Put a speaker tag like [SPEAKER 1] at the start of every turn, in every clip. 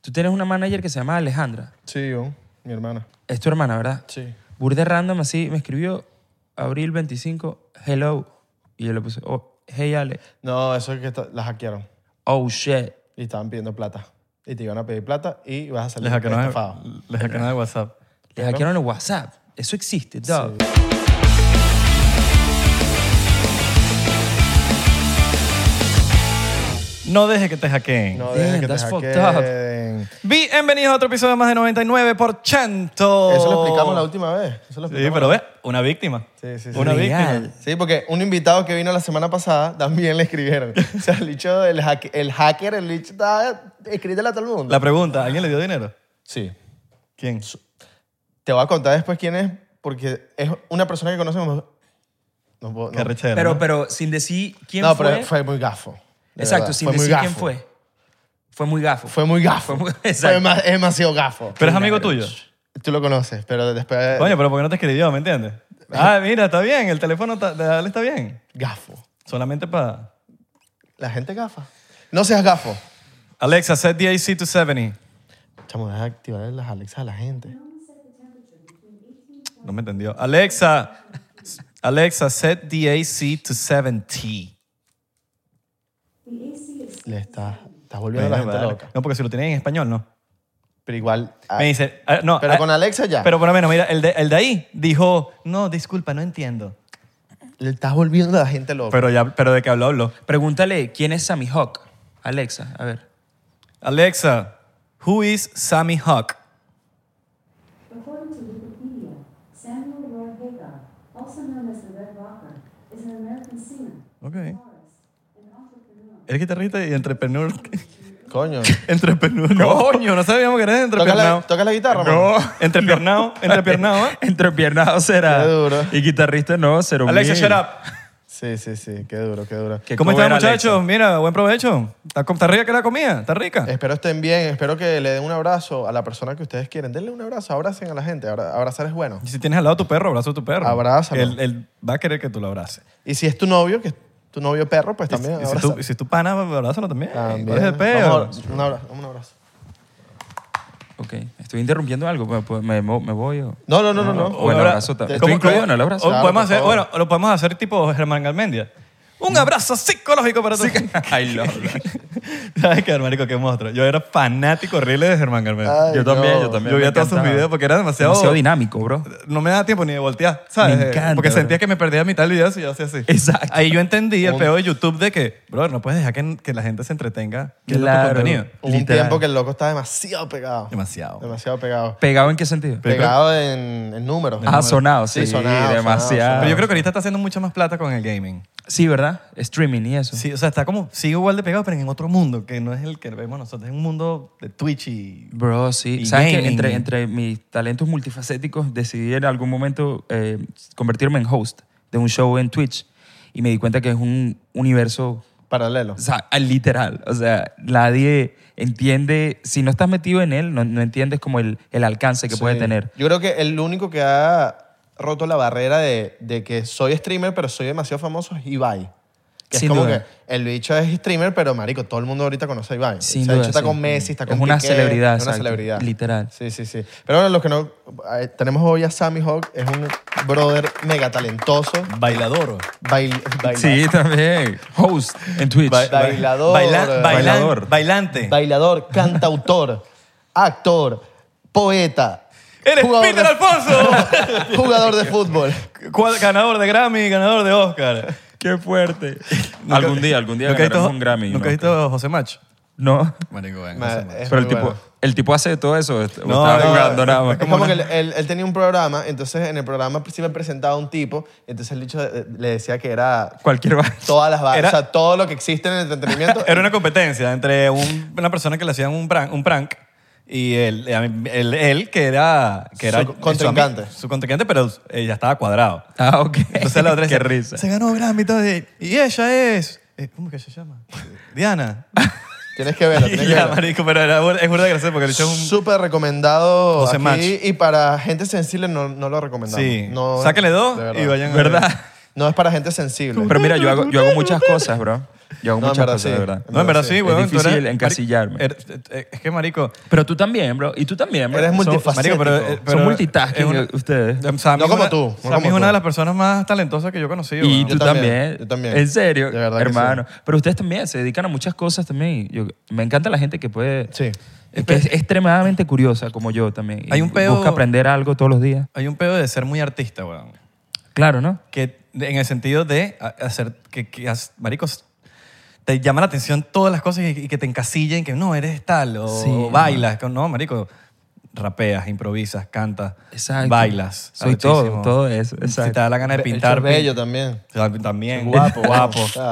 [SPEAKER 1] Tú tienes una manager que se llama Alejandra.
[SPEAKER 2] Sí, yo, mi hermana.
[SPEAKER 1] Es tu hermana, ¿verdad?
[SPEAKER 2] Sí.
[SPEAKER 1] Burde random así me escribió abril 25, hello. Y yo le puse, oh, hey Ale.
[SPEAKER 2] No, eso es que está- la hackearon
[SPEAKER 1] Oh shit.
[SPEAKER 2] y estaban pidiendo plata. Y te iban a pedir plata y vas a salir
[SPEAKER 3] Les hackearon
[SPEAKER 2] estafado.
[SPEAKER 3] el- les hackearon el WhatsApp.
[SPEAKER 1] Les hackearon el WhatsApp. Eso existe, dog.
[SPEAKER 3] No deje que te hackeen.
[SPEAKER 2] No dejes
[SPEAKER 1] Damn,
[SPEAKER 2] que te
[SPEAKER 1] that's fucked
[SPEAKER 2] hackeen.
[SPEAKER 3] Bienvenidos a otro episodio más de 99%.
[SPEAKER 2] Eso lo explicamos la última vez. Eso lo
[SPEAKER 3] Sí,
[SPEAKER 2] explicamos
[SPEAKER 3] pero ve, una víctima.
[SPEAKER 2] Sí, sí, sí.
[SPEAKER 3] Una
[SPEAKER 1] Real.
[SPEAKER 3] víctima.
[SPEAKER 2] Sí, porque un invitado que vino la semana pasada también le escribieron. O sea, el bicho, el, hack- el hacker, el bicho estaba escribiéndole a todo el mundo.
[SPEAKER 3] La pregunta, ¿alguien le dio dinero?
[SPEAKER 2] Sí.
[SPEAKER 3] ¿Quién?
[SPEAKER 2] Te voy a contar después quién es, porque es una persona que conocemos. No puedo.
[SPEAKER 3] Qué
[SPEAKER 2] no.
[SPEAKER 3] rechera,
[SPEAKER 1] Pero,
[SPEAKER 3] ¿no?
[SPEAKER 1] pero sin decir quién
[SPEAKER 2] No,
[SPEAKER 1] fue.
[SPEAKER 2] pero fue muy gafo. de
[SPEAKER 1] exacto,
[SPEAKER 2] verdad.
[SPEAKER 1] sin
[SPEAKER 2] Fue muy
[SPEAKER 1] decir quién
[SPEAKER 2] gafo.
[SPEAKER 1] fue. Fue muy gafo.
[SPEAKER 2] Fue muy gafo.
[SPEAKER 1] Fue muy-
[SPEAKER 2] Fue
[SPEAKER 1] exacto.
[SPEAKER 2] dema- es demasiado gafo.
[SPEAKER 3] Pero es amigo tuyo.
[SPEAKER 2] Tú lo conoces, pero después. eh,
[SPEAKER 3] Coño, pero ¿por qué no te escribió? ¿Me entiendes? Ah, mira, está bien. El teléfono está- de Ale está bien.
[SPEAKER 2] Gafo.
[SPEAKER 3] Solamente para...
[SPEAKER 2] La gente gafa. No seas gafo.
[SPEAKER 3] Alexa, set the AC to 70.
[SPEAKER 2] Chamo, deja de activar las Alexa a la gente.
[SPEAKER 3] No me entendió. Alexa, Alexa, set the AC to 70.
[SPEAKER 2] Le estás, estás volviendo a la gente
[SPEAKER 3] Vale.
[SPEAKER 2] loca.
[SPEAKER 3] No, porque si lo tienen en español, no.
[SPEAKER 2] Pero igual. ah,
[SPEAKER 3] Me dice, ah, no.
[SPEAKER 2] pero
[SPEAKER 3] ah,
[SPEAKER 2] con Alexa ya.
[SPEAKER 3] Pero por lo menos, mira, el de, el de ahí dijo, no, disculpa, no entiendo.
[SPEAKER 2] Le estás volviendo a la gente loca.
[SPEAKER 3] Pero, ya, pero de que habló, habló.
[SPEAKER 1] Pregúntale quién es Sammy Hawk. Alexa, a ver.
[SPEAKER 3] Alexa, who is Sammy Hawk?
[SPEAKER 4] According to Wikipedia, Samuel Roy Hagar, also known as the Red Rocker, is an American singer,
[SPEAKER 3] Ok.
[SPEAKER 4] artist, and entrepreneur.
[SPEAKER 3] Eres guitarrista y entrepreneur.
[SPEAKER 2] Coño.
[SPEAKER 3] entrepreneur. Coño, no sabíamos que eres
[SPEAKER 2] ¿Tocas la,
[SPEAKER 3] entrepreneur.
[SPEAKER 2] tocas la guitarra,
[SPEAKER 3] No.
[SPEAKER 2] mano?
[SPEAKER 3] Entrepiernao, entrepiernao, ¿eh?
[SPEAKER 1] Entrepiernado será.
[SPEAKER 2] Qué duro.
[SPEAKER 1] Y guitarrista no, cero
[SPEAKER 3] Alexa,
[SPEAKER 1] mil.
[SPEAKER 3] shut up.
[SPEAKER 2] Sí, sí, sí. Qué duro, qué duro.
[SPEAKER 1] Qué
[SPEAKER 3] ¿Cómo están,
[SPEAKER 1] cover, Alexa.
[SPEAKER 3] muchachos? Mira, buen provecho. ¿Está, está rica que la comida? ¿Está rica?
[SPEAKER 2] Espero estén bien. Espero que le den un abrazo a la persona que ustedes quieren. Denle un abrazo. Abracen a la gente. Abra- Abrazar es bueno.
[SPEAKER 3] Y si tienes al lado a tu perro, abrazo a tu perro.
[SPEAKER 2] Abrázalo.
[SPEAKER 3] Él, él va a querer que tú lo abraces.
[SPEAKER 2] Y si es tu novio, que es tu novio perro, pues también
[SPEAKER 3] Y si,
[SPEAKER 2] abrázalo.
[SPEAKER 3] tú, y si tu pana, abrázalo también.
[SPEAKER 2] También.
[SPEAKER 3] ¿Cuál es el
[SPEAKER 2] Vamos
[SPEAKER 3] peo?
[SPEAKER 2] a- un abrazo. Un abrazo.
[SPEAKER 1] Ok. Estoy interrumpiendo algo. ¿Me, me, me voy oh. o...?
[SPEAKER 2] No, no, no, no. no.
[SPEAKER 1] O el abrazo también.
[SPEAKER 2] ¿Cómo-
[SPEAKER 1] ¿Estoy incluido en el
[SPEAKER 3] O
[SPEAKER 1] abrazo?
[SPEAKER 2] Claro, Mm.
[SPEAKER 3] podemos
[SPEAKER 2] por
[SPEAKER 3] hacer,
[SPEAKER 2] favor.
[SPEAKER 3] bueno, lo podemos hacer tipo Germán Galmendia. Un abrazo psicológico para tu...
[SPEAKER 1] I love that.
[SPEAKER 3] ¿Sabes qué, marico? Qué monstruo. Yo era fanático horrible de Germán Galmendia.
[SPEAKER 2] Ay,
[SPEAKER 1] yo también,
[SPEAKER 2] no.
[SPEAKER 1] yo también.
[SPEAKER 3] Yo
[SPEAKER 1] me
[SPEAKER 3] veía todos sus
[SPEAKER 1] encantaba.
[SPEAKER 3] videos porque era demasiado...
[SPEAKER 1] Demasiado dinámico, bro.
[SPEAKER 3] no me daba tiempo ni de voltear, ¿sabes?
[SPEAKER 1] Me encanta,
[SPEAKER 3] Porque
[SPEAKER 1] bro.
[SPEAKER 3] sentía que me perdía mitad del video si yo hacía así.
[SPEAKER 1] Exacto.
[SPEAKER 3] Ahí yo entendí el
[SPEAKER 2] Un-
[SPEAKER 3] peo de YouTube de que, bro, no puedes dejar que, que la gente se entretenga viendo
[SPEAKER 1] Claro.
[SPEAKER 3] tu contenido.
[SPEAKER 2] Hubo un
[SPEAKER 1] Literal.
[SPEAKER 2] tiempo que el loco estaba demasiado pegado.
[SPEAKER 3] Demasiado.
[SPEAKER 2] Demasiado pegado.
[SPEAKER 1] ¿Pegado en qué sentido?
[SPEAKER 3] Pero-
[SPEAKER 2] Pegado en, en números.
[SPEAKER 1] Ah, sonado, sí,
[SPEAKER 2] sonado,
[SPEAKER 1] demasiado.
[SPEAKER 3] Pero yo creo que ahorita está haciendo mucha más plata con el gaming.
[SPEAKER 1] Sí, ¿verdad? Streaming y eso.
[SPEAKER 3] Sí, o sea, está como, sigue igual de pegado, pero en otro mundo, que no es el que vemos nosotros, es un mundo de Twitch y...
[SPEAKER 1] Bro, sí.
[SPEAKER 3] Y
[SPEAKER 1] ¿Sabes que
[SPEAKER 3] gaming.
[SPEAKER 1] entre, entre mis talentos multifacéticos decidí en algún momento eh, convertirme en host de un show en Twitch y me di cuenta que es un universo
[SPEAKER 2] Paralelo.
[SPEAKER 1] o sea, al literal. O sea, nadie entiende, si no estás metido en él, no, no entiendes como el, el alcance que puede
[SPEAKER 2] Sí.
[SPEAKER 1] tener.
[SPEAKER 2] Yo creo que el único que ha roto la barrera de, de que soy streamer, pero soy demasiado famoso es Ibai. Que
[SPEAKER 1] Sin
[SPEAKER 2] es como
[SPEAKER 1] duda.
[SPEAKER 2] que el bicho es streamer, pero marico, todo el mundo ahorita conoce a Ibai.
[SPEAKER 1] Sin
[SPEAKER 2] o sea, el
[SPEAKER 1] duda,
[SPEAKER 2] bicho está
[SPEAKER 1] sí.
[SPEAKER 2] con Messi, está
[SPEAKER 1] Es
[SPEAKER 2] con
[SPEAKER 1] una
[SPEAKER 2] Piqué,
[SPEAKER 1] celebridad,
[SPEAKER 2] Es una
[SPEAKER 1] exacto,
[SPEAKER 2] celebridad.
[SPEAKER 1] literal.
[SPEAKER 2] Sí, sí, sí. Pero bueno, los que no... eh, tenemos hoy a Sammy Hawk, es un brother mega talentoso.
[SPEAKER 3] Bailador.
[SPEAKER 2] bail- baila-
[SPEAKER 1] Sí, también. Host en Twitch.
[SPEAKER 2] Ba- Bailador.
[SPEAKER 3] Baila-
[SPEAKER 1] Bailador.
[SPEAKER 3] bailan- Bailante.
[SPEAKER 2] bailador, cantautor, actor, poeta.
[SPEAKER 3] ¡Eres
[SPEAKER 2] jugador
[SPEAKER 3] Peter
[SPEAKER 2] de-
[SPEAKER 3] Alfonso!
[SPEAKER 2] Jugador de fútbol.
[SPEAKER 3] Cuad- ganador de Grammy y ganador de Oscar.
[SPEAKER 1] Qué fuerte. algún día, algún día
[SPEAKER 3] Nunca he
[SPEAKER 1] ganaremos
[SPEAKER 3] visto-
[SPEAKER 1] un Grammy.
[SPEAKER 3] ¿Nunca
[SPEAKER 1] ¿no?
[SPEAKER 3] has visto José Macho?
[SPEAKER 1] No.
[SPEAKER 3] Marico, ven,
[SPEAKER 2] Ma-
[SPEAKER 3] José Macho.
[SPEAKER 2] es
[SPEAKER 1] Pero el
[SPEAKER 2] muy
[SPEAKER 1] tipo,
[SPEAKER 2] bueno.
[SPEAKER 1] el tipo hace todo eso. o est- o
[SPEAKER 3] No,
[SPEAKER 1] estaba
[SPEAKER 3] no,
[SPEAKER 1] jugando nada más.
[SPEAKER 2] Es como que él, él- él tenía un programa, entonces en el programa siempre presentaba a un tipo, entonces el dicho eh, le decía que era
[SPEAKER 1] Cualquier vaina.
[SPEAKER 2] todas las barras,
[SPEAKER 3] Era-
[SPEAKER 2] o sea, todo lo que existe en el entretenimiento.
[SPEAKER 3] Era una competencia entre un- una persona que le hacían un prank, un prank y él, él- él, que era, que era
[SPEAKER 2] Su contrincante.
[SPEAKER 3] Su, contrincante, pero eh, ya estaba cuadrado.
[SPEAKER 1] Ah, ok.
[SPEAKER 3] Entonces la otra
[SPEAKER 1] Qué
[SPEAKER 3] decía,
[SPEAKER 1] risa.
[SPEAKER 3] Se ganó Grammy y todo, y, y ella es... eh, ¿Cómo que se llama? Diana.
[SPEAKER 2] Tienes que verlo,
[SPEAKER 3] Y
[SPEAKER 2] tienes que
[SPEAKER 3] ya,
[SPEAKER 2] verlo.
[SPEAKER 3] marico, pero era, bur- es burda de gracioso porque le echó un...
[SPEAKER 2] Súper recomendado
[SPEAKER 3] José
[SPEAKER 2] aquí,
[SPEAKER 3] Mach.
[SPEAKER 2] y para gente sensible no, no lo recomendamos.
[SPEAKER 3] Sí.
[SPEAKER 2] No,
[SPEAKER 3] Sáquenle dos
[SPEAKER 2] de verdad.
[SPEAKER 3] y vayan a ver.
[SPEAKER 1] ¿Verdad?
[SPEAKER 2] No es para gente sensible.
[SPEAKER 1] Pero mira, yo hago, yo hago muchas cosas, bro. Yo hago
[SPEAKER 2] No, en
[SPEAKER 1] muchas
[SPEAKER 2] verdad
[SPEAKER 1] cosas,
[SPEAKER 2] sí.
[SPEAKER 1] de verdad.
[SPEAKER 3] No, en verdad sí,
[SPEAKER 1] Es
[SPEAKER 3] weón. tú
[SPEAKER 1] difícil
[SPEAKER 3] eres-
[SPEAKER 1] encasillarme.
[SPEAKER 3] Mari- er- er- Es que, marico...
[SPEAKER 1] Pero tú también, bro. Y tú también, bro.
[SPEAKER 2] Eres
[SPEAKER 1] Son-
[SPEAKER 2] multifacético.
[SPEAKER 3] Marico, pero, eh,
[SPEAKER 1] Son
[SPEAKER 3] pero-
[SPEAKER 1] multitasking eh,
[SPEAKER 3] es una- eh,
[SPEAKER 1] ustedes.
[SPEAKER 3] O sea, a mí
[SPEAKER 2] No
[SPEAKER 3] es
[SPEAKER 2] como
[SPEAKER 3] una-
[SPEAKER 2] tú, no
[SPEAKER 3] o sea, a mí
[SPEAKER 2] como
[SPEAKER 3] es
[SPEAKER 2] tú.
[SPEAKER 3] una de las personas más talentosas que yo he conocido.
[SPEAKER 1] Y
[SPEAKER 3] weón.
[SPEAKER 1] tú
[SPEAKER 2] también,
[SPEAKER 1] también.
[SPEAKER 2] yo también.
[SPEAKER 1] En serio,
[SPEAKER 2] De verdad que
[SPEAKER 1] hermano. Pero ustedes también se dedican a muchas cosas también. Yo, me encanta la gente que puede...
[SPEAKER 2] Sí.
[SPEAKER 1] Que es extremadamente curiosa, como yo también. y
[SPEAKER 3] Hay un pedo-
[SPEAKER 1] Busca aprender algo todos los días.
[SPEAKER 3] Hay un pedo de ser muy artista, weón.
[SPEAKER 1] Claro, ¿no?
[SPEAKER 3] Que de- en el sentido de a- hacer que, que as- maricos te llama la atención todas las cosas y, y que te encasillen que no eres tal o,
[SPEAKER 1] Sí,
[SPEAKER 3] o bailas que no marico rapeas improvisas cantas
[SPEAKER 1] Exacto.
[SPEAKER 3] bailas
[SPEAKER 1] Soy
[SPEAKER 3] arrechísimo.
[SPEAKER 1] todo, todo eso,
[SPEAKER 3] si
[SPEAKER 1] exacto.
[SPEAKER 3] te da la gana de
[SPEAKER 2] Be-
[SPEAKER 3] pintar
[SPEAKER 2] hecho bello también.
[SPEAKER 3] pin- también
[SPEAKER 2] Guapo,
[SPEAKER 3] guapo
[SPEAKER 2] guapo. O sea,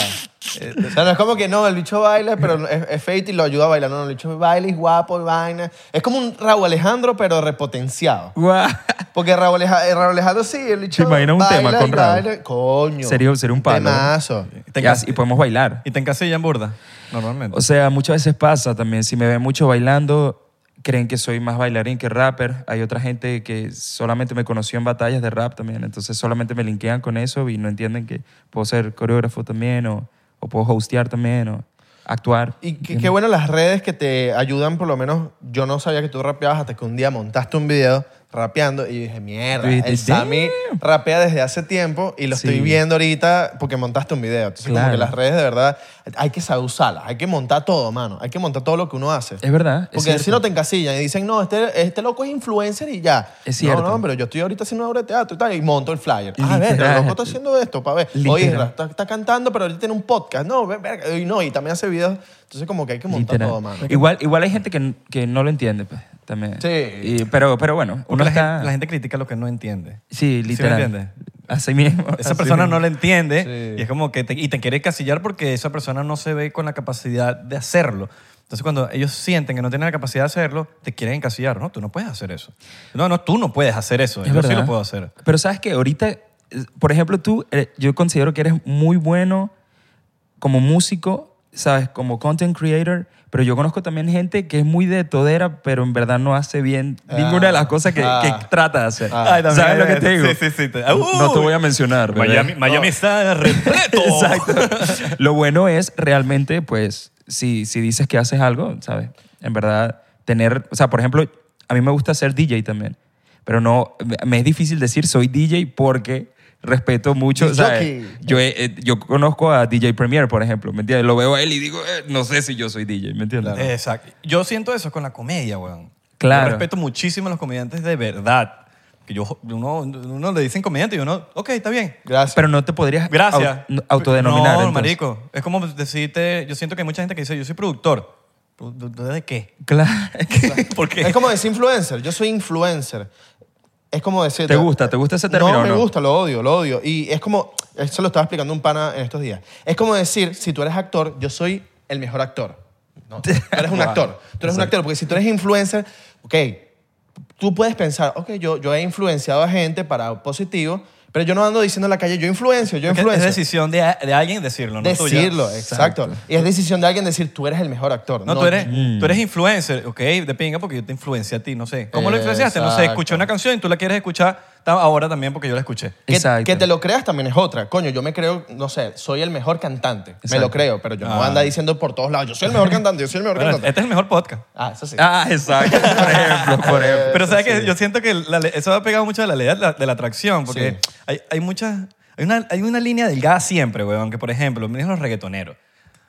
[SPEAKER 2] este, o sea, no es como que no, el bicho baila, pero es, es feito y lo ayuda a bailar. No, no, el bicho baila y es guapo y vaina. Es como un Raúl Alejandro, pero repotenciado.
[SPEAKER 1] Guau.
[SPEAKER 2] Porque Raúl, Aleja- eh, Raúl Alejandro sí, el bicho.
[SPEAKER 1] ¿Te imaginas un
[SPEAKER 2] baila
[SPEAKER 1] tema
[SPEAKER 2] y
[SPEAKER 1] con Raúl?
[SPEAKER 2] baila. Coño.
[SPEAKER 1] Sería- sería un palo.
[SPEAKER 2] Temazo.
[SPEAKER 3] Te
[SPEAKER 1] Y,
[SPEAKER 3] encas-
[SPEAKER 1] así- y podemos bailar.
[SPEAKER 3] y te encasillan burda normalmente
[SPEAKER 1] O sea, muchas veces pasa también. Si me ven mucho bailando, creen que soy más bailarín que rapper. Hay otra gente que solamente me conoció en batallas de rap también. Entonces solamente me linkean con eso y no entienden que puedo ser coreógrafo también o, o puedo hostear también o actuar.
[SPEAKER 2] Y qué,
[SPEAKER 1] ¿Entiendes?
[SPEAKER 2] qué bueno las redes que te ayudan, por lo menos yo no sabía que tú rapeabas hasta que un día montaste un video rapeando y dije, mierda,
[SPEAKER 1] Dude,
[SPEAKER 2] el Sammy
[SPEAKER 1] damn.
[SPEAKER 2] rapea desde hace tiempo y lo
[SPEAKER 1] Sí.
[SPEAKER 2] estoy viendo ahorita porque montaste un video. Entonces
[SPEAKER 1] Claro.
[SPEAKER 2] como que las redes de verdad hay que saber usarlas, hay que montar todo, mano, hay que montar todo lo que uno hace.
[SPEAKER 1] Es verdad. es
[SPEAKER 2] porque si no
[SPEAKER 1] cierto.
[SPEAKER 2] te encasillan y dicen, no, este, este loco es influencer y ya.
[SPEAKER 1] Es cierto.
[SPEAKER 2] No, no, pero yo estoy ahorita haciendo una obra de teatro y tal, y monto el flyer. Ah, ver, el
[SPEAKER 1] Literal.
[SPEAKER 2] loco está haciendo esto, para ver. Oye,
[SPEAKER 1] Literal.
[SPEAKER 2] está, está cantando, pero ahorita tiene un podcast. No, ve- verga, y no, y también hace videos. Entonces como que hay que montar
[SPEAKER 1] Literal.
[SPEAKER 2] todo, mano.
[SPEAKER 1] Igual, igual hay gente que, que no lo entiende pues, también.
[SPEAKER 2] Sí.
[SPEAKER 1] Y- pero, pero bueno,
[SPEAKER 3] Porque
[SPEAKER 1] uno
[SPEAKER 3] la,
[SPEAKER 1] está...
[SPEAKER 3] gente, la gente critica lo que no entiende
[SPEAKER 1] Sí,
[SPEAKER 3] me
[SPEAKER 1] literal.
[SPEAKER 3] entiendes?
[SPEAKER 1] Así mismo.
[SPEAKER 3] esa
[SPEAKER 1] así
[SPEAKER 3] persona
[SPEAKER 1] mismo.
[SPEAKER 3] no lo entiende
[SPEAKER 2] Sí.
[SPEAKER 3] y es como que te, y te quiere casillar porque esa persona no se ve con la capacidad de hacerlo. Entonces cuando ellos sienten que no tienen la capacidad de hacerlo, te quieren encasillar. No, tú no puedes hacer eso. No, no, tú no puedes hacer eso.
[SPEAKER 1] Es
[SPEAKER 3] Yo sí
[SPEAKER 1] verdad.
[SPEAKER 3] lo puedo hacer.
[SPEAKER 1] Pero sabes que ahorita, eh, por ejemplo, tú, eh, yo considero que eres muy bueno como músico, ¿sabes? Como content creator, pero yo conozco también gente que es muy de todera, pero en verdad no hace bien
[SPEAKER 2] Ah,
[SPEAKER 1] ninguna de las cosas que,
[SPEAKER 2] ah.
[SPEAKER 1] que trata de hacer.
[SPEAKER 2] Ah. Ay,
[SPEAKER 3] también
[SPEAKER 1] ¿Sabes
[SPEAKER 3] hay
[SPEAKER 1] lo que
[SPEAKER 3] de
[SPEAKER 1] te digo?
[SPEAKER 3] eso. Sí, sí, sí. Te-
[SPEAKER 1] No te
[SPEAKER 3] Uy.
[SPEAKER 1] voy a mencionar. ¿verdad?
[SPEAKER 3] Miami está repleto.
[SPEAKER 1] Exacto. Lo bueno es realmente, pues, si, si dices que haces algo, ¿sabes? En verdad, tener, o sea, por ejemplo, a mí me gusta ser DJ también, pero no, me- me es difícil decir soy DJ porque respeto mucho,
[SPEAKER 2] Disc
[SPEAKER 1] ¿sabes?
[SPEAKER 2] jockey.
[SPEAKER 1] Yo, he- eh, yo conozco a DJ Premier, por ejemplo, ¿me entiendes? Lo veo a él y digo, eh, no sé si yo soy DJ, ¿me entiendes? Eh,
[SPEAKER 3] Exacto. Yo siento eso con la comedia, weón.
[SPEAKER 1] Claro.
[SPEAKER 3] Yo respeto muchísimo a los comediantes de verdad. Que yo, uno, uno le dicen comediante y uno, ok, está bien.
[SPEAKER 2] Gracias.
[SPEAKER 1] Pero no te podrías
[SPEAKER 3] Gracias.
[SPEAKER 1] au- autodenominar.
[SPEAKER 3] No,
[SPEAKER 1] entonces.
[SPEAKER 3] marico. Es como decirte. Yo siento que hay mucha gente que dice, yo soy productor. ¿Productor de qué?
[SPEAKER 1] Claro.
[SPEAKER 3] ¿Por qué?
[SPEAKER 2] Es como decir influencer. Yo soy influencer. Es como decir...
[SPEAKER 1] ¿Te gusta? ¿Te gusta ese término
[SPEAKER 2] No,
[SPEAKER 1] o
[SPEAKER 2] me
[SPEAKER 1] no?
[SPEAKER 2] gusta, lo odio, lo odio. Y es como... Eso lo estaba explicando un pana en estos días. Es como decir, si tú eres actor, yo soy el mejor actor. No, tú eres un actor. Tú eres un actor. Porque si tú eres influencer, ok, tú puedes pensar, ok, yo, yo he influenciado a gente para positivo, pero yo no ando diciendo en la calle, yo influencio, yo
[SPEAKER 3] Porque
[SPEAKER 2] influencio.
[SPEAKER 3] es decisión de, de alguien decirlo, no tuya.
[SPEAKER 2] Decirlo, eh. exacto. Y es decisión de alguien decir, tú eres el mejor actor.
[SPEAKER 3] No, tú, eres,
[SPEAKER 2] Mm.
[SPEAKER 3] tú eres influencer, ok, de pinga porque yo te influencié a ti, no sé. ¿Cómo lo influenciaste? No sé,
[SPEAKER 2] Exacto.
[SPEAKER 3] escuché una canción y tú la quieres escuchar ta- ahora también porque yo la escuché.
[SPEAKER 2] Que,
[SPEAKER 1] Exacto.
[SPEAKER 2] que te lo creas también es otra. Coño, yo me creo, no sé, soy el mejor cantante. Me lo
[SPEAKER 1] Exacto. Ah.
[SPEAKER 2] creo, pero yo no anda diciendo por todos lados, yo soy el mejor cantante, yo soy el mejor
[SPEAKER 3] Bueno,
[SPEAKER 2] cantante.
[SPEAKER 3] este es el mejor podcast.
[SPEAKER 2] Ah, eso sí.
[SPEAKER 1] eh,
[SPEAKER 2] Eh,
[SPEAKER 1] Ah, exacto. Por ejemplo, por ejemplo.
[SPEAKER 3] Pero sabes que yo siento que la le- eso ha pegado mucho a la ley de la, de la atracción, porque
[SPEAKER 2] Sí.
[SPEAKER 3] hay, hay muchas, hay una, hay una línea delgada siempre, weón, que por ejemplo, miren los reggaetoneros.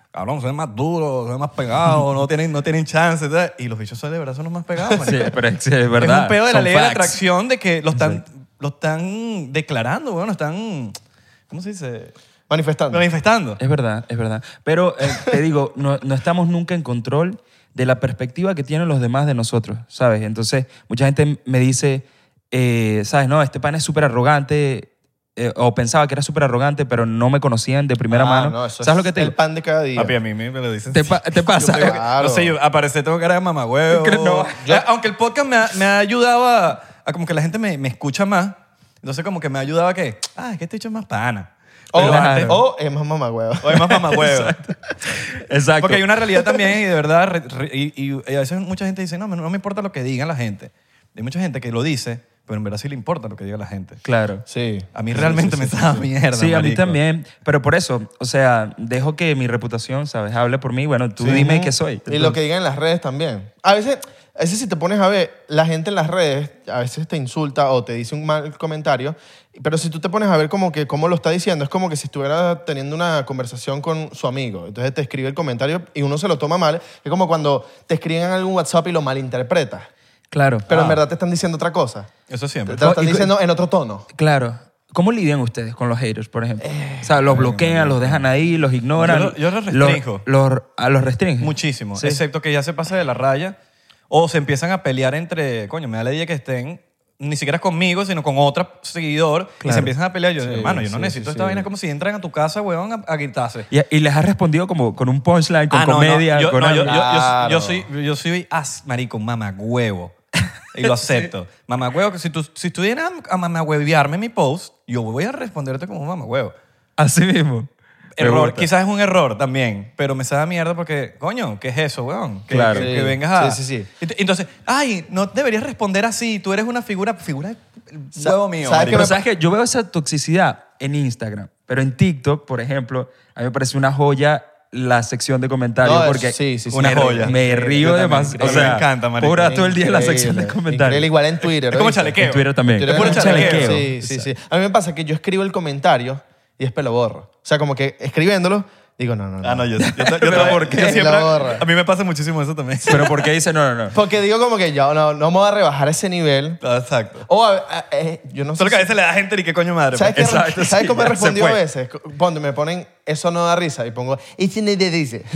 [SPEAKER 3] Cabrón, son más duros, son más pegados, no tienen, no tienen chance. ¿sabes? Y los bichos son de verdad son los más pegados.
[SPEAKER 1] Sí,
[SPEAKER 3] marico.
[SPEAKER 1] pero es, sí, es verdad.
[SPEAKER 3] Es un pedo de la
[SPEAKER 1] son
[SPEAKER 3] ley de la
[SPEAKER 1] facts.
[SPEAKER 3] atracción de que lo están, lo están declarando, weón, lo están, ¿cómo se dice?
[SPEAKER 2] Manifestando.
[SPEAKER 3] Manifestando.
[SPEAKER 1] Es verdad, es verdad. Pero eh, te digo, no, no estamos nunca en control de la perspectiva que tienen los demás de nosotros, ¿sabes? Entonces, mucha gente me dice, eh, ¿sabes? No, este pan es súper arrogante. eh, o pensaba que era súper arrogante, pero no me conocían de primera
[SPEAKER 2] Ah,
[SPEAKER 1] mano.
[SPEAKER 2] no, eso
[SPEAKER 1] ¿Sabes
[SPEAKER 2] es
[SPEAKER 1] lo que te
[SPEAKER 2] El
[SPEAKER 1] digo?
[SPEAKER 2] pan de cada día.
[SPEAKER 3] Papi, a mí me lo dicen.
[SPEAKER 1] Eh, Te, pa- te pasa.
[SPEAKER 2] Yo tengo-
[SPEAKER 3] No sé, yo aparece, tengo cara de mamagüeo.
[SPEAKER 1] Que no.
[SPEAKER 3] Eh, Aunque el podcast me ha, me ha ayudado a, a como que la gente me, me escucha más. Entonces como que me ha ayudado a que, ah, es que este hecho es más pana.
[SPEAKER 2] O,
[SPEAKER 3] Pero antes-
[SPEAKER 1] Oh, Claro.
[SPEAKER 2] o es más mamagüeo.
[SPEAKER 3] o es más mamagüeo.
[SPEAKER 1] Exacto.
[SPEAKER 3] Porque hay una realidad también y de verdad, re- re- y, y a veces mucha gente dice, no, me- no me importa lo que digan la gente. Hay mucha gente que lo dice pero en verdad sí le importa lo que diga la gente.
[SPEAKER 1] Claro.
[SPEAKER 2] Sí.
[SPEAKER 3] A mí realmente me estaba mierda.
[SPEAKER 1] Sí, a mí
[SPEAKER 3] marico.
[SPEAKER 1] también. Pero por eso, o sea, dejo que mi reputación, ¿sabes? Hable por mí. Bueno, tú dime qué soy.
[SPEAKER 2] Y lo que digan en las redes también. A veces, a veces si te pones a ver, la gente en las redes a veces te insulta o te dice un mal comentario, pero si tú te pones a ver como que cómo lo está diciendo, es como que si estuviera teniendo una conversación con su amigo. Entonces te escribe el comentario y uno se lo toma mal. Es como cuando te escriben en algún WhatsApp y lo malinterpretas.
[SPEAKER 1] Claro.
[SPEAKER 2] Pero
[SPEAKER 1] Ah.
[SPEAKER 2] en verdad te están diciendo otra cosa.
[SPEAKER 3] Eso siempre.
[SPEAKER 2] Te lo están
[SPEAKER 1] Y-
[SPEAKER 2] diciendo en otro tono.
[SPEAKER 1] Claro. ¿Cómo lidian ustedes con los haters, por ejemplo?
[SPEAKER 2] Eh,
[SPEAKER 1] o sea, los bloquean, los dejan ahí, los ignoran.
[SPEAKER 3] Yo lo- yo los restrinjo.
[SPEAKER 1] Los, los- a los restringen.
[SPEAKER 3] Muchísimo.
[SPEAKER 1] Sí.
[SPEAKER 3] Excepto que ya se pasa de la raya o se empiezan a pelear entre, coño, me da la idea que estén ni siquiera conmigo, sino con otro seguidor y
[SPEAKER 1] Claro.
[SPEAKER 3] se empiezan a pelear. Yo, hermano, yo no
[SPEAKER 2] sí, sí,
[SPEAKER 3] necesito esta
[SPEAKER 2] sí.
[SPEAKER 3] vaina. Es como si entran a tu casa, weón, a, a gritarse.
[SPEAKER 1] Y, y les has respondido como con un punchline, con
[SPEAKER 3] Ah, no, no,
[SPEAKER 1] comedia,
[SPEAKER 3] yo,
[SPEAKER 1] con
[SPEAKER 3] no,
[SPEAKER 1] algo.
[SPEAKER 3] yo, yo- yo-
[SPEAKER 2] Claro.
[SPEAKER 3] yo soy, yo soy as, marico, mamagüevo. Y lo acepto. Mamagüevo, que si tú, si tú vienes a, a mamagüevearme mi post, yo voy a responderte como un mamagüevo.
[SPEAKER 1] Así mismo. Me
[SPEAKER 3] Error,
[SPEAKER 1] gusta.
[SPEAKER 3] quizás es un error también, pero me sabe a mierda porque, coño, ¿qué es eso, weón? Que,
[SPEAKER 1] Claro.
[SPEAKER 3] que,
[SPEAKER 2] Sí.
[SPEAKER 3] que vengas a...
[SPEAKER 2] Sí, sí, sí.
[SPEAKER 3] Ent- Entonces, ay, no deberías responder así, tú eres una figura, figura,
[SPEAKER 2] Sa-
[SPEAKER 3] huevo mío.
[SPEAKER 2] ¿sabes
[SPEAKER 3] marico.
[SPEAKER 1] Pero
[SPEAKER 2] me-
[SPEAKER 1] sabes que yo veo esa toxicidad en Instagram, pero en TikTok, por ejemplo, a mí me parece una joya la sección de comentarios
[SPEAKER 2] No, es-
[SPEAKER 1] porque
[SPEAKER 2] sí, sí, sí.
[SPEAKER 3] Una
[SPEAKER 1] me,
[SPEAKER 3] joya.
[SPEAKER 1] me río
[SPEAKER 3] Yo
[SPEAKER 1] de
[SPEAKER 3] también,
[SPEAKER 1] más
[SPEAKER 3] increíble.
[SPEAKER 1] o sea
[SPEAKER 3] Me encanta, marico.
[SPEAKER 1] pura todo el día en la sección de
[SPEAKER 2] Increíble,
[SPEAKER 1] comentarios
[SPEAKER 2] increíble, igual en Twitter.
[SPEAKER 3] Es como
[SPEAKER 2] ¿oíste?
[SPEAKER 3] chalequeo.
[SPEAKER 1] en Twitter también
[SPEAKER 2] Twitter
[SPEAKER 1] Es
[SPEAKER 2] es
[SPEAKER 1] puro
[SPEAKER 2] un
[SPEAKER 1] chalequeo.
[SPEAKER 2] Sí, sí, sí. A mí me pasa que yo escribo el comentario y después lo borro. O sea, como que escribiéndolo, digo, no, no, no.
[SPEAKER 3] Ah, no, yo, yo, yo- yo-
[SPEAKER 1] Pero
[SPEAKER 3] yo
[SPEAKER 1] ¿por qué?
[SPEAKER 3] siempre-
[SPEAKER 2] La borra.
[SPEAKER 3] a mí me pasa muchísimo eso también.
[SPEAKER 1] pero porque dice no no no
[SPEAKER 2] Porque digo como que ya no, no me voy a rebajar ese nivel.
[SPEAKER 3] Ah, Exacto.
[SPEAKER 2] O a- a- eh, yo no sé.
[SPEAKER 3] Solo que a
[SPEAKER 2] si-
[SPEAKER 3] veces le da gente y qué coño madre.
[SPEAKER 2] ¿Sabes, qué-
[SPEAKER 3] pues.
[SPEAKER 1] Exacto,
[SPEAKER 2] ¿sabes
[SPEAKER 1] sí,
[SPEAKER 2] cómo
[SPEAKER 1] ya
[SPEAKER 2] he
[SPEAKER 1] se
[SPEAKER 2] respondido
[SPEAKER 1] fue.
[SPEAKER 2] a veces? Ponte, me ponen, eso no da risa. Y pongo, y si ni te dice.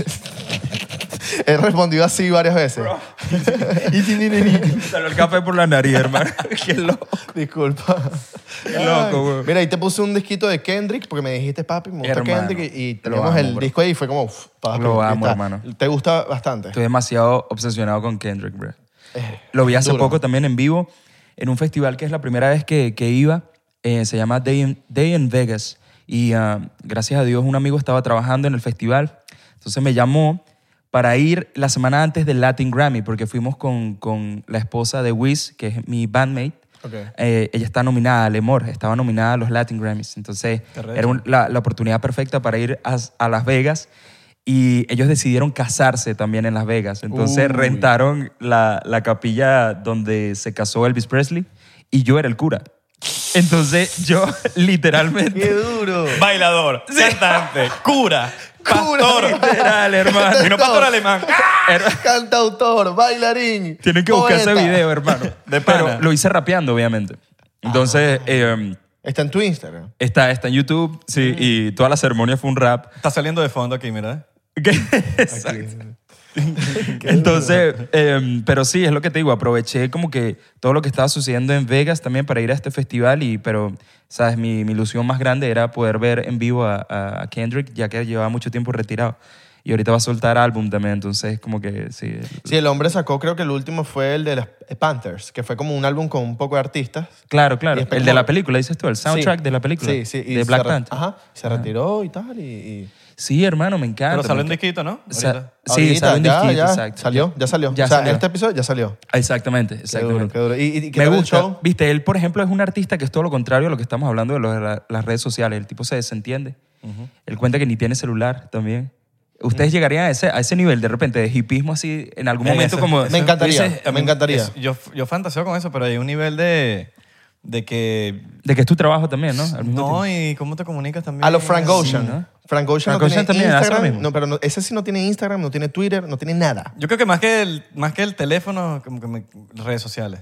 [SPEAKER 2] he respondido así varias veces.
[SPEAKER 1] salió el café por la nariz hermano qué loco
[SPEAKER 2] Disculpa.
[SPEAKER 1] Qué loco,
[SPEAKER 2] Ay,
[SPEAKER 1] güey.
[SPEAKER 2] Mira, ahí te puse un disquito de Kendrick porque me dijiste, papi, me gusta
[SPEAKER 1] Hermano,
[SPEAKER 2] Kendrick. Y
[SPEAKER 1] lo
[SPEAKER 2] tenemos
[SPEAKER 1] amo,
[SPEAKER 2] el
[SPEAKER 1] bro.
[SPEAKER 2] disco ahí y fue como, "Uf, papi.
[SPEAKER 1] Lo
[SPEAKER 2] ahí
[SPEAKER 1] amo,
[SPEAKER 2] está".
[SPEAKER 1] hermano.
[SPEAKER 2] Te gusta bastante.
[SPEAKER 1] Estoy demasiado obsesionado con Kendrick, bro.
[SPEAKER 2] Eh,
[SPEAKER 1] Lo vi hace
[SPEAKER 2] duro.
[SPEAKER 1] poco también en vivo en un festival que es la primera vez que, que iba. eh, se llama Day in, Day in Vegas. Y ah, gracias a Dios un amigo estaba trabajando en el festival. Entonces me llamó para ir la semana antes del Latin Grammy porque fuimos con, con la esposa de Wiz, que es mi bandmate.
[SPEAKER 2] Ok.
[SPEAKER 1] Eh, ella está nominada a Lemor, estaba nominada a los Latin Grammys. Entonces
[SPEAKER 3] Qué recho.
[SPEAKER 1] era un- la, la oportunidad perfecta para ir a, a Las Vegas. Y ellos decidieron casarse también en Las Vegas. Entonces
[SPEAKER 2] Uy.
[SPEAKER 1] rentaron la, la capilla donde se casó Elvis Presley y yo era el cura. Entonces yo
[SPEAKER 2] ¡Qué
[SPEAKER 1] literalmente...
[SPEAKER 2] duro!
[SPEAKER 3] Bailador, cantante, cura, pastor.
[SPEAKER 1] Literal, hermano.
[SPEAKER 3] Y no pastor alemán.
[SPEAKER 1] Her-
[SPEAKER 2] ¡Ah! Cantautor, bailarín.
[SPEAKER 1] Tienen que buscar ese
[SPEAKER 2] poeta.
[SPEAKER 1] video, hermano.
[SPEAKER 3] De pana.
[SPEAKER 1] Pero lo hice rapeando, obviamente. Entonces
[SPEAKER 2] Ah.
[SPEAKER 1] eh,
[SPEAKER 2] Está en tu Instagram.
[SPEAKER 1] está, está en YouTube, sí, y toda la ceremonia fue un rap.
[SPEAKER 3] Está saliendo de fondo aquí, mira. ¿eh?
[SPEAKER 1] Que- Exacto. Entonces, em, pero sí, es lo que te digo, aproveché como que todo lo que estaba sucediendo en Vegas también para ir a este festival, y, pero, ¿sabes? Mi, mi ilusión más grande era poder ver en vivo a, a Kendrick, ya que llevaba mucho tiempo retirado. Y ahorita va a soltar álbum también, entonces como que sí.
[SPEAKER 2] Sí, el hombre sacó, creo que el último fue el de las Panthers, que fue como un álbum con un poco de artistas.
[SPEAKER 1] Claro, claro.
[SPEAKER 2] Y
[SPEAKER 1] El
[SPEAKER 2] después
[SPEAKER 1] de
[SPEAKER 2] como-
[SPEAKER 1] la película, dices tú, el soundtrack
[SPEAKER 2] Sí.
[SPEAKER 1] de la película.
[SPEAKER 2] Sí, sí. y
[SPEAKER 1] De
[SPEAKER 2] se
[SPEAKER 1] Black
[SPEAKER 2] re-
[SPEAKER 1] Panther.
[SPEAKER 2] Ajá, se retiró y tal. y- y...
[SPEAKER 1] Sí, hermano, me encanta.
[SPEAKER 3] Pero salió
[SPEAKER 1] me
[SPEAKER 3] un
[SPEAKER 1] encanta.
[SPEAKER 3] disquito, ¿no?
[SPEAKER 1] O sea,
[SPEAKER 3] Ahorita.
[SPEAKER 1] sí,
[SPEAKER 2] Ahorita,
[SPEAKER 1] salió un
[SPEAKER 2] ya,
[SPEAKER 1] disquito,
[SPEAKER 2] ya,
[SPEAKER 1] exacto.
[SPEAKER 2] Salió, ya salió.
[SPEAKER 1] Ya
[SPEAKER 2] o sea,
[SPEAKER 1] salió.
[SPEAKER 2] este episodio ya salió.
[SPEAKER 1] Exactamente,
[SPEAKER 2] Qué
[SPEAKER 1] exactamente.
[SPEAKER 2] duro, qué duro. ¿Y, y- y qué
[SPEAKER 1] Me
[SPEAKER 2] tal el
[SPEAKER 1] gusta.
[SPEAKER 2] show?
[SPEAKER 1] Viste, él, por ejemplo, es un artista que es todo lo contrario a lo que estamos hablando de lo de la- las redes sociales. El tipo se desentiende. Él cuenta que ni tiene celular también. Ustedes
[SPEAKER 2] Mm.
[SPEAKER 1] llegarían a ese, a ese nivel de repente de hipismo así en algún
[SPEAKER 3] Ven,
[SPEAKER 1] momento
[SPEAKER 3] eso-
[SPEAKER 1] como...
[SPEAKER 3] eso-
[SPEAKER 2] Me encantaría,
[SPEAKER 1] dices,
[SPEAKER 2] me encantaría.
[SPEAKER 3] Es- yo, yo fantaseo con eso, pero hay un nivel de, de que...
[SPEAKER 1] De que es tu trabajo también, ¿no? Al mismo
[SPEAKER 3] No,
[SPEAKER 1] tiempo.
[SPEAKER 3] y cómo te comunicas también.
[SPEAKER 2] A lo Frank Ocean.
[SPEAKER 1] ¿no?
[SPEAKER 2] Frank Ocean
[SPEAKER 1] Frank
[SPEAKER 2] no
[SPEAKER 1] Ocean
[SPEAKER 2] tiene
[SPEAKER 1] también hace lo
[SPEAKER 2] Instagram.
[SPEAKER 1] mismo.
[SPEAKER 2] No, pero no- ese sí no tiene Instagram, no tiene Twitter, no tiene nada.
[SPEAKER 3] Yo creo que más que el, más que el teléfono, como que me- redes sociales.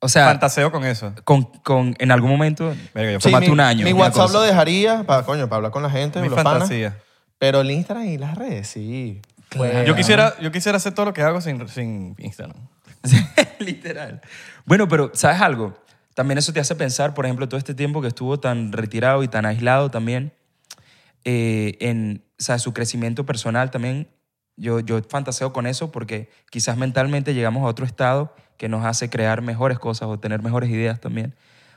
[SPEAKER 1] O sea,
[SPEAKER 3] fantaseo con eso.
[SPEAKER 1] con, con- en algún momento...
[SPEAKER 3] Verga, yo
[SPEAKER 1] Sí, Tómate
[SPEAKER 2] mi,
[SPEAKER 1] un año,
[SPEAKER 2] Mi
[SPEAKER 1] una
[SPEAKER 2] WhatsApp
[SPEAKER 1] cosa.
[SPEAKER 2] lo dejaría para, coño, para hablar con la gente,
[SPEAKER 3] Mi
[SPEAKER 2] los panas.
[SPEAKER 3] fantasía.
[SPEAKER 2] Pero el Instagram y las redes, sí.
[SPEAKER 1] Eh,
[SPEAKER 2] Bueno.
[SPEAKER 3] Yo quisiera, yo quisiera hacer todo lo que hago sin, sin Instagram.
[SPEAKER 1] Literal. Bueno, pero ¿sabes algo? También eso te hace pensar, por ejemplo, todo este tiempo que estuvo tan retirado y tan aislado también, eh, en o sea, su crecimiento personal también. Yo, yo fantaseo con eso porque quizás mentalmente llegamos a otro estado que nos hace crear mejores cosas o tener mejores ideas también.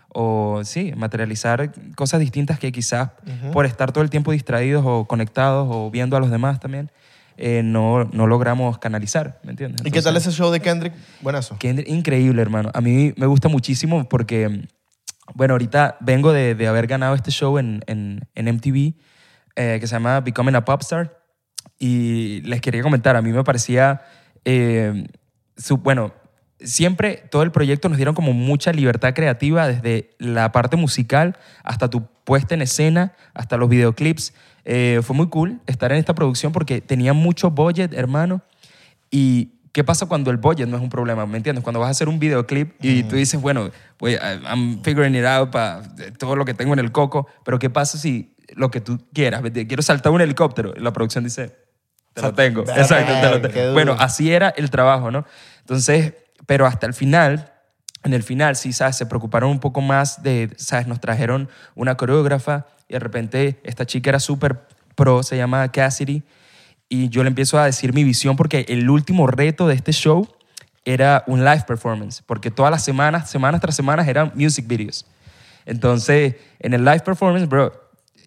[SPEAKER 1] O sí, materializar cosas distintas que quizás por estar todo el tiempo distraídos o conectados o viendo a los demás también, eh, no, no logramos canalizar, ¿me entiendes?
[SPEAKER 2] ¿Y qué tal
[SPEAKER 1] Entonces-
[SPEAKER 2] ese show de Kendrick? Buenazo.
[SPEAKER 1] Kendrick, increíble, hermano. A mí me gusta muchísimo porque, bueno, ahorita vengo de, de haber ganado este show en, en- en MTV eh, que se llama Becoming a Popstar. Y les quería comentar, a mí me parecía, eh, su- bueno, siempre todo el proyecto nos dieron como mucha libertad creativa desde la parte musical hasta tu puesta en escena, hasta los videoclips. Eh, fue muy cool estar en esta producción porque tenía mucho budget, hermano. ¿Y qué pasa cuando el budget no es un problema? ¿Me entiendes? Cuando vas a hacer un videoclip y tú dices, bueno, voy- I- I'm figuring it out para todo lo que tengo en el coco, pero ¿qué pasa si lo que tú quieras? ¿me entiendes? Quiero saltar un helicóptero. La producción dice, te lo tengo.
[SPEAKER 2] Verga,
[SPEAKER 1] Exacto, te lo
[SPEAKER 2] qué
[SPEAKER 1] tengo.
[SPEAKER 2] duro.
[SPEAKER 1] Bueno, así era el trabajo, ¿no? Entonces, pero hasta el final, en el final, sí, ¿sabes? Se preocuparon un poco más de, ¿sabes? Nos trajeron una coreógrafa y de repente esta chica era súper pro, se llama Cassidy, y yo le empiezo a decir mi visión porque el último reto de este show era un live performance, porque todas las semanas, semanas tras semanas, eran music videos. Entonces, en el live performance, bro,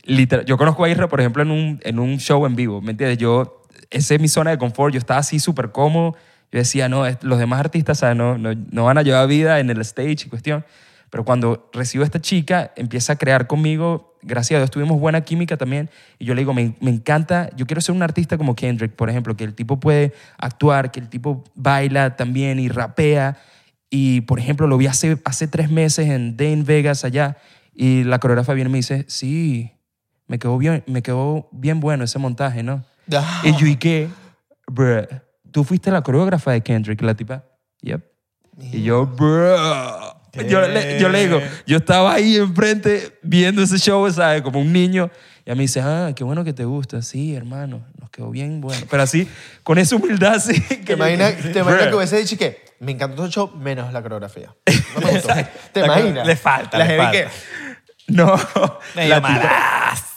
[SPEAKER 1] literal, yo conozco a Isra, por ejemplo, en un, en un show en vivo, ¿me entiendes? Yo, esa es mi zona de confort, yo estaba así súper cómodo, yo decía, no, es- los demás artistas, o sea, no, no, no van a llevar vida en el stage y cuestión. Pero cuando recibo a esta chica, empieza a crear conmigo, gracias a Dios tuvimos buena química también, y yo le digo, me, me encanta, yo quiero ser un artista como Kendrick, por ejemplo, que el tipo puede actuar, que el tipo baila también y rapea, y, por ejemplo, lo vi hace, hace tres meses en Dane Vegas allá y la coreógrafa viene y me dice, sí, me quedó bien, me quedó bien bueno ese montaje, ¿no?
[SPEAKER 2] Ah.
[SPEAKER 1] Y yo, ¿y qué? Bruh, tú fuiste la coreógrafa de Kendrick, la tipa. Yep. Y yo, bruh. Yo le, yo le digo, yo estaba ahí enfrente viendo ese show, ¿sabes? Como un niño. Y a mí dice, ah, qué bueno que te gusta. Sí, hermano, nos quedó bien bueno. Pero así, con esa humildad, sí. que
[SPEAKER 2] ¿Te
[SPEAKER 1] yo-
[SPEAKER 2] imaginas, te imaginas
[SPEAKER 1] Bruh.
[SPEAKER 2] que hubiese dicho que me encantó todo el show menos la coreografía? No me gustó. ¿Te
[SPEAKER 3] La cor-
[SPEAKER 2] imaginas?
[SPEAKER 3] le falta,
[SPEAKER 2] La
[SPEAKER 3] le
[SPEAKER 2] gente
[SPEAKER 3] falta.
[SPEAKER 2] que-
[SPEAKER 1] No.
[SPEAKER 3] Me
[SPEAKER 1] La
[SPEAKER 3] llamarás.
[SPEAKER 1] tipa-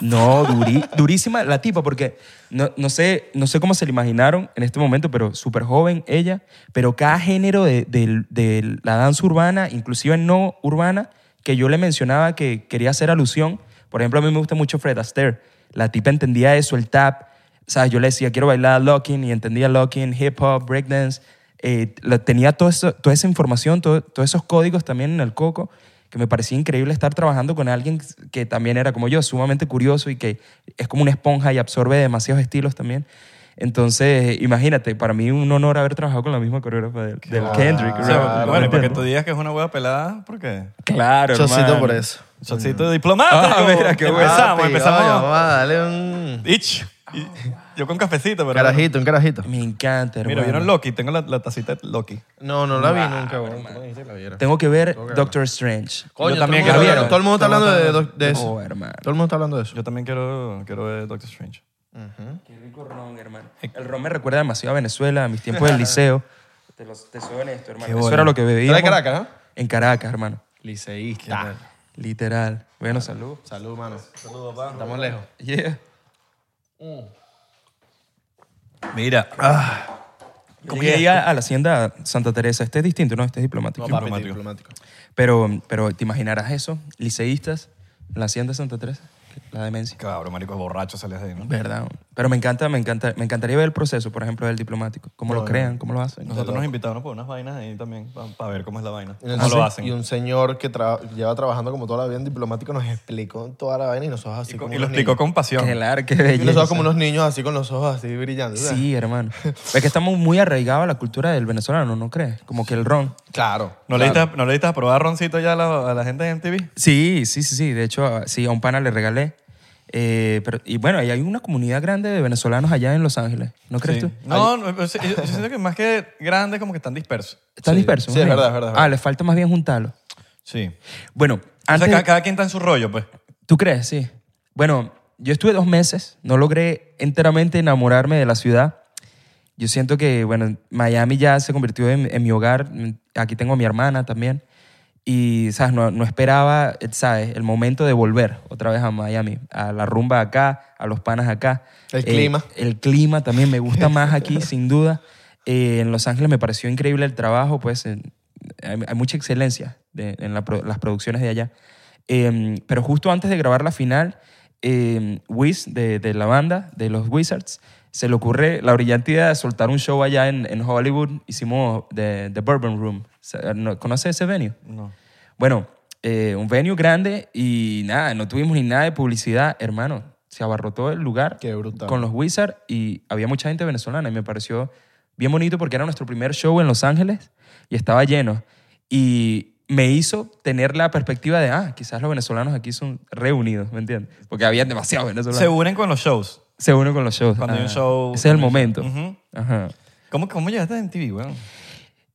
[SPEAKER 1] no, duri- durísima la tipa, porque no, no sé, no sé cómo se la imaginaron en este momento, pero súper joven ella, pero cada género de, de- de la danza urbana, inclusive no urbana, que yo le mencionaba que quería hacer alusión, por ejemplo, a mí me gusta mucho Fred Astaire, la tipa entendía eso, el tap, ¿sabes? Yo le decía, quiero bailar locking y entendía locking, hip hop, breakdance. Eh, la- tenía todo eso- toda esa información, todo- todos esos códigos también en el coco, que me parecía increíble estar trabajando con alguien que también era como yo, sumamente curioso y que es como una esponja y absorbe demasiados estilos también. Entonces, imagínate, para mí un honor haber trabajado con la misma coreógrafa del, del Kendrick.
[SPEAKER 3] O sea,
[SPEAKER 1] ¿no?
[SPEAKER 3] bueno, y para que
[SPEAKER 1] ¿Entiendes?
[SPEAKER 3] tú digas que es una hueá pelada, ¿por qué?
[SPEAKER 1] Claro,
[SPEAKER 2] Chocito
[SPEAKER 1] hermano.
[SPEAKER 2] por eso.
[SPEAKER 3] Solcito diplomático.
[SPEAKER 1] Ah, mira, qué bueno.
[SPEAKER 3] empezamos,
[SPEAKER 2] Papi, oye,
[SPEAKER 3] empezamos.
[SPEAKER 2] vamos a darle un
[SPEAKER 3] Ich. Y- Yo con cafecito, pero...
[SPEAKER 2] carajito, un carajito.
[SPEAKER 1] Me encanta, hermano.
[SPEAKER 3] Mira, vieron Loki, tengo la, la tacita de Loki.
[SPEAKER 2] No, no la vi nunca, weón. Tú me dijiste que la viera.
[SPEAKER 1] Tengo que ver Doctor Strange.
[SPEAKER 2] Coño,
[SPEAKER 3] Yo también
[SPEAKER 2] todo el
[SPEAKER 1] quiero
[SPEAKER 2] mundo
[SPEAKER 1] verlo.
[SPEAKER 2] está- Todo el mundo está hablando de, de eso.
[SPEAKER 1] Oh, hermano.
[SPEAKER 2] Todo el mundo está hablando de eso.
[SPEAKER 3] Yo también quiero, quiero ver Doctor Strange.
[SPEAKER 1] Qué rico ron, hermano. El ron me recuerda demasiado a Venezuela, a mis tiempos del liceo. Te, los, te soy honesto, hermano. Eso
[SPEAKER 3] bueno.
[SPEAKER 1] era lo que bebía.
[SPEAKER 2] Era de Caracas, ¿no?
[SPEAKER 1] En Caracas, hermano.
[SPEAKER 2] Liceísta.
[SPEAKER 3] Ah.
[SPEAKER 1] Literal. Bueno, salud.
[SPEAKER 2] Salud, mano. Saludos, papá. Estamos lejos.
[SPEAKER 1] Yeah.
[SPEAKER 3] Mira. Ah,
[SPEAKER 1] Llegué ahí a, a la hacienda Santa Teresa. Este es distinto, ¿no? Este es diplomático.
[SPEAKER 2] Papi, diplomático.
[SPEAKER 1] Pero, pero te imaginarás eso, liceístas, en la hacienda Santa Teresa, la demencia.
[SPEAKER 3] cabrón, marico, borracho sales de ahí, ¿no?
[SPEAKER 1] Verdad. Pero me encanta, me encanta, me encantaría ver el proceso, por ejemplo, del diplomático. Cómo lo crean, cómo lo hacen.
[SPEAKER 3] Nosotros nos invitaron por unas vainas ahí también para ver cómo es la vaina.
[SPEAKER 2] Y un-
[SPEAKER 3] ¿Cómo lo
[SPEAKER 2] Y
[SPEAKER 3] hacen?
[SPEAKER 2] un señor que tra- lleva trabajando como toda la vida en diplomático nos explicó toda la vaina y nosotros así
[SPEAKER 3] Y,
[SPEAKER 2] como
[SPEAKER 3] con- y lo
[SPEAKER 2] unos
[SPEAKER 3] explicó
[SPEAKER 2] niños.
[SPEAKER 3] con pasión.
[SPEAKER 1] Qué lar- qué
[SPEAKER 2] Y nosotros como
[SPEAKER 1] belleza.
[SPEAKER 2] unos niños así con los ojos así brillando. ¿sabes?
[SPEAKER 1] Sí, hermano. Es que estamos muy arraigados a la cultura del venezolano, ¿no crees? Como que el ron.
[SPEAKER 2] Claro.
[SPEAKER 3] ¿No, le diste, ¿No le diste a probar roncito ya a la, a la gente de MTV?
[SPEAKER 1] Sí, sí, sí, sí. De hecho, a- sí, a un pana le regalé. Eh, pero, y bueno, ahí hay una comunidad grande de venezolanos allá en Los Ángeles, ¿no crees
[SPEAKER 3] Sí.
[SPEAKER 1] tú?
[SPEAKER 3] No, no, pues, yo, yo siento que más que grandes, como que están dispersos.
[SPEAKER 1] Están dispersos.
[SPEAKER 2] sí,
[SPEAKER 1] ¿no?
[SPEAKER 2] es verdad, es verdad, es
[SPEAKER 1] Ah,
[SPEAKER 2] verdad.
[SPEAKER 1] les falta más bien juntarlo.
[SPEAKER 3] Sí.
[SPEAKER 1] Bueno,
[SPEAKER 3] O sea,
[SPEAKER 1] antes...
[SPEAKER 3] cada, cada quien está en su rollo, pues.
[SPEAKER 1] ¿Tú crees? Sí. Bueno, yo estuve dos meses, no logré enteramente enamorarme de la ciudad. Yo siento que, bueno, Miami ya se convirtió en, en mi hogar. Aquí tengo a mi hermana también. Y, ¿sabes? No, no esperaba, ¿sabes? El momento de volver otra vez a Miami, a la rumba acá, a los panas acá. Eh,
[SPEAKER 2] El clima.
[SPEAKER 1] El clima también me gusta más aquí, sin duda. Eh, en Los Ángeles me pareció increíble el trabajo, pues en- hay, hay mucha excelencia de- en la pro- las producciones de allá. Eh, pero em, justo antes de grabar la final, eh, Wiz de, de la banda, de los Wizards, se le ocurre la brillante idea de soltar un show allá en, en Hollywood. Hicimos The, the Bourbon Room. Se- ¿no- ¿Conoces ese venue?
[SPEAKER 3] No.
[SPEAKER 1] Bueno, eh, un venue grande y nada, no tuvimos ni nada de publicidad, hermano. Se abarrotó el lugar
[SPEAKER 2] Qué brutal.
[SPEAKER 1] con los Wizards y había mucha gente venezolana y me pareció bien bonito porque era nuestro primer show en Los Ángeles y estaba lleno. Y me hizo tener la perspectiva de, ah, quizás los venezolanos aquí son reunidos, ¿me entiendes? Porque había demasiados venezolanos.
[SPEAKER 3] Se unen con los shows.
[SPEAKER 1] Se unen con los shows.
[SPEAKER 3] Cuando hay un
[SPEAKER 1] Ajá.
[SPEAKER 3] show-
[SPEAKER 1] Ese es el momento.
[SPEAKER 3] Ujú.
[SPEAKER 1] Ajá.
[SPEAKER 3] ¿Cómo, cómo llegaste a MTV, weón?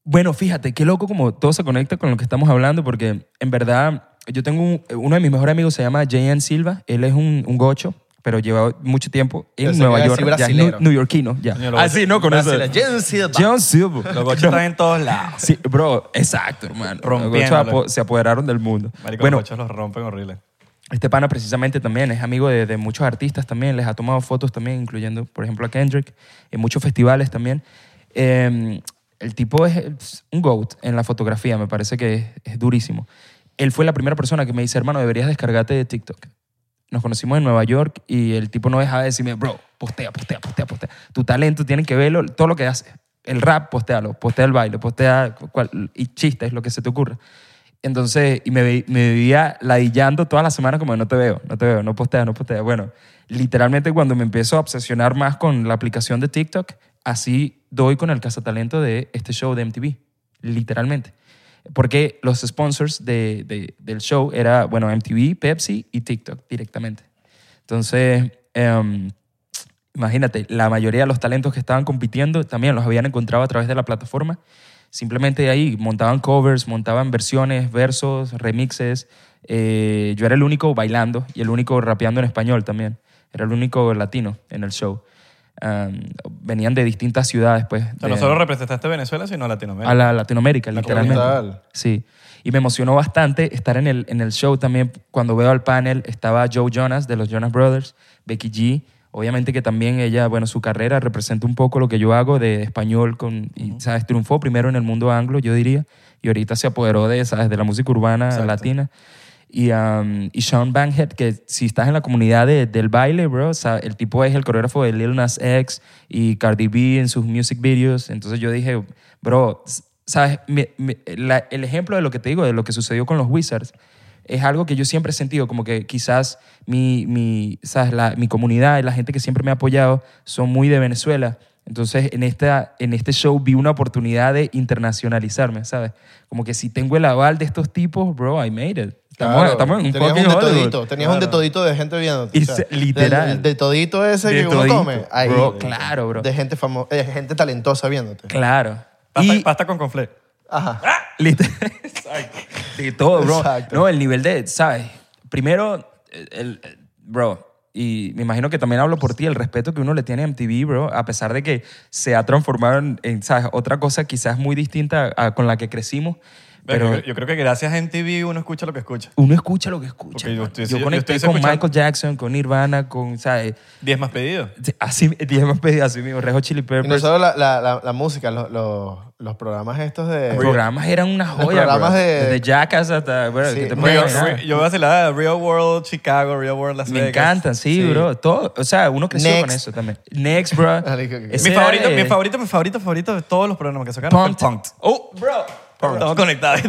[SPEAKER 1] Bueno, fíjate, qué loco como todo se conecta con lo que estamos hablando, porque en verdad yo tengo un- uno de mis mejores amigos, se llama J.N. Silva, él es un, un gocho, pero lleva mucho tiempo en
[SPEAKER 2] Pensé que
[SPEAKER 1] Nueva
[SPEAKER 2] iba a decir
[SPEAKER 1] York, ya es
[SPEAKER 2] brasilero.
[SPEAKER 1] new- neoyorquino, ya.
[SPEAKER 3] Coño, lo
[SPEAKER 1] Ah,
[SPEAKER 3] gocho-
[SPEAKER 1] sí, no, con eso.
[SPEAKER 2] Brasil, Jen Silva.
[SPEAKER 1] J.N. Silva.
[SPEAKER 3] Los gochos están en todos lados.
[SPEAKER 1] Sí, bro, exacto, hermano. Los gochos
[SPEAKER 3] Rompiéndole.
[SPEAKER 1] apo- se apoderaron del mundo.
[SPEAKER 3] Marico,
[SPEAKER 1] bueno,
[SPEAKER 3] los gochos los rompen horrible.
[SPEAKER 1] este pana precisamente también es amigo de, de muchos artistas también, les ha tomado fotos también, incluyendo, por ejemplo, a Kendrick, en muchos festivales también. Eh, el tipo es- es un GOAT en la fotografía, me parece que es, es durísimo. Él fue la primera persona que me dice, hermano, deberías descargarte de TikTok. Nos conocimos en Nueva York y el tipo no dejaba de decirme, bro, postea, postea, postea, postea. Tu talento tienen que verlo, todo lo que haces. El rap, postealo, postea el baile, postea cual- y chistes, lo que se te ocurra. Entonces, y me, vi- me vivía ladillando todas las semanas como no te veo, no te veo, no posteas, no posteas. Bueno, literalmente cuando me empiezo a obsesionar más con la aplicación de TikTok, así doy con el cazatalento de este show de MTV, literalmente. Porque los sponsors de- de- del show era, bueno, MTV, Pepsi y TikTok directamente. Entonces, em, imagínate, la mayoría de los talentos que estaban compitiendo también los habían encontrado a través de la plataforma. Simplemente de ahí montaban covers, montaban versiones, versos, remixes. Eh, yo era el único bailando y el único rapeando en español también. Era el único latino en el show. Am, venían de distintas ciudades, pues.
[SPEAKER 3] O sea,
[SPEAKER 1] de-
[SPEAKER 3] no solo representaste a Venezuela, sino a Latinoamérica.
[SPEAKER 1] a la Latinoamérica,
[SPEAKER 2] La
[SPEAKER 1] literalmente.
[SPEAKER 2] comunidad.
[SPEAKER 1] Sí. Y me emocionó bastante estar en el, en el show también. Cuando veo al panel, estaba Joe Jonas de los Jonas Brothers, Becky G. Obviamente que también ella, bueno, su carrera representa un poco lo que yo hago de español con, y, ¿sabes? Triunfó primero en el mundo anglo, yo diría, y ahorita se apoderó de, ¿sabes? De la música urbana
[SPEAKER 3] Exacto.
[SPEAKER 1] latina. Y, um, y Sean Banghead, que si estás en la comunidad de- del baile, bro, o sea, el tipo es el coreógrafo de Lil Nas X y Cardi B en sus music videos. Entonces yo dije, bro, s- ¿sabes? Mi- mi- la- el ejemplo de lo que te digo, de lo que sucedió con los Wizards, es algo que yo siempre he sentido, como que quizás mi, mi, ¿sabes? La- mi comunidad y la gente que siempre me ha apoyado son muy de Venezuela. Entonces, en, esta, en este show vi una oportunidad de internacionalizarme, ¿sabes? Como que si tengo el aval de estos tipos, bro, I made it. Estamos,
[SPEAKER 2] Claro,
[SPEAKER 1] estamos en un
[SPEAKER 2] tenías
[SPEAKER 1] fucking
[SPEAKER 2] un de
[SPEAKER 1] Hollywood.
[SPEAKER 2] todito, tenías un de todito de gente viendo.
[SPEAKER 1] Y se- literal.
[SPEAKER 2] De todito ese
[SPEAKER 1] De
[SPEAKER 2] que uno
[SPEAKER 1] todito.
[SPEAKER 2] come. Ahí,
[SPEAKER 1] Bro, claro, bro.
[SPEAKER 2] De gente famosa, gente talentosa viéndote.
[SPEAKER 1] Claro.
[SPEAKER 3] Pasta,
[SPEAKER 1] Y-
[SPEAKER 3] pasta con conflé.
[SPEAKER 2] Ajá.
[SPEAKER 3] Ah.
[SPEAKER 1] Lit- Exacto. De todo, bro.
[SPEAKER 2] Exacto.
[SPEAKER 1] No, el nivel de, ¿sabes? Primero, el, el- bro, y me imagino que también hablo por ti, el respeto que uno le tiene a MTV, bro, a pesar de que se ha transformado en, en, ¿sabes? Otra cosa quizás muy distinta a- con la que crecimos, pero...
[SPEAKER 3] Pero, yo, creo que gracias a MTV uno escucha lo que escucha.
[SPEAKER 1] Uno escucha lo que escucha.
[SPEAKER 3] Porque yo
[SPEAKER 1] hermano.
[SPEAKER 3] estoy-
[SPEAKER 1] yo
[SPEAKER 3] yo
[SPEAKER 1] conecté
[SPEAKER 3] estoy
[SPEAKER 1] con
[SPEAKER 3] escuchando-
[SPEAKER 1] Michael Jackson, con Nirvana, con, ¿sabes?
[SPEAKER 3] Diez más pedidos.
[SPEAKER 1] Así, diez más pedidos, así mismo, Rejo Chili
[SPEAKER 2] Y
[SPEAKER 1] Peppers.
[SPEAKER 2] no solo la, la, la, la música, los, los, los programas estos de...
[SPEAKER 1] Los programas eran una joya,
[SPEAKER 2] programas
[SPEAKER 1] bro.
[SPEAKER 2] de-
[SPEAKER 1] Desde Jackass hasta... bro,
[SPEAKER 2] Sí,
[SPEAKER 1] ¿qué te
[SPEAKER 2] Real-
[SPEAKER 1] puedes
[SPEAKER 3] Real-
[SPEAKER 1] imaginar?
[SPEAKER 3] Real- yo voy a hacer la Real World Chicago, Real World Las
[SPEAKER 1] Me
[SPEAKER 3] Vegas.
[SPEAKER 1] encantan, sí, bro. Todo, o sea, uno creció con
[SPEAKER 2] Next.
[SPEAKER 1] eso también. Next, bro.
[SPEAKER 2] Marico, que-
[SPEAKER 1] Ese
[SPEAKER 3] Mi
[SPEAKER 1] era
[SPEAKER 3] favorito,
[SPEAKER 1] de-
[SPEAKER 3] mi favorito, mi favorito, favorito de todos los programas que sacaron fue
[SPEAKER 1] Punk'd.
[SPEAKER 3] Punk'd.
[SPEAKER 1] Oh, bro.
[SPEAKER 3] Estamos conectados.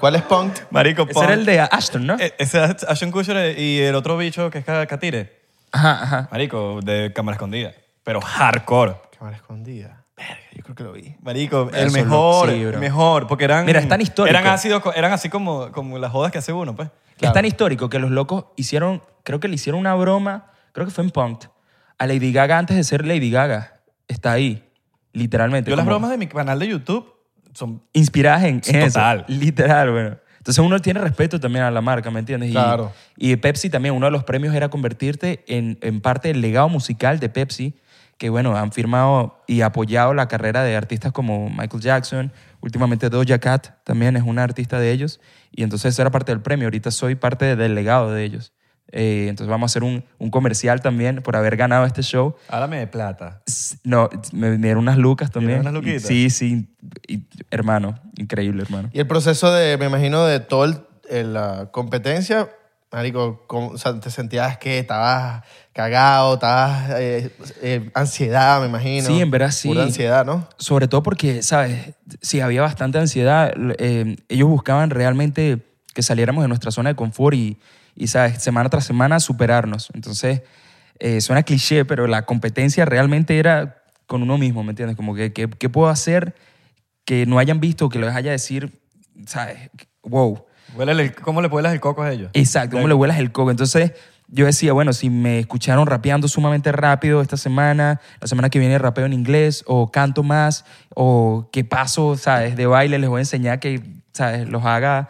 [SPEAKER 2] ¿Cuál es punk?
[SPEAKER 3] Marico,
[SPEAKER 1] Ese era el de Ashton, ¿no?
[SPEAKER 3] Eh, Ese es Ashton Kutcher y el otro bicho que es Ka- Katire.
[SPEAKER 1] Ajá, ajá.
[SPEAKER 3] Marico, de cámara escondida. Pero hardcore.
[SPEAKER 2] Cámara escondida. Verga, yo creo que lo vi.
[SPEAKER 3] Marico,
[SPEAKER 1] Eso
[SPEAKER 3] el
[SPEAKER 1] es lo-
[SPEAKER 3] mejor,
[SPEAKER 1] sí, bro.
[SPEAKER 3] el mejor, porque eran...
[SPEAKER 1] Mira, es tan histórico.
[SPEAKER 3] Eran, ácidos, co- eran así como, como las jodas que hace uno, pues.
[SPEAKER 1] Es tan histórico que los locos hicieron, creo que le hicieron una broma, creo que fue en Punk, a Lady Gaga antes de ser Lady Gaga. Está ahí, literalmente.
[SPEAKER 3] Yo las
[SPEAKER 1] como
[SPEAKER 3] bromas de mi canal de YouTube son...
[SPEAKER 1] Inspiradas en, en eso.
[SPEAKER 3] Total.
[SPEAKER 1] Literal, bueno. Entonces uno tiene respeto también a la marca, ¿me entiendes? Y-
[SPEAKER 2] Claro.
[SPEAKER 1] Y Pepsi también, uno de los premios era convertirte en, en parte del legado musical de Pepsi, que bueno, han firmado y apoyado la carrera de artistas como Michael Jackson, últimamente Doja Cat también es una artista de ellos, y entonces eso era parte del premio, ahorita soy parte del legado de ellos. Eh, entonces vamos a hacer un, un comercial también por haber ganado este show.
[SPEAKER 3] Háblame de plata.
[SPEAKER 1] S- No, me dieron unas lucas también.
[SPEAKER 3] unas luquitas?
[SPEAKER 1] Sí, sí, y- hermano, increíble hermano.
[SPEAKER 2] Y el proceso de, me imagino, de toda la competencia Marico, ¿cómo- o sea, te sentías que estabas cagado, estabas eh, eh, ansiedad, me imagino.
[SPEAKER 1] Sí, en verdad sí.
[SPEAKER 2] Pura ansiedad, ¿no?
[SPEAKER 1] Sobre todo porque, ¿sabes? Si había bastante ansiedad, l- eh, ellos buscaban realmente que saliéramos de nuestra zona de confort y, y, ¿sabes? Semana tras semana superarnos. Entonces, eh, suena cliché, pero la competencia realmente era con uno mismo, ¿me entiendes? Como que, ¿qué- ¿qué puedo hacer que no hayan visto, que les haya decir, ¿sabes? Wow.
[SPEAKER 3] Huélele el- ¿Cómo le vuelas el coco a ellos?
[SPEAKER 1] Exacto, cómo le vuelas el coco. Entonces yo decía, bueno, si me escucharon rapeando sumamente rápido esta semana, la semana que viene rapeo en inglés, o canto más, o qué paso, ¿sabes? De baile les voy a enseñar que, ¿sabes? Los haga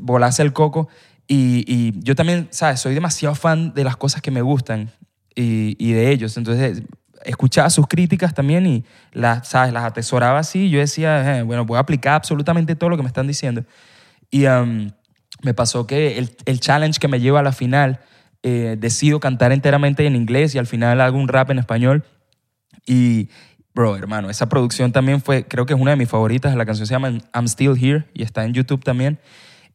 [SPEAKER 1] volarse el coco. Y, y yo también, ¿sabes? Soy demasiado fan de las cosas que me gustan y, y de ellos. Entonces escuchaba sus críticas también y las, ¿sabes? Las atesoraba así. Yo decía, "Eh, bueno, voy a aplicar absolutamente todo lo que me están diciendo. Y am, me pasó que el, el challenge que me lleva a la final, eh, decido cantar enteramente en inglés y al final hago un rap en español. Y, bro, hermano, esa producción también fue, creo que es una de mis favoritas. La canción se llama I'm Still Here y está en YouTube también.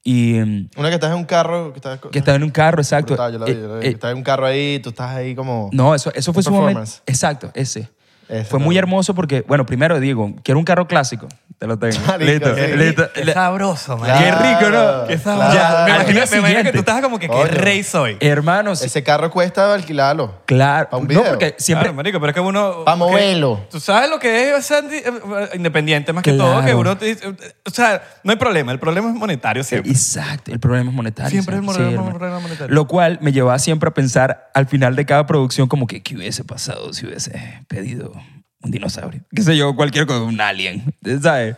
[SPEAKER 1] Y mm,
[SPEAKER 2] Una que estás en un carro. Que estás,
[SPEAKER 1] que está en un carro, exacto.
[SPEAKER 2] Brutal, yo la vi,
[SPEAKER 1] Eh,
[SPEAKER 2] yo la vi.
[SPEAKER 1] eh,
[SPEAKER 2] estás en un carro ahí, tú estás ahí como...
[SPEAKER 1] no, eso, eso fue
[SPEAKER 2] Un
[SPEAKER 1] sumamente...
[SPEAKER 2] performance.
[SPEAKER 1] Exacto, ese.
[SPEAKER 2] Ese
[SPEAKER 1] Fue
[SPEAKER 2] no.
[SPEAKER 1] muy hermoso porque, bueno, primero digo, quiero un carro clásico. Te lo tengo.
[SPEAKER 2] Marico,
[SPEAKER 1] listo,
[SPEAKER 2] qué
[SPEAKER 1] listo.
[SPEAKER 3] Qué sabroso, man.
[SPEAKER 2] Claro,
[SPEAKER 1] Qué rico, ¿no?
[SPEAKER 2] Qué
[SPEAKER 3] sabroso.
[SPEAKER 1] Ya,
[SPEAKER 2] Claro.
[SPEAKER 3] me,
[SPEAKER 1] al día
[SPEAKER 3] imagino, me imagino que
[SPEAKER 1] siguiente. Eh,
[SPEAKER 3] tú estabas como que, ¿qué
[SPEAKER 2] Coño.
[SPEAKER 3] rey soy?
[SPEAKER 1] Hermanos,
[SPEAKER 2] Ese carro cuesta alquilarlo.
[SPEAKER 1] claro.
[SPEAKER 2] pa' un
[SPEAKER 1] No,
[SPEAKER 2] video.
[SPEAKER 1] porque siempre...
[SPEAKER 3] Claro, marico, pero es que uno...
[SPEAKER 2] Pa'
[SPEAKER 3] que-
[SPEAKER 2] moverlo.
[SPEAKER 3] Tú sabes lo que es ser indi- eh, independiente, más que
[SPEAKER 1] Claro.
[SPEAKER 3] todo, que uno... te- eh, o sea, no hay problema. El problema es monetario siempre.
[SPEAKER 1] Exacto, el problema es monetario.
[SPEAKER 3] Siempre es el problema-
[SPEAKER 1] hermano.
[SPEAKER 3] problema monetario.
[SPEAKER 1] Lo cual me llevaba siempre a pensar al final de cada producción como que qué hubiese pasado si hubiese pedido un dinosaurio. Qué sé yo, cualquier cosa, un alien, ¿sabes?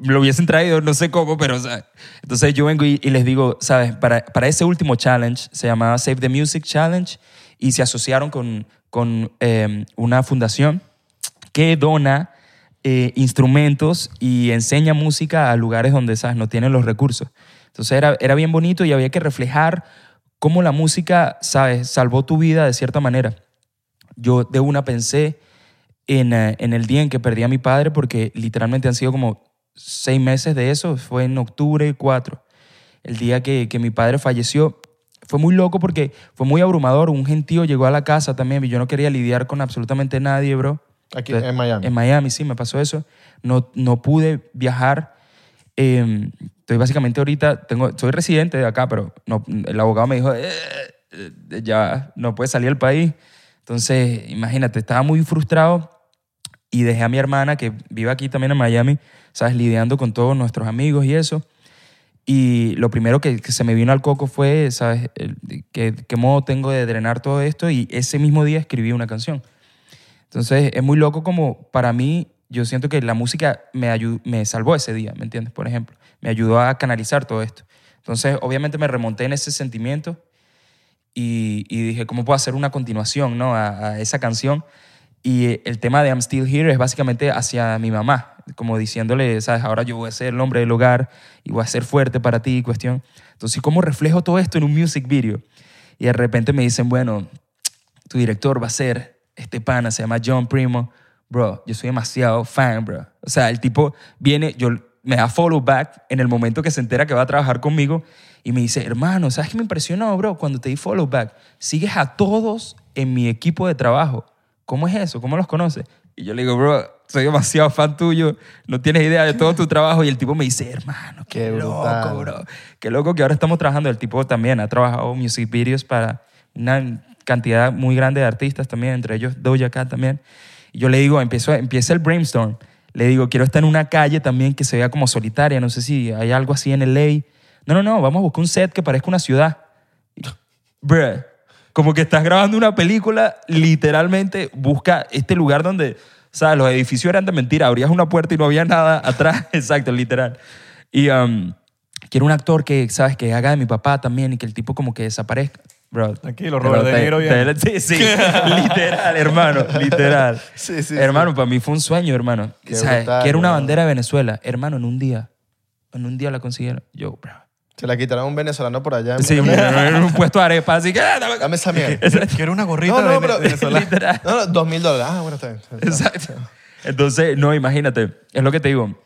[SPEAKER 1] Lo hubiesen traído, no sé cómo, pero ¿sabes? Entonces yo vengo y, y les digo, ¿sabes? Para, para ese último challenge, se llamaba Save the Music Challenge y se asociaron con, con eh, una fundación que dona eh, instrumentos y enseña música a lugares donde ¿sabes? no tienen los recursos. Entonces era, era bien bonito y había que reflejar cómo la música ¿sabes? salvó tu vida de cierta manera. Yo de una pensé en, eh, en el día en que perdí a mi padre porque literalmente han sido como seis meses de eso, fue en octubre 4 el día que, que mi padre falleció. Fue muy loco porque fue muy abrumador. Un gentío llegó a la casa también y yo no quería lidiar con absolutamente nadie, bro.
[SPEAKER 2] Aquí,
[SPEAKER 1] Entonces,
[SPEAKER 2] en Miami.
[SPEAKER 1] En Miami, sí, me pasó eso. No, no pude viajar. Eh, estoy básicamente ahorita, tengo, soy residente de acá, pero no, el abogado me dijo, "Eh, eh, ya no puedes salir del país. Entonces, imagínate, estaba muy frustrado y dejé a mi hermana que vive aquí también en Miami, ¿sabes? Lidiando con todos nuestros amigos y eso. Y lo primero que, que se me vino al coco fue, ¿sabes? El- ¿Qué, qué modo tengo de drenar todo esto? Y ese mismo día escribí una canción. Entonces es muy loco como para mí, yo siento que la música me, ayu- me salvó ese día, ¿me entiendes? Por ejemplo, me ayudó a canalizar todo esto. Entonces obviamente me remonté en ese sentimiento y, y dije, ¿cómo puedo hacer una continuación ¿no? a, a esa canción? Y eh, el tema de I'm Still Here es básicamente hacia mi mamá, como diciéndole, ¿sabes? Ahora yo voy a ser el hombre del hogar y voy a ser fuerte para ti, cuestión. Entonces, ¿cómo reflejo todo esto en un music video? Y de repente me dicen, bueno, tu director va a ser este pana, se llama John Primo. Bro, yo soy demasiado fan, bro. O sea, el tipo viene, yo me da follow back en el momento que se entera que va a trabajar conmigo y me dice, hermano, ¿sabes qué me impresionó, bro? Cuando te di follow back, sigues a todos en mi equipo de trabajo. ¿Cómo es eso? ¿Cómo los conoces? Y yo le digo, bro, soy demasiado fan tuyo, no tienes idea de todo tu trabajo. Y el tipo me dice, hermano, qué,
[SPEAKER 2] Qué brutal.
[SPEAKER 1] loco, bro. Qué loco que ahora estamos trabajando. El tipo también ha trabajado music videos para una cantidad muy grande de artistas también, entre ellos Doja Cat también. Y yo le digo, empiezo, empieza el brainstorm. Le digo, quiero estar en una calle también que se vea como solitaria. No sé si hay algo así en LA. No, no, no, vamos a buscar un set que parezca una ciudad. Bruh, como que estás grabando una película, literalmente busca este lugar donde, o sea, los edificios eran de mentira, abrías una puerta y no había nada atrás, exacto, literal. Y um, quiero un actor que, ¿sabes? Que haga de mi papá también y que el tipo como que desaparezca. Bro,
[SPEAKER 3] Tranquilo, Robert
[SPEAKER 1] pero
[SPEAKER 3] De
[SPEAKER 1] te-
[SPEAKER 3] Niro
[SPEAKER 1] te- Sí,
[SPEAKER 3] viene.
[SPEAKER 1] sí, literal, hermano, literal.
[SPEAKER 2] Sí, sí,
[SPEAKER 1] Hermano, para mí fue un sueño, hermano.
[SPEAKER 2] Qué
[SPEAKER 1] ¿Sabes?
[SPEAKER 2] brutal,
[SPEAKER 1] quiero una
[SPEAKER 2] bro.
[SPEAKER 1] bandera de Venezuela. Hermano, en un día, en un día la consiguieron. Yo, bro.
[SPEAKER 2] Se la quitaron a un venezolano por allá.
[SPEAKER 1] Sí, en un puesto de arepa, así que... ah, dame-
[SPEAKER 2] Dame esa mierda.
[SPEAKER 3] Quiero una gorrita
[SPEAKER 2] No, no,
[SPEAKER 3] vene-
[SPEAKER 2] pero...
[SPEAKER 3] venezolana.
[SPEAKER 1] Literal.
[SPEAKER 2] No, no, dos mil dólares. Ah, bueno, está bien.
[SPEAKER 1] Exacto. Entonces, no, imagínate, es lo que te digo.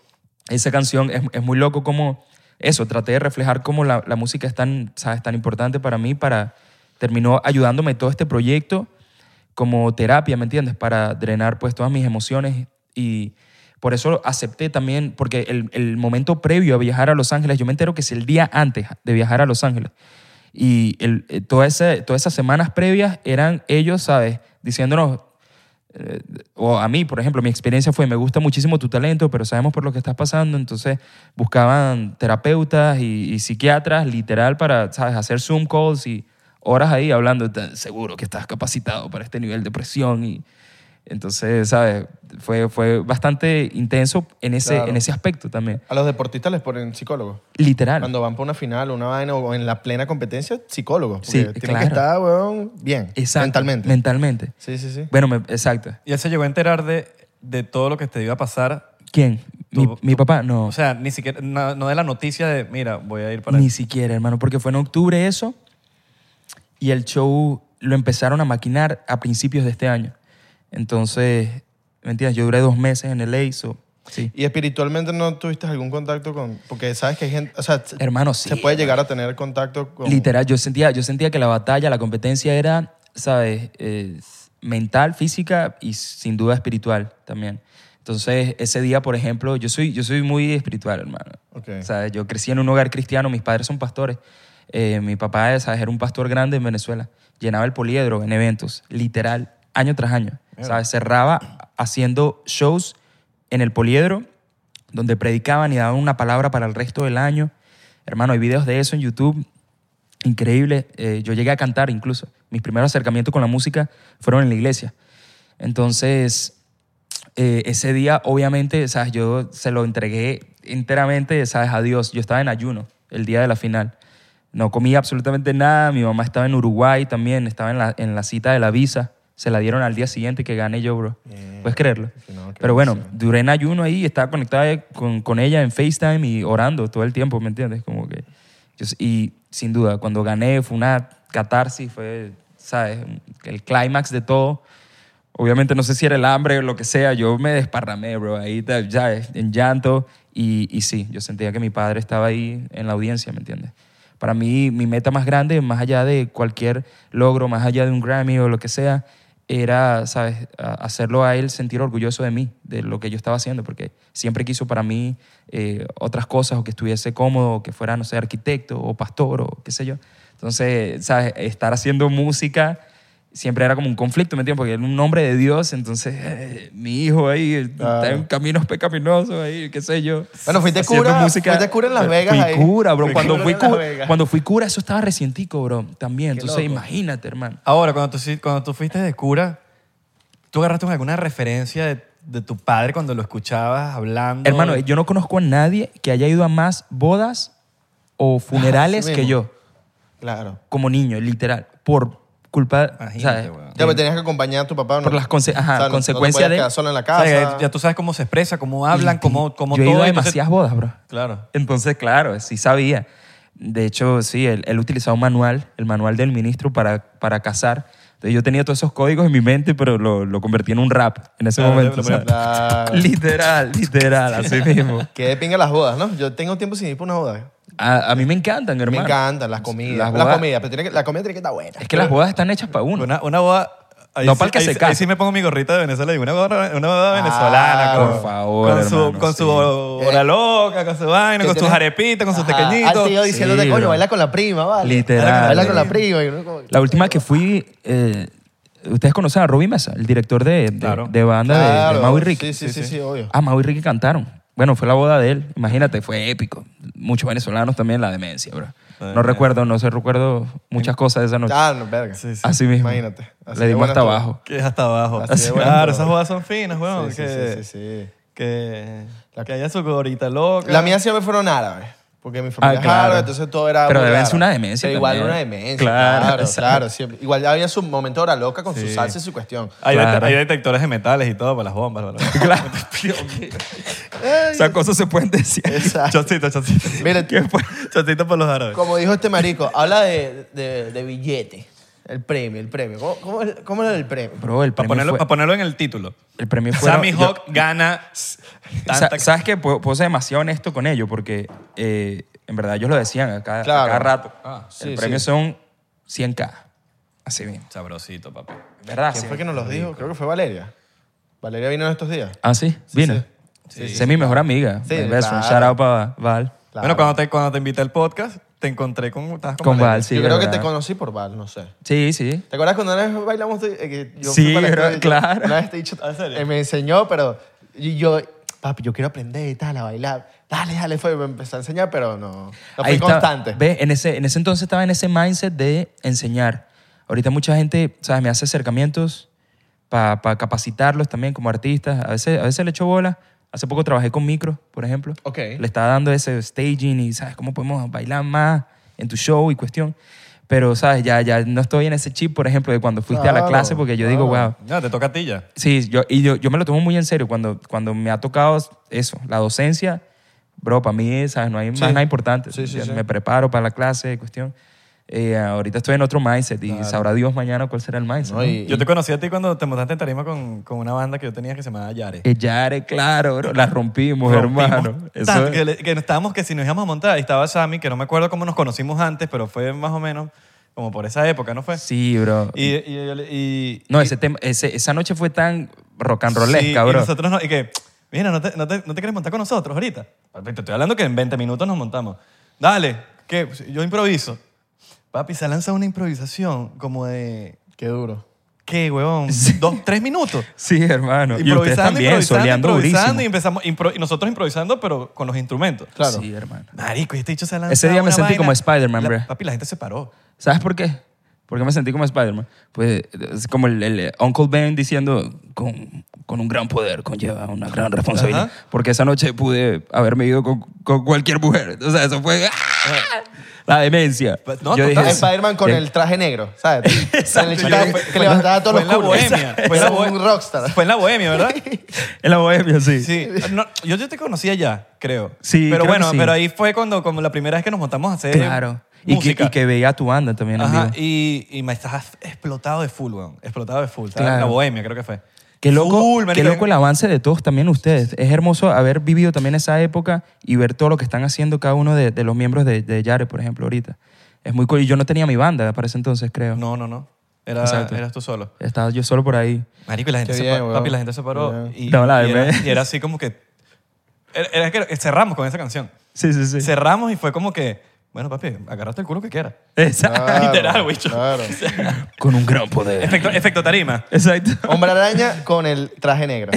[SPEAKER 1] Esa canción es, es muy loco como, eso, traté de reflejar cómo la, la música es tan, ¿sabes? tan importante para mí, para terminó ayudándome todo este proyecto como terapia, ¿me entiendes? Para drenar pues todas mis emociones y por eso acepté también, porque el, el momento previo a viajar a Los Ángeles, yo me entero que es el día antes de viajar a Los Ángeles. Y el, eh, toda esa- todas esas semanas previas eran ellos, ¿sabes? Diciéndonos, eh, o a mí, por ejemplo, mi experiencia fue, me gusta muchísimo tu talento, pero sabemos por lo que estás pasando, entonces buscaban terapeutas y, y psiquiatras, literal, para, ¿sabes?, hacer Zoom calls y horas ahí hablando, "Te- seguro que estás capacitado para este nivel de presión y entonces, ¿sabes? Fue, fue bastante intenso en ese,
[SPEAKER 2] Claro.
[SPEAKER 1] en ese aspecto también.
[SPEAKER 2] A los deportistas les ponen psicólogos.
[SPEAKER 1] Literal.
[SPEAKER 2] Cuando van para una final o una vaina o en la plena competencia, psicólogos. Porque
[SPEAKER 1] Sí,
[SPEAKER 2] tienen
[SPEAKER 1] claro.
[SPEAKER 2] que estar, weón, bien.
[SPEAKER 1] Exacto.
[SPEAKER 2] Mentalmente.
[SPEAKER 1] Mentalmente.
[SPEAKER 2] sí, sí, sí.
[SPEAKER 1] Bueno, me- exacto.
[SPEAKER 3] Y él se llegó a enterar de, de todo lo que te iba a pasar.
[SPEAKER 1] ¿Quién?
[SPEAKER 3] Tu-
[SPEAKER 1] mi,
[SPEAKER 3] tu-
[SPEAKER 1] mi papá, no.
[SPEAKER 3] O sea, ni siquiera, no, no de la noticia de, mira, voy a ir para...
[SPEAKER 1] Ni siquiera, hermano, porque fue en octubre eso y el show lo empezaron a maquinar a principios de este año. Entonces, ¿me entiendes? Yo duré dos meses en el EISO. Sí.
[SPEAKER 2] ¿Y espiritualmente no tuviste algún contacto con...? Porque sabes que hay gente... O sea, se-
[SPEAKER 1] Hermano, sí.
[SPEAKER 2] se puede llegar a tener contacto con...
[SPEAKER 1] Literal, yo sentía, yo sentía que la batalla, la competencia era, ¿sabes? Eh, mental, física y sin duda espiritual también. Entonces, ese día, por ejemplo, yo soy, yo soy muy espiritual, hermano.
[SPEAKER 2] Ok.
[SPEAKER 1] ¿Sabes? Yo crecí en un hogar cristiano, mis padres son pastores. Eh, mi papá ¿sabes? era un pastor grande en Venezuela. Llenaba el poliedro en eventos, literal, año tras año. ¿Sabes? Cerraba haciendo shows en el poliedro donde predicaban y daban una palabra para el resto del año. Hermano, hay videos de eso en YouTube increíble. Eh, yo llegué a cantar incluso. Mis primeros acercamientos con la música fueron en la iglesia. Entonces, eh, ese día, obviamente, ¿sabes? yo se lo entregué enteramente ¿sabes? a Dios. Yo estaba en ayuno el día de la final. No comí absolutamente nada. Mi mamá estaba en Uruguay también, estaba en la, en la cita de la visa. Se la dieron al día siguiente que gané yo, bro. ¿Puedes creerlo?
[SPEAKER 2] no, qué
[SPEAKER 1] Pues Pero bueno, duré en ayuno ahí, estaba conectada con, con ella en FaceTime y orando todo el tiempo, ¿me entiendes? Como que... yo s- y sin duda, cuando gané fue una catarsis, fue, ¿sabes? El clímax de todo. Obviamente no sé si era el hambre o lo que sea, yo me desparramé, bro, ahí ta- ya en llanto y, y sí, yo sentía que mi padre estaba ahí en la audiencia, ¿me entiendes? Para mí mi meta más grande, más allá de cualquier logro, más allá de un Grammy o lo que sea, era, ¿sabes?, A- hacerlo a él sentir orgulloso de mí, de lo que yo estaba haciendo, porque siempre quiso para mí eh, otras cosas o que estuviese cómodo, o que fuera, no sé, arquitecto o pastor o qué sé yo. Entonces, ¿sabes?, estar haciendo música siempre era como un conflicto, ¿me entiendes? Porque era un hombre de Dios, entonces eh, mi hijo ahí eh, está en caminos pecaminosos ahí, qué sé yo.
[SPEAKER 2] Bueno, fuiste
[SPEAKER 1] haciendo
[SPEAKER 2] cura- fuiste cura en Las Vegas
[SPEAKER 1] Fui
[SPEAKER 2] ahí.
[SPEAKER 1] cura, bro.
[SPEAKER 2] Fui
[SPEAKER 1] cuando,
[SPEAKER 2] cura
[SPEAKER 1] fui
[SPEAKER 2] en Las
[SPEAKER 1] cura,
[SPEAKER 2] Vegas.
[SPEAKER 1] cuando fui cura, eso estaba recientico, bro, también. Entonces,
[SPEAKER 2] loco.
[SPEAKER 1] imagínate, hermano.
[SPEAKER 3] Ahora, cuando tú, sí- cuando tú fuiste de cura, ¿tú agarraste alguna referencia de, de tu padre cuando lo escuchabas hablando?
[SPEAKER 1] Hermano, yo no conozco a nadie que haya ido a más bodas o
[SPEAKER 3] Ah,
[SPEAKER 1] funerales
[SPEAKER 2] Así
[SPEAKER 1] que
[SPEAKER 2] mismo.
[SPEAKER 1] yo,
[SPEAKER 2] Claro.
[SPEAKER 1] como niño, literal, por culpa,
[SPEAKER 3] Imagínate,
[SPEAKER 1] ¿sabes?
[SPEAKER 3] weón.
[SPEAKER 2] Ya, pero tenías que acompañar a tu papá. ¿no?
[SPEAKER 1] Por las conse- ajá,
[SPEAKER 2] O sea, no-
[SPEAKER 1] consecuencias
[SPEAKER 2] no te podías
[SPEAKER 1] de-
[SPEAKER 2] quedar solo en la
[SPEAKER 3] O
[SPEAKER 2] casa.
[SPEAKER 3] sea, ya, ya tú sabes cómo se expresa, cómo hablan, cómo, cómo
[SPEAKER 1] yo he
[SPEAKER 3] todo.
[SPEAKER 1] ido a
[SPEAKER 3] entonces-
[SPEAKER 1] demasiadas bodas, bro.
[SPEAKER 3] Claro.
[SPEAKER 1] Entonces, claro, sí sabía. De hecho, sí, él, él utilizaba un manual, el manual del ministro para, para casar. Entonces, yo tenía todos esos códigos en mi mente, pero lo, lo convertí en un rap en ese
[SPEAKER 3] Claro,
[SPEAKER 1] momento.
[SPEAKER 3] lo-
[SPEAKER 1] o sea,
[SPEAKER 2] Claro.
[SPEAKER 1] Literal, literal, así mismo.
[SPEAKER 2] Que de pinga las bodas, ¿no? Yo tengo tiempo sin ir por una boda.
[SPEAKER 1] A, a mí me encantan, hermano.
[SPEAKER 2] Me encantan las comidas.
[SPEAKER 1] Las
[SPEAKER 2] Las
[SPEAKER 1] bodas-
[SPEAKER 2] comidas, pero tiene que- la comida tiene que estar buena.
[SPEAKER 1] Es que las bodas están hechas para uno.
[SPEAKER 3] Una, una boda... ahí
[SPEAKER 1] No
[SPEAKER 3] sí-
[SPEAKER 1] pa'l que
[SPEAKER 3] ahí
[SPEAKER 1] se
[SPEAKER 3] sí-
[SPEAKER 1] case.
[SPEAKER 3] Ahí sí me pongo mi gorrita de Venezuela y digo, una boda, una boda venezolana.
[SPEAKER 2] Ah,
[SPEAKER 3] con-
[SPEAKER 1] por favor,
[SPEAKER 3] Con su,
[SPEAKER 1] hermano,
[SPEAKER 3] con
[SPEAKER 1] sí.
[SPEAKER 3] su hora loca, con su vaina,
[SPEAKER 2] Que
[SPEAKER 3] con sus
[SPEAKER 2] tienes-
[SPEAKER 3] arepitas, con sus
[SPEAKER 2] Ajá, Al tío
[SPEAKER 3] tequeñitos.
[SPEAKER 2] diciéndote,
[SPEAKER 1] Sí,
[SPEAKER 2] coño,
[SPEAKER 1] bro.
[SPEAKER 2] baila con la prima, ¿vale?
[SPEAKER 1] Literal.
[SPEAKER 2] Baila con la prima. Y uno como-
[SPEAKER 1] La última que fui, eh, ustedes conocen a Robbie Mesa, el director de, de,
[SPEAKER 3] Claro.
[SPEAKER 1] de banda de- de,
[SPEAKER 2] Claro.
[SPEAKER 1] Mau y Ricky.
[SPEAKER 2] Sí, sí, sí, sí, obvio.
[SPEAKER 1] Ah, Mau y Ricky cantaron. Bueno, fue la boda de él. Imagínate, fue épico. Muchos venezolanos también, la demencia, bro. No recuerdo, no sé, recuerdo muchas cosas de esa noche.
[SPEAKER 2] Ah, no, verga.
[SPEAKER 3] Sí, sí.
[SPEAKER 1] Así mismo.
[SPEAKER 2] Imagínate. Así
[SPEAKER 1] Le
[SPEAKER 2] de
[SPEAKER 1] dimos
[SPEAKER 2] buena
[SPEAKER 1] hasta
[SPEAKER 2] estuvo.
[SPEAKER 1] abajo.
[SPEAKER 3] Que es hasta abajo.
[SPEAKER 2] Así de bueno,
[SPEAKER 3] claro,
[SPEAKER 2] todo.
[SPEAKER 3] esas bodas son finas, weón.
[SPEAKER 2] Sí, sí,
[SPEAKER 3] que,
[SPEAKER 2] sí, sí, sí.
[SPEAKER 3] Que, que haya su gorrita loca.
[SPEAKER 2] La mía siempre fueron árabes. Porque mi familia
[SPEAKER 1] Ah,
[SPEAKER 2] es
[SPEAKER 1] claro.
[SPEAKER 2] árabe, entonces todo era.
[SPEAKER 1] Pero
[SPEAKER 2] muy
[SPEAKER 1] deben
[SPEAKER 2] árabe.
[SPEAKER 1] ser una demencia
[SPEAKER 2] Pero igual
[SPEAKER 1] también.
[SPEAKER 2] una demencia.
[SPEAKER 1] Claro,
[SPEAKER 2] Claro, claro.
[SPEAKER 1] exacto.
[SPEAKER 2] siempre. Igual había su momento hora loca con su salsa y su cuestión.
[SPEAKER 3] Hay,
[SPEAKER 1] Claro.
[SPEAKER 3] det- hay detectores de metales y todo para las bombas. para las-
[SPEAKER 1] Claro. Esas cosas se pueden decir.
[SPEAKER 2] Exacto.
[SPEAKER 3] Chocito, chocito.
[SPEAKER 2] Mira,
[SPEAKER 3] ¿Qué fue? Chocito para los árabes.
[SPEAKER 2] como dijo este marico, habla de, de, de billete. El premio, el premio. ¿Cómo, cómo, cómo era el premio?
[SPEAKER 1] Bro, el premio
[SPEAKER 3] Para ponerlo,
[SPEAKER 1] fue-
[SPEAKER 3] para ponerlo en el título.
[SPEAKER 1] el premio fue...
[SPEAKER 3] Sammy
[SPEAKER 1] yo-
[SPEAKER 3] Hawk gana
[SPEAKER 1] Sa-
[SPEAKER 3] tanta...
[SPEAKER 1] ¿Sabes qué? Puedo, puedo ser demasiado honesto con ello porque eh, En verdad, ellos lo decían a cada, a
[SPEAKER 2] Claro.
[SPEAKER 1] cada rato.
[SPEAKER 3] Ah,
[SPEAKER 1] el
[SPEAKER 2] sí,
[SPEAKER 1] premio
[SPEAKER 2] sí.
[SPEAKER 1] son 100K. Así mismo.
[SPEAKER 3] Sabrosito, papi.
[SPEAKER 1] ¿Verdad?
[SPEAKER 2] ¿Quién
[SPEAKER 1] Sí.
[SPEAKER 2] fue que nos los dijo? Creo que fue Valeria. Valeria vino en estos días.
[SPEAKER 1] Ah, sí, vino.
[SPEAKER 2] sí.
[SPEAKER 1] Esa es mi mejor amiga.
[SPEAKER 2] Sí,
[SPEAKER 1] my best friend.
[SPEAKER 2] claro.
[SPEAKER 1] Shout out para Val.
[SPEAKER 2] Claro.
[SPEAKER 3] Bueno, cuando te, cuando te invité al podcast, te encontré con... estabas
[SPEAKER 1] Con
[SPEAKER 3] Valeria.
[SPEAKER 1] Val, Ah, sí.
[SPEAKER 2] yo creo
[SPEAKER 1] ¿verdad?
[SPEAKER 2] que te conocí por Val, no sé.
[SPEAKER 1] Sí, sí.
[SPEAKER 2] ¿Te acuerdas cuando una vez bailamos? eh, que yo
[SPEAKER 1] Sí,
[SPEAKER 2] fui para
[SPEAKER 1] bro,
[SPEAKER 2] esto y-
[SPEAKER 1] claro.
[SPEAKER 2] Una vez te he dicho, eh, me enseñó, pero y yo, papi, yo quiero aprender y tal, a bailar. Dale, dale, fue, me empezó a enseñar, pero no, no
[SPEAKER 1] Ahí
[SPEAKER 2] fui
[SPEAKER 1] estaba-
[SPEAKER 2] constante.
[SPEAKER 1] ¿Ves? En ese, en ese entonces estaba en ese mindset de enseñar. Ahorita mucha gente, ¿sabes? Me hace acercamientos para capacitarlos también como artistas. A veces, a veces le echo bola. Hace poco trabajé con Micro, por ejemplo.
[SPEAKER 2] Ok.
[SPEAKER 1] Le estaba dando ese staging y, ¿sabes? ¿Cómo podemos bailar más en tu show y cuestión? Pero, ¿sabes? Ya, ya no estoy en ese chip, por ejemplo, de cuando fuiste a la
[SPEAKER 2] Claro,
[SPEAKER 1] clase porque yo digo,
[SPEAKER 2] claro.
[SPEAKER 1] wow.
[SPEAKER 3] Ya, te toca a ti ya.
[SPEAKER 1] Sí, yo, y yo, yo me lo tomo muy en serio cuando, cuando me ha tocado eso, la docencia. Bro, para mí, ¿sabes? No hay
[SPEAKER 2] Sí.
[SPEAKER 1] más nada importante.
[SPEAKER 2] Sí, sí,
[SPEAKER 1] Ya
[SPEAKER 2] sí.
[SPEAKER 1] Me preparo para la clase, cuestión. Eh, ahorita estoy en otro mindset y sabrá Dios mañana cuál será el mindset.
[SPEAKER 2] No,
[SPEAKER 1] ¿no?
[SPEAKER 2] y-
[SPEAKER 3] Yo te conocí a ti cuando te montaste en tarima con, con una banda que yo tenía que se llamaba Yare.
[SPEAKER 1] Eh, Yare, claro, bro. La rompimos, hermano.
[SPEAKER 3] Rompimos
[SPEAKER 1] Eso
[SPEAKER 3] tanto
[SPEAKER 1] es-
[SPEAKER 3] que, le- que nos estábamos que si nos íbamos a montar, y estaba Sammy, que no me acuerdo cómo nos conocimos antes, pero fue más o menos como por esa época, ¿no fue?
[SPEAKER 1] Sí, bro.
[SPEAKER 3] Y, y, yo le- y-
[SPEAKER 1] no,
[SPEAKER 3] y-
[SPEAKER 1] ese tema, ese- esa noche fue tan rock and
[SPEAKER 3] sí,
[SPEAKER 1] rollesca,
[SPEAKER 3] y
[SPEAKER 1] bro.
[SPEAKER 3] nosotros no, y que, mira, no te, no, te, no te quieres montar con nosotros ahorita. Papi, Te estoy hablando que en 20 minutos nos montamos. Dale, que yo improviso. Papi, se lanza una improvisación como de,
[SPEAKER 2] Qué duro.
[SPEAKER 3] ¿qué, huevón? Dos, tres minutos.
[SPEAKER 1] Sí, hermano. Y ustedes
[SPEAKER 3] improvisando,
[SPEAKER 1] también,
[SPEAKER 3] improvisando,
[SPEAKER 1] soleando
[SPEAKER 3] improvisando, y
[SPEAKER 1] durísimo.
[SPEAKER 3] empezamos impro- y nosotros improvisando, pero con los instrumentos.
[SPEAKER 2] Claro.
[SPEAKER 1] Sí, hermano.
[SPEAKER 3] Marico, y este dicho se lanza
[SPEAKER 1] Ese día me
[SPEAKER 3] una
[SPEAKER 1] sentí
[SPEAKER 3] vaina.
[SPEAKER 1] como Spider-Man,
[SPEAKER 3] La-
[SPEAKER 1] bro.
[SPEAKER 3] Papi, la gente se paró.
[SPEAKER 1] ¿Sabes por qué? Porque me sentí como Spider-Man. Pues es como el, el Uncle Ben diciendo, con, con un gran poder conlleva una gran responsabilidad.
[SPEAKER 3] Ajá.
[SPEAKER 1] Porque esa noche pude haberme ido con, con cualquier mujer. O sea, eso fue ¡ah! la demencia.
[SPEAKER 3] But Pues, no,
[SPEAKER 1] Yo
[SPEAKER 3] total.
[SPEAKER 1] dije, "Eh,
[SPEAKER 2] Spider-man con
[SPEAKER 1] ya-
[SPEAKER 2] el traje negro, ¿sabes?
[SPEAKER 1] Exacto.
[SPEAKER 2] Con el traje
[SPEAKER 3] Fue-
[SPEAKER 2] que
[SPEAKER 3] fue-
[SPEAKER 2] levantaba todos los
[SPEAKER 3] fue en la
[SPEAKER 2] culos.
[SPEAKER 3] bohemia. Fue en la
[SPEAKER 2] Era
[SPEAKER 3] bohe-
[SPEAKER 2] un rockstar.
[SPEAKER 3] Fue en la bohemia, ¿verdad?
[SPEAKER 1] En la bohemia, sí.
[SPEAKER 3] Sí. No, yo, yo te conocía ya, creo.
[SPEAKER 1] Sí,
[SPEAKER 3] Pero
[SPEAKER 1] creo
[SPEAKER 3] bueno,
[SPEAKER 1] que sí.
[SPEAKER 3] pero ahí fue cuando, como la primera vez que nos montamos a hacer
[SPEAKER 1] Claro. Y que,
[SPEAKER 3] música.
[SPEAKER 1] y que veía a tu banda también en
[SPEAKER 3] Ajá,
[SPEAKER 1] vivo.
[SPEAKER 3] y, y me estabas explotado de full, weón. Explotado de full. Estaba
[SPEAKER 1] Claro.
[SPEAKER 3] en la bohemia, creo que fue.
[SPEAKER 1] Qué loco,
[SPEAKER 3] Full,
[SPEAKER 1] qué
[SPEAKER 3] marico.
[SPEAKER 1] loco el avance de todos también ustedes. Es hermoso haber vivido también esa época y ver todo lo que están haciendo cada uno de, de los miembros de, de Yare, por ejemplo, ahorita. Es muy cool. Y yo no tenía mi banda para ese entonces, creo.
[SPEAKER 3] No, no, no. Era,
[SPEAKER 1] Exacto.
[SPEAKER 3] eras tú solo.
[SPEAKER 1] Estaba yo solo por ahí.
[SPEAKER 3] Marico, y la gente,
[SPEAKER 2] Qué
[SPEAKER 3] se
[SPEAKER 2] bien,
[SPEAKER 3] paró,
[SPEAKER 2] weón.
[SPEAKER 3] papi, la gente se paró.
[SPEAKER 2] Bien.
[SPEAKER 3] Y,
[SPEAKER 1] No, la
[SPEAKER 3] y,
[SPEAKER 1] verdad.
[SPEAKER 3] era, y era así como que... Era, era que cerramos con esa canción.
[SPEAKER 1] Sí, sí, sí.
[SPEAKER 3] Cerramos y fue como que... Bueno, papi, agarraste el culo que quieras.
[SPEAKER 1] Exacto.
[SPEAKER 2] Claro,
[SPEAKER 3] Literal, bicho.
[SPEAKER 2] Claro.
[SPEAKER 1] Con un gran poder.
[SPEAKER 3] Efecto, efecto tarima.
[SPEAKER 1] Exacto.
[SPEAKER 2] Hombre araña con el traje negro.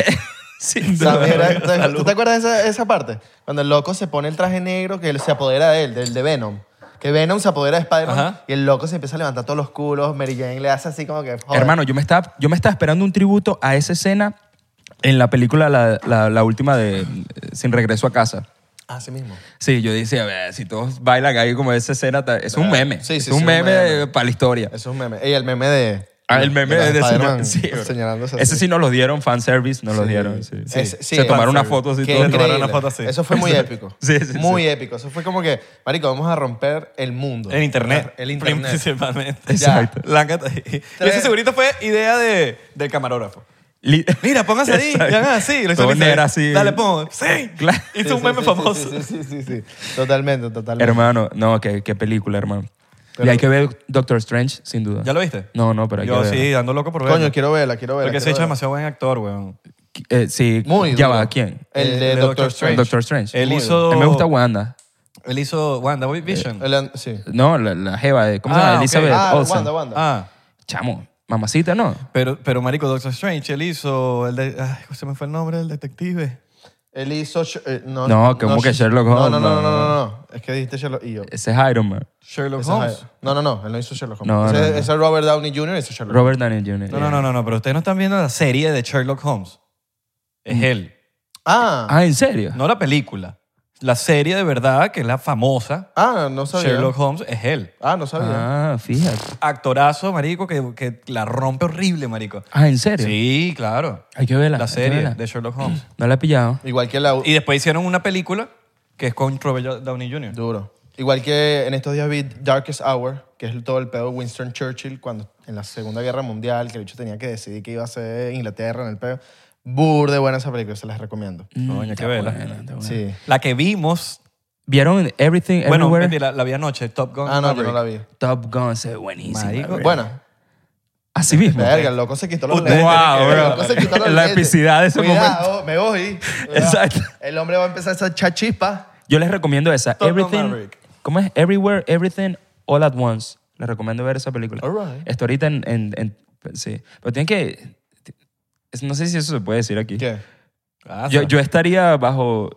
[SPEAKER 1] Sin duda.
[SPEAKER 2] Sammy era- ¿tú, te acuerdas de esa, esa parte? Cuando el loco se pone el traje negro que él se apodera de él, del de Venom. Que Venom se apodera de Spider-Man
[SPEAKER 3] Ajá.
[SPEAKER 2] y el loco se empieza a levantar todos los culos. Mary Jane le hace así como que. joder.
[SPEAKER 1] Hermano, yo me, estaba, yo me estaba esperando un tributo a esa escena en la película, la, la- la última de eh, Sin Regreso a Casa.
[SPEAKER 2] Así Ah, mismo.
[SPEAKER 1] Sí, yo decía, "Ve, si todos bailan ahí como esa escena, ta- es un meme.
[SPEAKER 2] Eh, Sí, sí,
[SPEAKER 1] es
[SPEAKER 2] sí,
[SPEAKER 1] un
[SPEAKER 2] es un
[SPEAKER 1] meme,
[SPEAKER 2] meme.
[SPEAKER 1] para la historia.
[SPEAKER 2] Eso es un meme. Y el meme de.
[SPEAKER 1] Ah, el meme de,
[SPEAKER 2] de
[SPEAKER 1] señal-
[SPEAKER 2] Spider-Man
[SPEAKER 1] sí, bro.
[SPEAKER 2] señalándose así.
[SPEAKER 1] Ese sí nos lo dieron, fanservice, nos lo
[SPEAKER 2] Sí.
[SPEAKER 1] dieron. Sí.
[SPEAKER 2] Es- sí,
[SPEAKER 1] Se
[SPEAKER 2] es-
[SPEAKER 1] tomaron una foto así.
[SPEAKER 2] Qué
[SPEAKER 1] todos.
[SPEAKER 3] Se tomaron una
[SPEAKER 2] increíble.
[SPEAKER 3] foto así.
[SPEAKER 2] Eso fue muy épico.
[SPEAKER 1] Sí, sí, sí.
[SPEAKER 2] Muy épico. Eso fue como que, marico, vamos a romper el mundo.
[SPEAKER 3] En internet.
[SPEAKER 2] El internet.
[SPEAKER 3] Principalmente.
[SPEAKER 1] Exacto.
[SPEAKER 3] Láncata. Y ese segurito fue idea de, del camarógrafo.
[SPEAKER 1] Li-
[SPEAKER 3] Mira, póngase ahí.
[SPEAKER 1] Exacto.
[SPEAKER 3] Y hagan así. y lo hizo
[SPEAKER 1] Todo
[SPEAKER 3] en Instagram.
[SPEAKER 1] negro así.
[SPEAKER 3] Dale, pon. Sí.
[SPEAKER 1] Claro.
[SPEAKER 3] Hizo
[SPEAKER 2] Sí,
[SPEAKER 3] un
[SPEAKER 2] sí,
[SPEAKER 3] meme
[SPEAKER 2] sí,
[SPEAKER 3] famoso.
[SPEAKER 2] Sí, sí, sí, sí, sí. Totalmente, totalmente.
[SPEAKER 1] Hermano, no, qué, qué película, hermano. y
[SPEAKER 2] Pero-
[SPEAKER 1] hay que ver Doctor Strange, sin duda.
[SPEAKER 3] ¿Ya lo viste?
[SPEAKER 1] No, no, pero hay
[SPEAKER 3] Yo
[SPEAKER 1] que
[SPEAKER 3] sí,
[SPEAKER 1] verlo.
[SPEAKER 3] dando loco por verlo.
[SPEAKER 2] Coño, quiero verla, quiero verla.
[SPEAKER 3] Porque ese
[SPEAKER 2] quiero
[SPEAKER 3] hecho
[SPEAKER 2] verla.
[SPEAKER 3] es demasiado buen actor, weón.
[SPEAKER 1] Eh, sí,
[SPEAKER 2] Muy
[SPEAKER 1] ya
[SPEAKER 2] duro.
[SPEAKER 1] va, ¿quién?
[SPEAKER 2] El de
[SPEAKER 3] El de
[SPEAKER 2] Doctor
[SPEAKER 3] Doctor
[SPEAKER 2] Strange.
[SPEAKER 1] Doctor Strange.
[SPEAKER 3] Él
[SPEAKER 2] Muy
[SPEAKER 3] hizo...
[SPEAKER 1] A mí me gusta Wanda.
[SPEAKER 3] Él hizo Wanda Vision.
[SPEAKER 2] El an- sí.
[SPEAKER 1] No, la, la jeva de, ¿cómo se
[SPEAKER 3] Ah,
[SPEAKER 1] llama?
[SPEAKER 3] ok.
[SPEAKER 1] Elizabeth
[SPEAKER 2] Ah,
[SPEAKER 1] Eh, Olsen.
[SPEAKER 2] Wanda, Wanda.
[SPEAKER 3] ah.
[SPEAKER 1] Chamo, mamacita, ¿no?
[SPEAKER 3] Pero, pero marico, Doctor Strange, él hizo... El de, ay, se me fue el nombre del detective.
[SPEAKER 2] Él hizo... Sh- eh, no,
[SPEAKER 1] No, como que
[SPEAKER 2] Sh-
[SPEAKER 1] Sherlock Holmes,
[SPEAKER 2] No, no,
[SPEAKER 1] no,
[SPEAKER 2] no, no, no, no, no. Es que dijiste Sherlock y yo.
[SPEAKER 1] Ese es Iron Man.
[SPEAKER 3] Sherlock
[SPEAKER 2] Ese es
[SPEAKER 3] Holmes.
[SPEAKER 2] Iron- no, no, no. Él no hizo Sherlock Holmes.
[SPEAKER 1] No,
[SPEAKER 2] ese,
[SPEAKER 1] no, no.
[SPEAKER 2] ese es Robert Downey Jr. hizo Sherlock
[SPEAKER 1] Robert Downey Jr.
[SPEAKER 3] No, no, no, no, no, pero ustedes no están viendo la serie de Sherlock Holmes. Es él.
[SPEAKER 2] Ah,
[SPEAKER 1] Ah, ¿en serio?
[SPEAKER 3] No la película. La serie de verdad, que es la famosa,
[SPEAKER 2] ah, no sabía.
[SPEAKER 3] Sherlock Holmes, es él.
[SPEAKER 2] Ah, no sabía.
[SPEAKER 1] Ah, fíjate.
[SPEAKER 3] Actorazo, marico, que, que la rompe horrible, marico.
[SPEAKER 1] Ah, ¿en serio?
[SPEAKER 3] Sí, claro.
[SPEAKER 1] Hay que verla.
[SPEAKER 3] La
[SPEAKER 1] hay que
[SPEAKER 3] serie
[SPEAKER 1] verla.
[SPEAKER 3] de Sherlock Holmes.
[SPEAKER 1] No la he pillado.
[SPEAKER 2] Igual que la...
[SPEAKER 3] Y después hicieron una película que es con Robert Downey Jr.
[SPEAKER 2] Duro. Igual que en estos días vi Darkest Hour, que es todo el pedo de Winston Churchill cuando en la Segunda Guerra Mundial, que el bicho tenía que decidir qué iba a hacer Inglaterra en el pedo.
[SPEAKER 1] Mm,
[SPEAKER 2] Burde buena esa película, se las recomiendo.
[SPEAKER 3] Coño, qué
[SPEAKER 1] Está
[SPEAKER 3] vela.
[SPEAKER 1] buena, está buena.
[SPEAKER 2] Sí.
[SPEAKER 3] La que vimos
[SPEAKER 1] ¿Vieron Everything
[SPEAKER 3] Bueno,
[SPEAKER 1] Everywhere?
[SPEAKER 3] mentira, la, la vi anoche, Top Gun.
[SPEAKER 2] Ah, no, yo
[SPEAKER 3] Maverick.
[SPEAKER 2] no la vi.
[SPEAKER 1] Top Gun es buenísima.
[SPEAKER 3] Marico,
[SPEAKER 1] bro.
[SPEAKER 2] Bueno,
[SPEAKER 1] Así mismo.
[SPEAKER 2] verga, el loco se quitó los
[SPEAKER 1] Wow,
[SPEAKER 2] lentes. El
[SPEAKER 1] bro.
[SPEAKER 2] loco se quitó los
[SPEAKER 1] La
[SPEAKER 2] lentes.
[SPEAKER 1] epicidad de ese
[SPEAKER 2] Cuidado, me voy.
[SPEAKER 1] Exacto.
[SPEAKER 2] El hombre va a empezar a echar chispas.
[SPEAKER 1] Yo les recomiendo esa.
[SPEAKER 3] Top Gun
[SPEAKER 1] Everything.
[SPEAKER 3] Maverick.
[SPEAKER 1] ¿Cómo es? Everywhere, Everything, All at Once. Les recomiendo ver esa película.
[SPEAKER 2] Alright.
[SPEAKER 1] Está ahorita en, en- en- Sí. Pero tienen que. es- No sé si eso se puede decir aquí.
[SPEAKER 2] ¿Qué?
[SPEAKER 3] Ah,
[SPEAKER 1] Yo,
[SPEAKER 3] sí.
[SPEAKER 1] yo estaría bajo,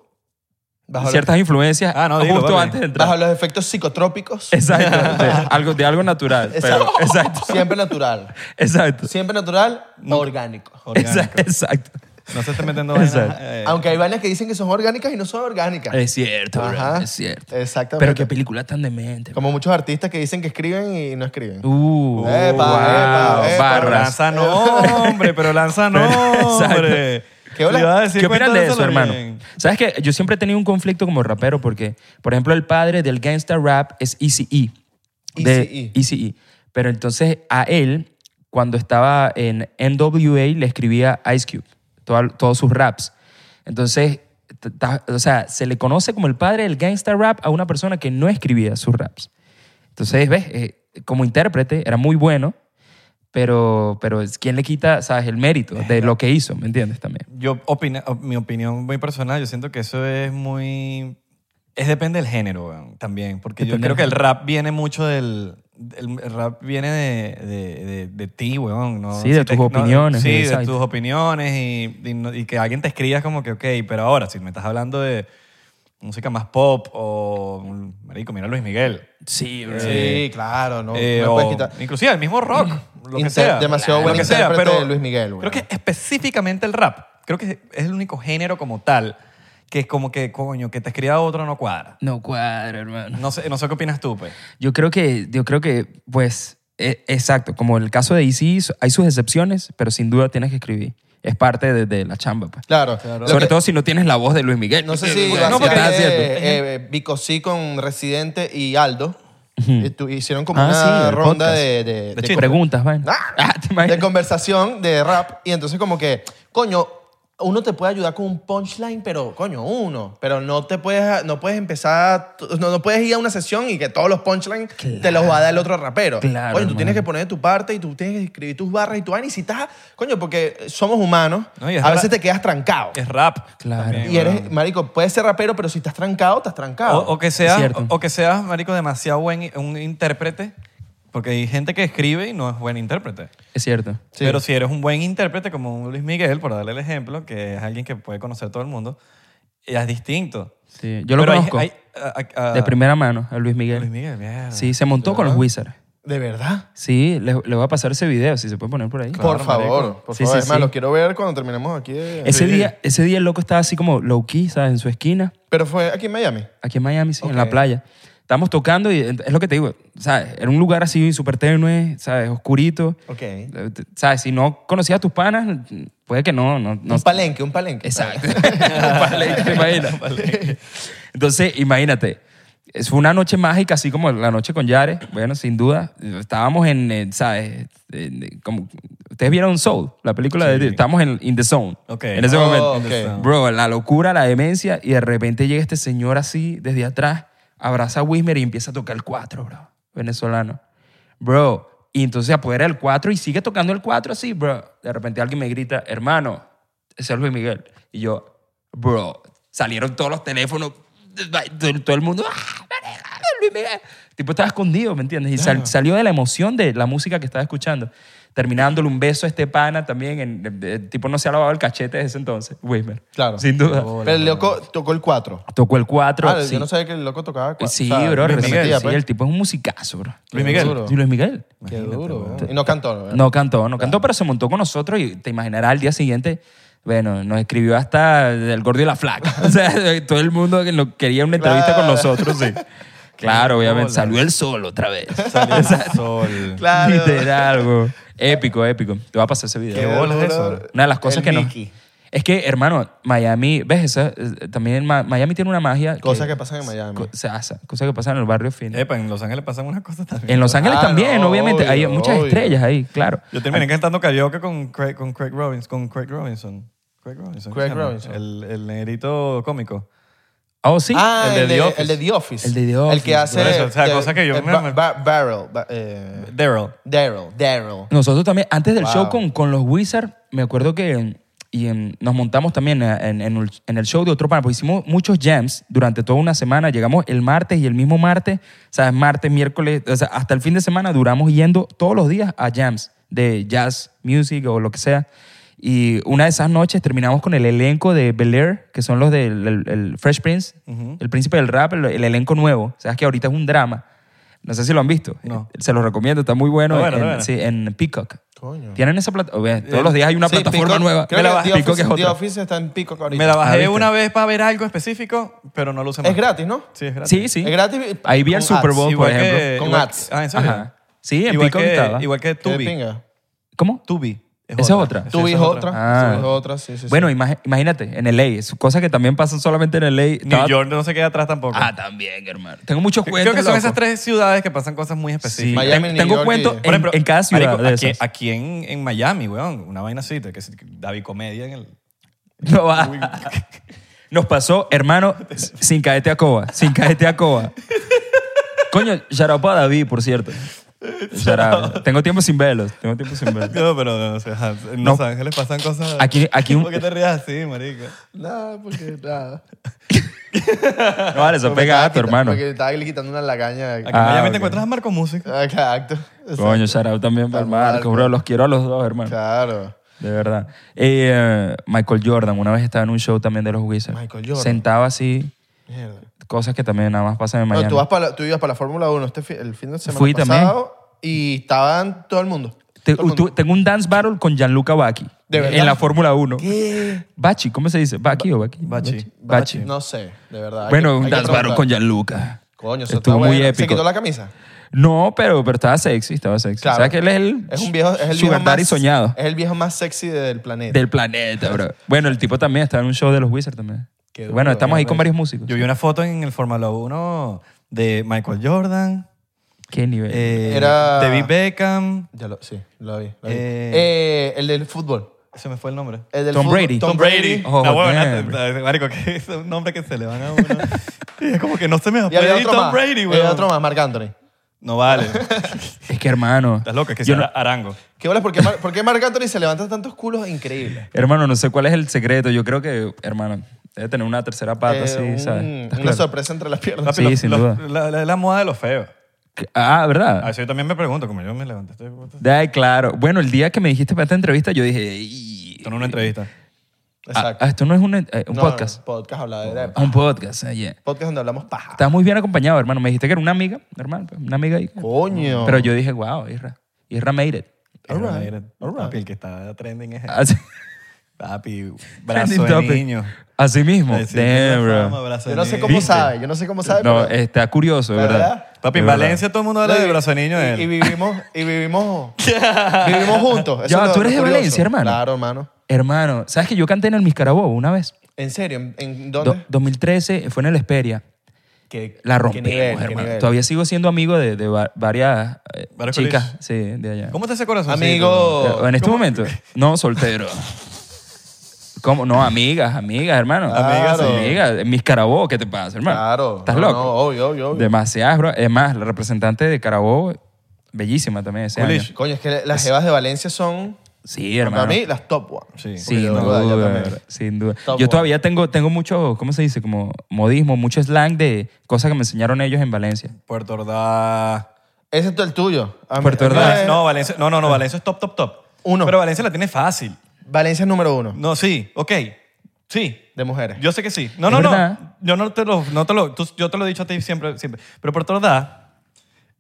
[SPEAKER 2] Bajo,
[SPEAKER 1] ciertas influencias
[SPEAKER 3] Ah, no, dilo,
[SPEAKER 1] justo
[SPEAKER 3] papi.
[SPEAKER 1] antes de entrar.
[SPEAKER 2] bajo los efectos psicotrópicos.
[SPEAKER 1] Exacto. De algo, de algo natural. pero-
[SPEAKER 2] Exacto.
[SPEAKER 1] exacto.
[SPEAKER 2] Siempre natural.
[SPEAKER 1] Exacto.
[SPEAKER 2] Siempre natural, no orgánico.
[SPEAKER 3] Orgánico.
[SPEAKER 1] Exacto. exacto.
[SPEAKER 3] No se esté metiendo vainas,
[SPEAKER 1] Exacto.
[SPEAKER 3] eh,
[SPEAKER 2] Aunque hay vainas que dicen que son orgánicas y no son orgánicas.
[SPEAKER 1] Es cierto, bro,
[SPEAKER 2] Ajá.
[SPEAKER 1] Es cierto.
[SPEAKER 2] Exactamente.
[SPEAKER 1] Pero qué película tan demente. bro.
[SPEAKER 2] Como muchos artistas que dicen que escriben y no escriben.
[SPEAKER 1] Uh,
[SPEAKER 2] Epa,
[SPEAKER 1] wow,
[SPEAKER 2] epa, epa.
[SPEAKER 1] barras.
[SPEAKER 3] Lanza nombre, pero lanza nombre.
[SPEAKER 2] ¿Qué hola?
[SPEAKER 3] Le iba a decir,
[SPEAKER 1] ¿Qué opinan Ah, de eso,
[SPEAKER 3] cuéntaselo
[SPEAKER 1] hermano?
[SPEAKER 3] bien.
[SPEAKER 1] ¿Sabes qué? Yo siempre he tenido un conflicto como rapero porque, por ejemplo, el padre del gangsta rap es Eazy-E. De
[SPEAKER 2] Eazy-E.
[SPEAKER 1] Eazy-E. Pero entonces a él, cuando estaba en NWA, le escribía Ice Cube, todo- todos sus raps. Entonces, ta- ta- o sea, se le conoce como el padre del gangsta rap a una persona que no escribía sus raps. Entonces, ves, Eh, como intérprete era muy bueno, pero, pero es- ¿quién le quita, sabes, el mérito de lo que hizo? ¿Me entiendes también?
[SPEAKER 3] Yo opina, op- mi opinión muy personal, yo siento que eso es muy... Es depende del género weón, también, porque yo
[SPEAKER 1] Depende del
[SPEAKER 3] creo que el rap viene mucho del... El rap viene de, de, de- de ti, weón. ¿no?
[SPEAKER 1] Sí, de tus opiniones,
[SPEAKER 3] sí, de
[SPEAKER 1] exacto.
[SPEAKER 3] tus opiniones y, y no- y que alguien te escriba es como que, ok, pero ahora, si me estás hablando de música más pop o... Marico, mira Luis Miguel.
[SPEAKER 1] Sí,
[SPEAKER 2] Sí, claro, no,
[SPEAKER 3] Eh,
[SPEAKER 2] no
[SPEAKER 1] oh,
[SPEAKER 2] puedes
[SPEAKER 3] o
[SPEAKER 2] quitar.
[SPEAKER 3] Inclusive el mismo rock, lo que
[SPEAKER 2] Inter-
[SPEAKER 3] sea.
[SPEAKER 2] demasiado
[SPEAKER 3] lo
[SPEAKER 2] buen
[SPEAKER 3] que sea,
[SPEAKER 2] intérprete
[SPEAKER 3] pero
[SPEAKER 2] de Luis Miguel, güey.
[SPEAKER 3] Creo que específicamente el rap. Creo que es el único género como tal que es como que, coño, que te escriba otro no cuadra.
[SPEAKER 1] No cuadra, hermano.
[SPEAKER 3] No sé, no sé qué opinas tú, pues.
[SPEAKER 1] Yo creo que, yo creo que pues, e- exacto, como el caso de Easy, hay sus excepciones, pero sin duda tienes que escribir. Es parte de, de la chamba, pues.
[SPEAKER 2] Claro. Lo
[SPEAKER 1] Sobre
[SPEAKER 2] que-
[SPEAKER 1] todo si no tienes la voz de Luis Miguel.
[SPEAKER 2] No sé si
[SPEAKER 1] Bueno,
[SPEAKER 2] no,
[SPEAKER 1] porque-
[SPEAKER 2] porque,
[SPEAKER 1] Estás haciendo.
[SPEAKER 2] eh, eh, Vico sí con Residente y Aldo eh, tu- hicieron como
[SPEAKER 1] Ah, sí,
[SPEAKER 2] una
[SPEAKER 1] el
[SPEAKER 2] ronda
[SPEAKER 1] podcast.
[SPEAKER 2] de, de- de-
[SPEAKER 3] chisme.
[SPEAKER 1] preguntas, vaina.
[SPEAKER 2] Ah.
[SPEAKER 1] Ah, ¿te
[SPEAKER 2] de
[SPEAKER 1] imaginas?
[SPEAKER 2] conversación, de rap. Y entonces como que, coño, uno te puede ayudar con un punchline, pero coño, uno. Pero no te puedes, no puedes empezar, no, no puedes ir a una sesión y que todos los punchlines te los va a dar el otro rapero.
[SPEAKER 1] Claro,
[SPEAKER 2] coño, tú
[SPEAKER 1] hermano.
[SPEAKER 2] tienes que poner de tu parte y tú tienes que escribir tus barras y tu vaina. Y si estás, coño, porque somos humanos,
[SPEAKER 3] No, y es
[SPEAKER 2] a veces
[SPEAKER 3] rap.
[SPEAKER 2] te quedas trancado.
[SPEAKER 3] Es rap.
[SPEAKER 1] Claro.
[SPEAKER 3] también,
[SPEAKER 2] Y eres,
[SPEAKER 3] weón.
[SPEAKER 2] marico, puedes ser rapero, pero si estás trancado, estás trancado.
[SPEAKER 3] O, o que seas,
[SPEAKER 1] cierto.
[SPEAKER 3] o que seas, marico, demasiado buen i- un intérprete, porque hay gente que escribe y no es buen intérprete.
[SPEAKER 1] Es cierto.
[SPEAKER 2] Sí.
[SPEAKER 3] Pero si eres un buen intérprete, como un Luis Miguel, por darle el ejemplo, que es alguien que puede conocer todo el mundo, es distinto.
[SPEAKER 1] Sí, yo lo
[SPEAKER 3] Pero hay-
[SPEAKER 1] conozco
[SPEAKER 3] hay- a-
[SPEAKER 2] Ah.
[SPEAKER 3] a- a-
[SPEAKER 1] de primera mano a Luis Miguel.
[SPEAKER 3] Luis Miguel, mierda.
[SPEAKER 1] Sí, se montó con los Wizards.
[SPEAKER 2] ¿De verdad?
[SPEAKER 1] Sí, le, le voy a pasar ese video, si se puede poner por ahí.
[SPEAKER 2] por favor,
[SPEAKER 3] marico.
[SPEAKER 2] por
[SPEAKER 1] Sí,
[SPEAKER 2] favor.
[SPEAKER 1] sí,
[SPEAKER 2] es más,
[SPEAKER 1] sí.
[SPEAKER 2] lo quiero ver cuando terminemos aquí. de-
[SPEAKER 1] Ese,
[SPEAKER 2] Sí.
[SPEAKER 1] día, ese día el loco estaba así como low-key, ¿sabes? En su esquina.
[SPEAKER 2] Pero fue aquí en Miami.
[SPEAKER 1] aquí en Miami, sí, en la
[SPEAKER 2] Ok.
[SPEAKER 1] playa. Estábamos tocando y es lo que te digo, ¿sabes? Era un lugar así súper tenue, ¿sabes? Oscurito.
[SPEAKER 2] Ok.
[SPEAKER 1] Eh, te- ¿Sabes? Si no conocías a tus panas, puede que no. no, no
[SPEAKER 2] Un palenque, un palenque.
[SPEAKER 1] Exacto. Un palenque, ¿te imaginas? Entonces, imagínate. Es- Fue una noche mágica, así como la noche con Yare. Bueno, sin duda. Estábamos en, eh, ¿sabes? En- eh, como, Ustedes vieron Soul, la película de... Estábamos en In the Zone.
[SPEAKER 3] Ok.
[SPEAKER 1] En ese
[SPEAKER 2] Oh,
[SPEAKER 1] momento.
[SPEAKER 2] ok.
[SPEAKER 1] Bro, la locura, la demencia, y de repente llega este señor así, desde atrás, abraza a Wismer y empieza a tocar el 4, bro, venezolano. Bro, y entonces apodera el 4 y sigue tocando el 4 así, bro. De repente alguien me grita, hermano, ese es Luis Miguel. Y yo, bro, salieron todos los teléfonos, todo todo el mundo, ¡ah, marica, Luis Miguel! Tipo, estaba escondido, ¿me entiendes? Y sal- salió de la emoción de la música que estaba escuchando. Terminándole un beso a este pana también. en- de- de- tipo, no se ha lavado el cachete desde ese entonces, Wismer.
[SPEAKER 2] Claro.
[SPEAKER 1] Sin duda.
[SPEAKER 3] Oh,
[SPEAKER 2] Pero el loco tocó el 4.
[SPEAKER 1] Tocó el 4.
[SPEAKER 2] Ah,
[SPEAKER 1] sí.
[SPEAKER 2] yo no sabía que el loco tocaba 4.
[SPEAKER 1] Sí, bro,
[SPEAKER 3] Luis
[SPEAKER 1] remitía,
[SPEAKER 3] Miguel,
[SPEAKER 1] sí, el tipo es un musicazo, bro.
[SPEAKER 3] Luis Miguel.
[SPEAKER 2] Duro.
[SPEAKER 1] Sí, Luis Miguel.
[SPEAKER 2] pues. Qué duro. bro. Y no cantó, ¿verdad?
[SPEAKER 1] No cantó, no cantó, pero se montó con nosotros y te imaginarás al día siguiente, bueno, nos escribió hasta el gordo y la flaca. O sea, todo el mundo que lo- quería una entrevista con nosotros, sí. Claro, obviamente.
[SPEAKER 3] bola.
[SPEAKER 1] Salió el sol otra vez.
[SPEAKER 3] Salió el sol.
[SPEAKER 2] Claro.
[SPEAKER 1] Literal, bro. Épico, épico. Te va a pasar ese video.
[SPEAKER 3] Qué bolas eso.
[SPEAKER 1] Una de las cosas
[SPEAKER 2] El
[SPEAKER 1] que no.
[SPEAKER 2] Mickey.
[SPEAKER 1] Es que, hermano, Miami, ¿ves? Esa, eh, también Ma- Miami tiene una magia.
[SPEAKER 2] Cosas que pasan en Miami.
[SPEAKER 1] co- se hace, cosas que pasan en el barrio fino.
[SPEAKER 3] Epa, en Los Ángeles pasan unas cosas también.
[SPEAKER 1] En Los Ángeles
[SPEAKER 2] Eh, Claro,
[SPEAKER 1] también, obviamente.
[SPEAKER 2] obvio,
[SPEAKER 1] hay muchas
[SPEAKER 2] obvio.
[SPEAKER 1] estrellas ahí, claro.
[SPEAKER 3] Yo terminé cantando karaoke con Craig, con Craig Robbins, con Craig Robinson. Craig Robinson. ¿qué
[SPEAKER 2] Craig
[SPEAKER 3] se llama?
[SPEAKER 2] Robinson.
[SPEAKER 3] El, el negrito cómico.
[SPEAKER 1] Oh, sí.
[SPEAKER 2] Ah,
[SPEAKER 3] el de
[SPEAKER 2] el de,
[SPEAKER 3] The Office.
[SPEAKER 2] el de The Office.
[SPEAKER 1] El de The Office,
[SPEAKER 2] El que hace.
[SPEAKER 3] por eso, o sea,
[SPEAKER 2] de-
[SPEAKER 3] cosa que yo
[SPEAKER 2] el
[SPEAKER 3] me-
[SPEAKER 2] ba- ba- barrel. ba- eh,
[SPEAKER 3] Daryl.
[SPEAKER 2] Daryl. Daryl.
[SPEAKER 1] Nosotros también, antes del
[SPEAKER 2] Wow.
[SPEAKER 1] show con, con los Wizards, me acuerdo que y en- nos montamos también en, en el- en el show de otro pana, porque hicimos muchos jams durante toda una semana. Llegamos el martes y el mismo martes, ¿sabes? Martes, miércoles, o sea, hasta el fin de semana duramos yendo todos los días a jams de jazz, music o lo que sea. Y una de esas noches terminamos con el elenco de Bel Air, que son los del el- el Fresh Prince, el príncipe del rap, el, el elenco nuevo. O sea, es que ahorita es un drama. No sé si lo han visto.
[SPEAKER 3] No.
[SPEAKER 1] Se los recomiendo, está muy bueno.
[SPEAKER 3] Está bueno,
[SPEAKER 1] en-
[SPEAKER 3] está
[SPEAKER 1] sí,
[SPEAKER 3] bueno.
[SPEAKER 1] en Peacock.
[SPEAKER 2] Coño.
[SPEAKER 1] Tienen esa plataforma. Todos los días hay una
[SPEAKER 2] Sí,
[SPEAKER 1] plataforma
[SPEAKER 2] Peacock.
[SPEAKER 1] nueva.
[SPEAKER 2] Creo
[SPEAKER 1] Me la
[SPEAKER 2] que
[SPEAKER 1] bajé. Peacock
[SPEAKER 2] The Office,
[SPEAKER 1] es
[SPEAKER 2] The
[SPEAKER 1] otra.
[SPEAKER 2] Office está en Peacock ahorita.
[SPEAKER 3] Me la
[SPEAKER 1] Ah,
[SPEAKER 3] bajé
[SPEAKER 1] ¿viste?
[SPEAKER 3] una vez para ver algo específico, pero no lo usé más.
[SPEAKER 2] Es gratis, ¿no?
[SPEAKER 3] Sí, es gratis.
[SPEAKER 1] Sí, sí.
[SPEAKER 2] Es gratis.
[SPEAKER 1] Ahí vi el
[SPEAKER 2] Con
[SPEAKER 1] Super
[SPEAKER 2] ads.
[SPEAKER 1] Bowl, por
[SPEAKER 3] Igual que-
[SPEAKER 1] ejemplo.
[SPEAKER 2] Con
[SPEAKER 3] igual
[SPEAKER 2] ads.
[SPEAKER 3] que- Ah, ¿en serio?
[SPEAKER 1] Ajá. Sí, en
[SPEAKER 3] igual
[SPEAKER 1] Peacock
[SPEAKER 3] que,
[SPEAKER 1] estaba.
[SPEAKER 3] Igual que
[SPEAKER 2] Qué de
[SPEAKER 3] Tubi.
[SPEAKER 2] pinga.
[SPEAKER 1] ¿Cómo?
[SPEAKER 3] Tubi.
[SPEAKER 1] Esa es otra.
[SPEAKER 2] Tubi
[SPEAKER 3] esa
[SPEAKER 2] es otra.
[SPEAKER 1] Ah.
[SPEAKER 2] Tubi es otra, sí, sí. sí.
[SPEAKER 1] Bueno, ima- imagínate, en LA. es- Cosas que también pasan solamente en LA.
[SPEAKER 3] New
[SPEAKER 1] Estaba-
[SPEAKER 3] York no se queda atrás tampoco.
[SPEAKER 1] Ah, también, hermano. Tengo muchos
[SPEAKER 3] Creo
[SPEAKER 1] cuentos.
[SPEAKER 3] que son
[SPEAKER 1] loco.
[SPEAKER 3] esas tres ciudades que pasan cosas muy
[SPEAKER 1] Sí.
[SPEAKER 3] específicas.
[SPEAKER 2] Miami,
[SPEAKER 1] Ten-
[SPEAKER 2] New
[SPEAKER 1] Tengo
[SPEAKER 2] York y-
[SPEAKER 1] cuentos
[SPEAKER 2] Por
[SPEAKER 1] en, en cada ciudad
[SPEAKER 3] marico,
[SPEAKER 1] de
[SPEAKER 3] aquí,
[SPEAKER 1] esas.
[SPEAKER 3] aquí en, en Miami, weón, una vaina así, que, se- que David Comedia en el...
[SPEAKER 1] No va. Nos pasó, hermano, s- sin caerte a coba. Sin caerte a coba. Coño, Yarapa David, por cierto. Shout out. Tengo tiempo sin verlos. Tengo tiempo sin verlos.
[SPEAKER 3] No, pero no, o sea, en
[SPEAKER 1] No.
[SPEAKER 3] Los Ángeles pasan cosas...
[SPEAKER 1] Aquí- aquí un-
[SPEAKER 3] ¿Por qué te rías así, marico?
[SPEAKER 2] Nada, porque nada.
[SPEAKER 1] No, vale, eso
[SPEAKER 2] Porque
[SPEAKER 1] pega
[SPEAKER 2] estaba
[SPEAKER 1] a tu
[SPEAKER 2] quitando-
[SPEAKER 1] hermano.
[SPEAKER 2] Porque estaba quitando una lagaña.
[SPEAKER 3] Aquí
[SPEAKER 1] Ah,
[SPEAKER 3] en Miami
[SPEAKER 1] ok.
[SPEAKER 3] te encuentras a Marco Música.
[SPEAKER 2] Ah, Exacto. exacto.
[SPEAKER 1] Coño, shout out también para el Marco, bro. Los quiero a los dos, hermano.
[SPEAKER 2] Claro.
[SPEAKER 1] De verdad. Eh, Michael Jordan, una vez estaba en un show también de los Wizards.
[SPEAKER 2] Michael Jordan.
[SPEAKER 1] Sentaba así,
[SPEAKER 2] Mierda.
[SPEAKER 1] cosas que también nada más pasan en Miami.
[SPEAKER 2] No, tú, vas para la- tú ibas para la Fórmula 1 este fi- el fin de semana
[SPEAKER 1] Fui también.
[SPEAKER 2] pasado y estaban todo el mundo.
[SPEAKER 1] Te-
[SPEAKER 2] Todo el
[SPEAKER 1] tú-
[SPEAKER 2] mundo.
[SPEAKER 1] tengo un dance battle con Gianluca Bacchi.
[SPEAKER 2] ¿De verdad?
[SPEAKER 1] En la Fórmula 1.
[SPEAKER 2] ¿Qué?
[SPEAKER 1] Bachi, ¿cómo se dice? ¿Bacchi o Bacchi?
[SPEAKER 3] Bachi.
[SPEAKER 1] Bachi.
[SPEAKER 2] No sé, de verdad. hay que-
[SPEAKER 1] Bueno, un
[SPEAKER 2] hay que
[SPEAKER 1] dance battle
[SPEAKER 2] preguntar.
[SPEAKER 1] con Gianluca.
[SPEAKER 2] Coño, eso está
[SPEAKER 1] Estuvo muy
[SPEAKER 2] bueno. ¿Se
[SPEAKER 1] épico.
[SPEAKER 2] quitó la camisa?
[SPEAKER 1] No, pero, pero estaba sexy, estaba sexy.
[SPEAKER 2] Claro.
[SPEAKER 1] ¿Sabes que él es el,
[SPEAKER 2] Es un viejo, es el viejo
[SPEAKER 1] sugar daddy
[SPEAKER 2] más, eh,
[SPEAKER 1] soñado
[SPEAKER 2] Es el viejo más sexy del planeta.
[SPEAKER 1] del planeta, bro? Bueno, el tipo también está en un show de los Wizards también.
[SPEAKER 2] Qué duro,
[SPEAKER 1] bueno, estamos ahí con
[SPEAKER 2] hermano.
[SPEAKER 1] varios músicos.
[SPEAKER 3] Yo vi una foto en el Fórmula 1 de Michael Jordan,
[SPEAKER 1] Qué nivel.
[SPEAKER 3] eh,
[SPEAKER 2] Era-
[SPEAKER 3] David Beckham...
[SPEAKER 2] Ya lo, sí, lo vi. lo vi.
[SPEAKER 3] Eh.
[SPEAKER 2] Eh, el del fútbol.
[SPEAKER 3] Se me fue el nombre.
[SPEAKER 2] El del
[SPEAKER 1] Tom
[SPEAKER 2] fútbol-
[SPEAKER 1] Brady.
[SPEAKER 2] Tom Brady.
[SPEAKER 1] Oh,
[SPEAKER 3] La huevona,
[SPEAKER 1] damn.
[SPEAKER 3] te- te- marico, que es un nombre que se le van a uno. Y es como que no se me va a
[SPEAKER 2] Y había
[SPEAKER 3] pedir
[SPEAKER 2] otro
[SPEAKER 3] Tom
[SPEAKER 2] más.
[SPEAKER 3] Brady,
[SPEAKER 2] Y había
[SPEAKER 3] weón.
[SPEAKER 2] otro más, Marc Anthony.
[SPEAKER 3] No vale.
[SPEAKER 1] Es que hermano.
[SPEAKER 3] Estás loca, es que
[SPEAKER 1] yo
[SPEAKER 3] sea
[SPEAKER 1] no-
[SPEAKER 3] Arango.
[SPEAKER 2] ¿Qué bolas? ¿Por qué, Mar- por qué Marc Anthony se levanta tantos culos increíbles?
[SPEAKER 1] Hermano, no sé cuál es el secreto. Yo creo que, hermano, debe tener una tercera pata,
[SPEAKER 2] Eh,
[SPEAKER 1] sí,
[SPEAKER 2] un-
[SPEAKER 1] ¿sabes? ¿Estás
[SPEAKER 2] Una
[SPEAKER 1] claro?
[SPEAKER 2] sorpresa entre las piernas.
[SPEAKER 1] Sí, sin duda.
[SPEAKER 3] La, la- la moda de los feos.
[SPEAKER 1] Que- Ah,
[SPEAKER 3] A
[SPEAKER 1] ¿verdad?
[SPEAKER 3] eso yo también me pregunto, como yo me levanté. estoy- Esto
[SPEAKER 1] De ahí, claro. Bueno, el día que me dijiste para esta entrevista, yo dije. "Ey,
[SPEAKER 3] no es una entrevista.
[SPEAKER 1] ah,
[SPEAKER 2] Exacto.
[SPEAKER 1] ah, esto no es una- eh, un
[SPEAKER 2] No,
[SPEAKER 1] podcast.
[SPEAKER 2] Podcast habladera de
[SPEAKER 1] Ah, Un podcast, ah, yeah.
[SPEAKER 2] Podcast donde hablamos paja.
[SPEAKER 1] Estaba muy bien acompañado, hermano. Me dijiste que era una amiga, normal, pues, una amiga ahí.
[SPEAKER 2] Oh, Coño.
[SPEAKER 1] Pero yo dije, wow, Isra. Isra made it.
[SPEAKER 2] All right,
[SPEAKER 3] Era-
[SPEAKER 2] all right.
[SPEAKER 3] Papi, el que está trending es
[SPEAKER 1] Así,
[SPEAKER 3] papi,
[SPEAKER 1] Ah. trending
[SPEAKER 3] brazo de
[SPEAKER 1] topic.
[SPEAKER 3] niño.
[SPEAKER 1] Así mismo. Damn,
[SPEAKER 3] Sí, tiene
[SPEAKER 1] bro.
[SPEAKER 3] fama, brazo
[SPEAKER 2] Yo
[SPEAKER 3] de
[SPEAKER 2] no sé
[SPEAKER 3] niño.
[SPEAKER 2] cómo
[SPEAKER 1] ¿Viste?
[SPEAKER 2] sabe, yo no sé cómo sabe.
[SPEAKER 1] No,
[SPEAKER 2] pero-
[SPEAKER 1] está curioso, de verdad.
[SPEAKER 2] ¿Verdad?
[SPEAKER 3] Papi, en
[SPEAKER 1] De verdad.
[SPEAKER 3] Valencia todo el mundo habla de brazo de niño.
[SPEAKER 2] Y,
[SPEAKER 3] de
[SPEAKER 2] y
[SPEAKER 3] él.
[SPEAKER 2] vivimos, y vivimos, vivimos juntos. Eso
[SPEAKER 1] Ya,
[SPEAKER 2] es lo-
[SPEAKER 1] tú
[SPEAKER 2] lo
[SPEAKER 1] eres de
[SPEAKER 2] curioso.
[SPEAKER 1] Valencia, hermano.
[SPEAKER 2] Claro, hermano.
[SPEAKER 1] Hermano, ¿sabes que yo canté en el Miscarabobo una vez?
[SPEAKER 2] ¿En serio? ¿En, en
[SPEAKER 1] Do-
[SPEAKER 2] dónde?
[SPEAKER 1] 2013 fue en el Esperia.
[SPEAKER 2] ¿Qué-
[SPEAKER 1] La
[SPEAKER 2] qué
[SPEAKER 1] rompimos,
[SPEAKER 2] nivel, qué
[SPEAKER 1] hermano.
[SPEAKER 2] nivel?
[SPEAKER 1] Todavía sigo siendo amigo de, de va- varias eh,
[SPEAKER 3] Varios
[SPEAKER 1] chicas sí, de allá.
[SPEAKER 3] ¿Cómo te hace corazón?
[SPEAKER 2] Amigo.
[SPEAKER 1] Eh, En este momento, no, soltero. ¿Cómo? No, amigas, amigas, hermano.
[SPEAKER 2] Amigas, sí.
[SPEAKER 1] amigas. Mis Carabobo, ¿qué te pasa, hermano?
[SPEAKER 2] Claro.
[SPEAKER 1] ¿Estás
[SPEAKER 2] No,
[SPEAKER 1] loco?
[SPEAKER 2] no, obvio, obvio, obvio.
[SPEAKER 1] Demasiadas, bro. Es más, la representante de Carabobo, bellísima también ese
[SPEAKER 3] Coolish.
[SPEAKER 1] año.
[SPEAKER 2] Coño, es que las jevas de Valencia son,
[SPEAKER 1] Sí,
[SPEAKER 2] para
[SPEAKER 1] hermano.
[SPEAKER 2] mí, las top one.
[SPEAKER 3] Sí.
[SPEAKER 1] Sin
[SPEAKER 2] Porque de
[SPEAKER 1] duda,
[SPEAKER 2] verdad, yo también.
[SPEAKER 1] sin duda.
[SPEAKER 2] Top
[SPEAKER 1] yo
[SPEAKER 2] one.
[SPEAKER 1] todavía tengo, tengo mucho, ¿cómo se dice? Como modismo, mucho slang de cosas que me enseñaron ellos en Valencia.
[SPEAKER 3] Puerto Ordaz.
[SPEAKER 2] Ese es el tuyo. A mí- eh,
[SPEAKER 1] Puerto
[SPEAKER 2] a mí
[SPEAKER 1] Ordaz.
[SPEAKER 2] es-
[SPEAKER 3] No, Valencia, no, no, no, Valencia es top, top, top.
[SPEAKER 2] Uno.
[SPEAKER 3] Pero Valencia la tiene fácil.
[SPEAKER 2] Valencia es número uno
[SPEAKER 3] No, sí, ok. Sí.
[SPEAKER 2] de mujeres.
[SPEAKER 3] Yo sé que sí. No,
[SPEAKER 1] Es
[SPEAKER 3] no,
[SPEAKER 1] verdad.
[SPEAKER 3] no. Yo no te lo, no te lo, tú- yo te lo he dicho a ti siempre, siempre. Pero por todas las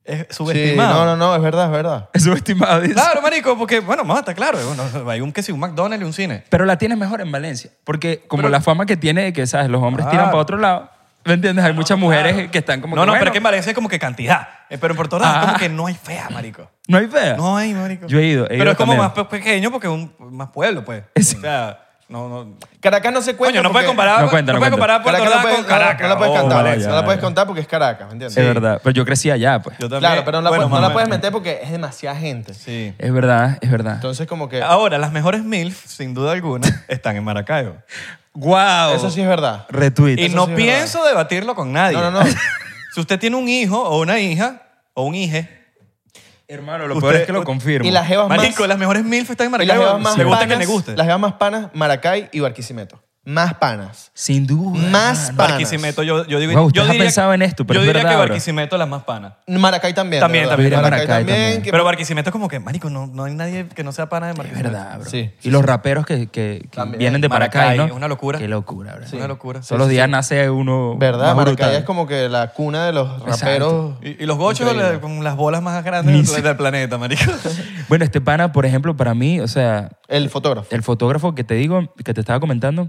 [SPEAKER 3] es
[SPEAKER 2] sí, no,
[SPEAKER 3] subestimado.
[SPEAKER 2] no, no, es verdad, es verdad.
[SPEAKER 1] Es subestimado. dice.
[SPEAKER 3] Claro, marico, porque, bueno, mamá, está claro. Bueno, hay un que sí, un McDonald's y un cine.
[SPEAKER 1] Pero la tienes mejor en Valencia. Porque como la fama que tiene de que, ¿sabes? Los hombres tiran
[SPEAKER 3] Claro.
[SPEAKER 1] para otro lado. ¿Me entiendes? Hay muchas mujeres Eh, que están como
[SPEAKER 3] no,
[SPEAKER 1] que,
[SPEAKER 3] no,
[SPEAKER 1] bueno,
[SPEAKER 3] pero es que en Valencia es como que cantidad. Eh, Pero en Puerto Ordaz es
[SPEAKER 1] Ah.
[SPEAKER 3] como que no hay fea, marico.
[SPEAKER 1] No hay fea.
[SPEAKER 3] No hay, marico.
[SPEAKER 1] Yo he ido, he
[SPEAKER 3] pero
[SPEAKER 1] ido
[SPEAKER 3] es como
[SPEAKER 1] también.
[SPEAKER 3] más pe- pequeño porque es un más pueblo, pues. O sea, no, no.
[SPEAKER 2] Caracas no se cuenta.
[SPEAKER 3] Coño, no
[SPEAKER 2] porque-
[SPEAKER 3] puedes comparar,
[SPEAKER 1] No cuenta,
[SPEAKER 3] no
[SPEAKER 1] no
[SPEAKER 3] puedes
[SPEAKER 1] cuenta.
[SPEAKER 3] comparar Puerto
[SPEAKER 2] Caracas no
[SPEAKER 3] Ordaz
[SPEAKER 2] puedes-
[SPEAKER 3] con
[SPEAKER 2] no la-
[SPEAKER 3] Caracas.
[SPEAKER 2] No la puedes
[SPEAKER 3] Oh,
[SPEAKER 2] contar.
[SPEAKER 1] vale,
[SPEAKER 2] no
[SPEAKER 1] ya,
[SPEAKER 2] la puedes
[SPEAKER 1] ya.
[SPEAKER 2] contar porque es Caracas, ¿me entiendes?
[SPEAKER 1] Es verdad. Pero yo crecí allá, pues.
[SPEAKER 3] Yo también.
[SPEAKER 2] Claro, pero no la,
[SPEAKER 3] Bueno,
[SPEAKER 2] puedes- no
[SPEAKER 3] más
[SPEAKER 2] la
[SPEAKER 3] o
[SPEAKER 2] puedes
[SPEAKER 3] menos.
[SPEAKER 2] meter porque es demasiada gente.
[SPEAKER 3] Sí.
[SPEAKER 1] Es verdad, es verdad.
[SPEAKER 3] Oh.
[SPEAKER 2] Entonces, como que.
[SPEAKER 3] Ahora, las mejores MILF, sin duda alguna, están en Maracaibo. ¡Wow!
[SPEAKER 2] Eso sí es verdad.
[SPEAKER 1] Retweet.
[SPEAKER 3] Y
[SPEAKER 2] Eso
[SPEAKER 3] no
[SPEAKER 2] sí es
[SPEAKER 3] pienso debatirlo con nadie.
[SPEAKER 2] No, no, no.
[SPEAKER 3] si usted tiene un hijo o una hija o un hije,
[SPEAKER 1] Hermano,
[SPEAKER 3] Usted-
[SPEAKER 1] confirmo.
[SPEAKER 2] y las jevas más-
[SPEAKER 3] marico, las mejores milf están en
[SPEAKER 2] Y las
[SPEAKER 3] Maracaibo.
[SPEAKER 2] jevas más
[SPEAKER 3] le gusta
[SPEAKER 2] panas,
[SPEAKER 3] que le guste.
[SPEAKER 2] Las jevas más panas, Maracay y Barquisimeto. Más panas.
[SPEAKER 1] Sin duda.
[SPEAKER 2] Más panas.
[SPEAKER 3] Barquisimeto, yo, yo digo...
[SPEAKER 1] Wow,
[SPEAKER 3] yo
[SPEAKER 1] usted ha pensado en esto, pero
[SPEAKER 3] Yo
[SPEAKER 1] es
[SPEAKER 3] diría
[SPEAKER 1] verdad,
[SPEAKER 3] que
[SPEAKER 1] bro.
[SPEAKER 3] Barquisimeto es la más pana.
[SPEAKER 2] Maracay también.
[SPEAKER 3] También,
[SPEAKER 2] de verdad.
[SPEAKER 3] también.
[SPEAKER 2] Maracay,
[SPEAKER 1] Maracay
[SPEAKER 2] también.
[SPEAKER 1] también.
[SPEAKER 2] que-
[SPEAKER 3] Pero Barquisimeto es como que, marico, no, no hay nadie que no sea pana de
[SPEAKER 1] Es
[SPEAKER 3] Barquisimeto.
[SPEAKER 1] verdad, bro.
[SPEAKER 2] Sí, sí,
[SPEAKER 1] y los raperos que, que- que
[SPEAKER 2] También.
[SPEAKER 1] vienen de Maracay,
[SPEAKER 3] Maracay,
[SPEAKER 1] ¿no?
[SPEAKER 3] es una locura.
[SPEAKER 1] Qué locura, bro.
[SPEAKER 3] Sí. Una locura.
[SPEAKER 1] Todos los días nace uno
[SPEAKER 2] ¿Verdad?
[SPEAKER 1] más
[SPEAKER 2] Maracay
[SPEAKER 1] brutal.
[SPEAKER 2] es como que la cuna de los raperos.
[SPEAKER 3] Y, y los gochos
[SPEAKER 2] Increíble.
[SPEAKER 3] le- con las bolas más grandes del, del planeta, marico.
[SPEAKER 1] Bueno, este pana, por ejemplo, para mí, o sea,
[SPEAKER 2] El fotógrafo.
[SPEAKER 1] el fotógrafo que te digo, que te estaba comentando,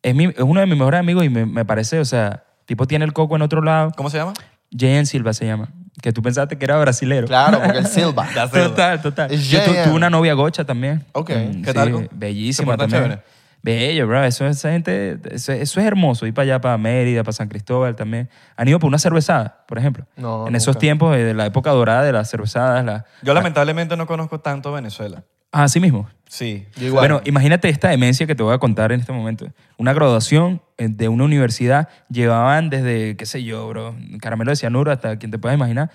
[SPEAKER 1] es, mi- es uno de mis mejores amigos y me, me parece, o sea, tipo tiene el coco en otro lado.
[SPEAKER 3] ¿Cómo se llama?
[SPEAKER 1] Jayen Silva se llama. Que tú pensaste que era brasilero.
[SPEAKER 2] Claro, porque el Silva.
[SPEAKER 3] Ya sé.
[SPEAKER 1] Total, total.
[SPEAKER 2] Es
[SPEAKER 1] Yo tu-
[SPEAKER 2] Jayen.
[SPEAKER 1] tuve una novia gocha también.
[SPEAKER 2] Ok.
[SPEAKER 1] Mm,
[SPEAKER 3] ¿Qué tal, go? ¿Se
[SPEAKER 1] Bellísima
[SPEAKER 3] portan
[SPEAKER 1] también.
[SPEAKER 3] chévere?
[SPEAKER 1] Bello, bro. Eso, esa gente, eso, eso es hermoso. Ir para allá, para Mérida, para San Cristóbal también. Han ido por una cervezada, por ejemplo.
[SPEAKER 2] No,
[SPEAKER 1] en esos
[SPEAKER 2] nunca.
[SPEAKER 1] tiempos eh, de la época dorada de las cervezadas. La,
[SPEAKER 2] Ah.
[SPEAKER 1] ah,
[SPEAKER 3] Yo lamentablemente no conozco tanto Venezuela.
[SPEAKER 1] así mismo.
[SPEAKER 3] Sí.
[SPEAKER 2] Yo igual.
[SPEAKER 1] Bueno, imagínate esta demencia que te voy a contar en este momento. Una graduación eh, de una universidad llevaban desde, qué sé yo, bro, caramelo de cianuro hasta quien te puedas imaginar,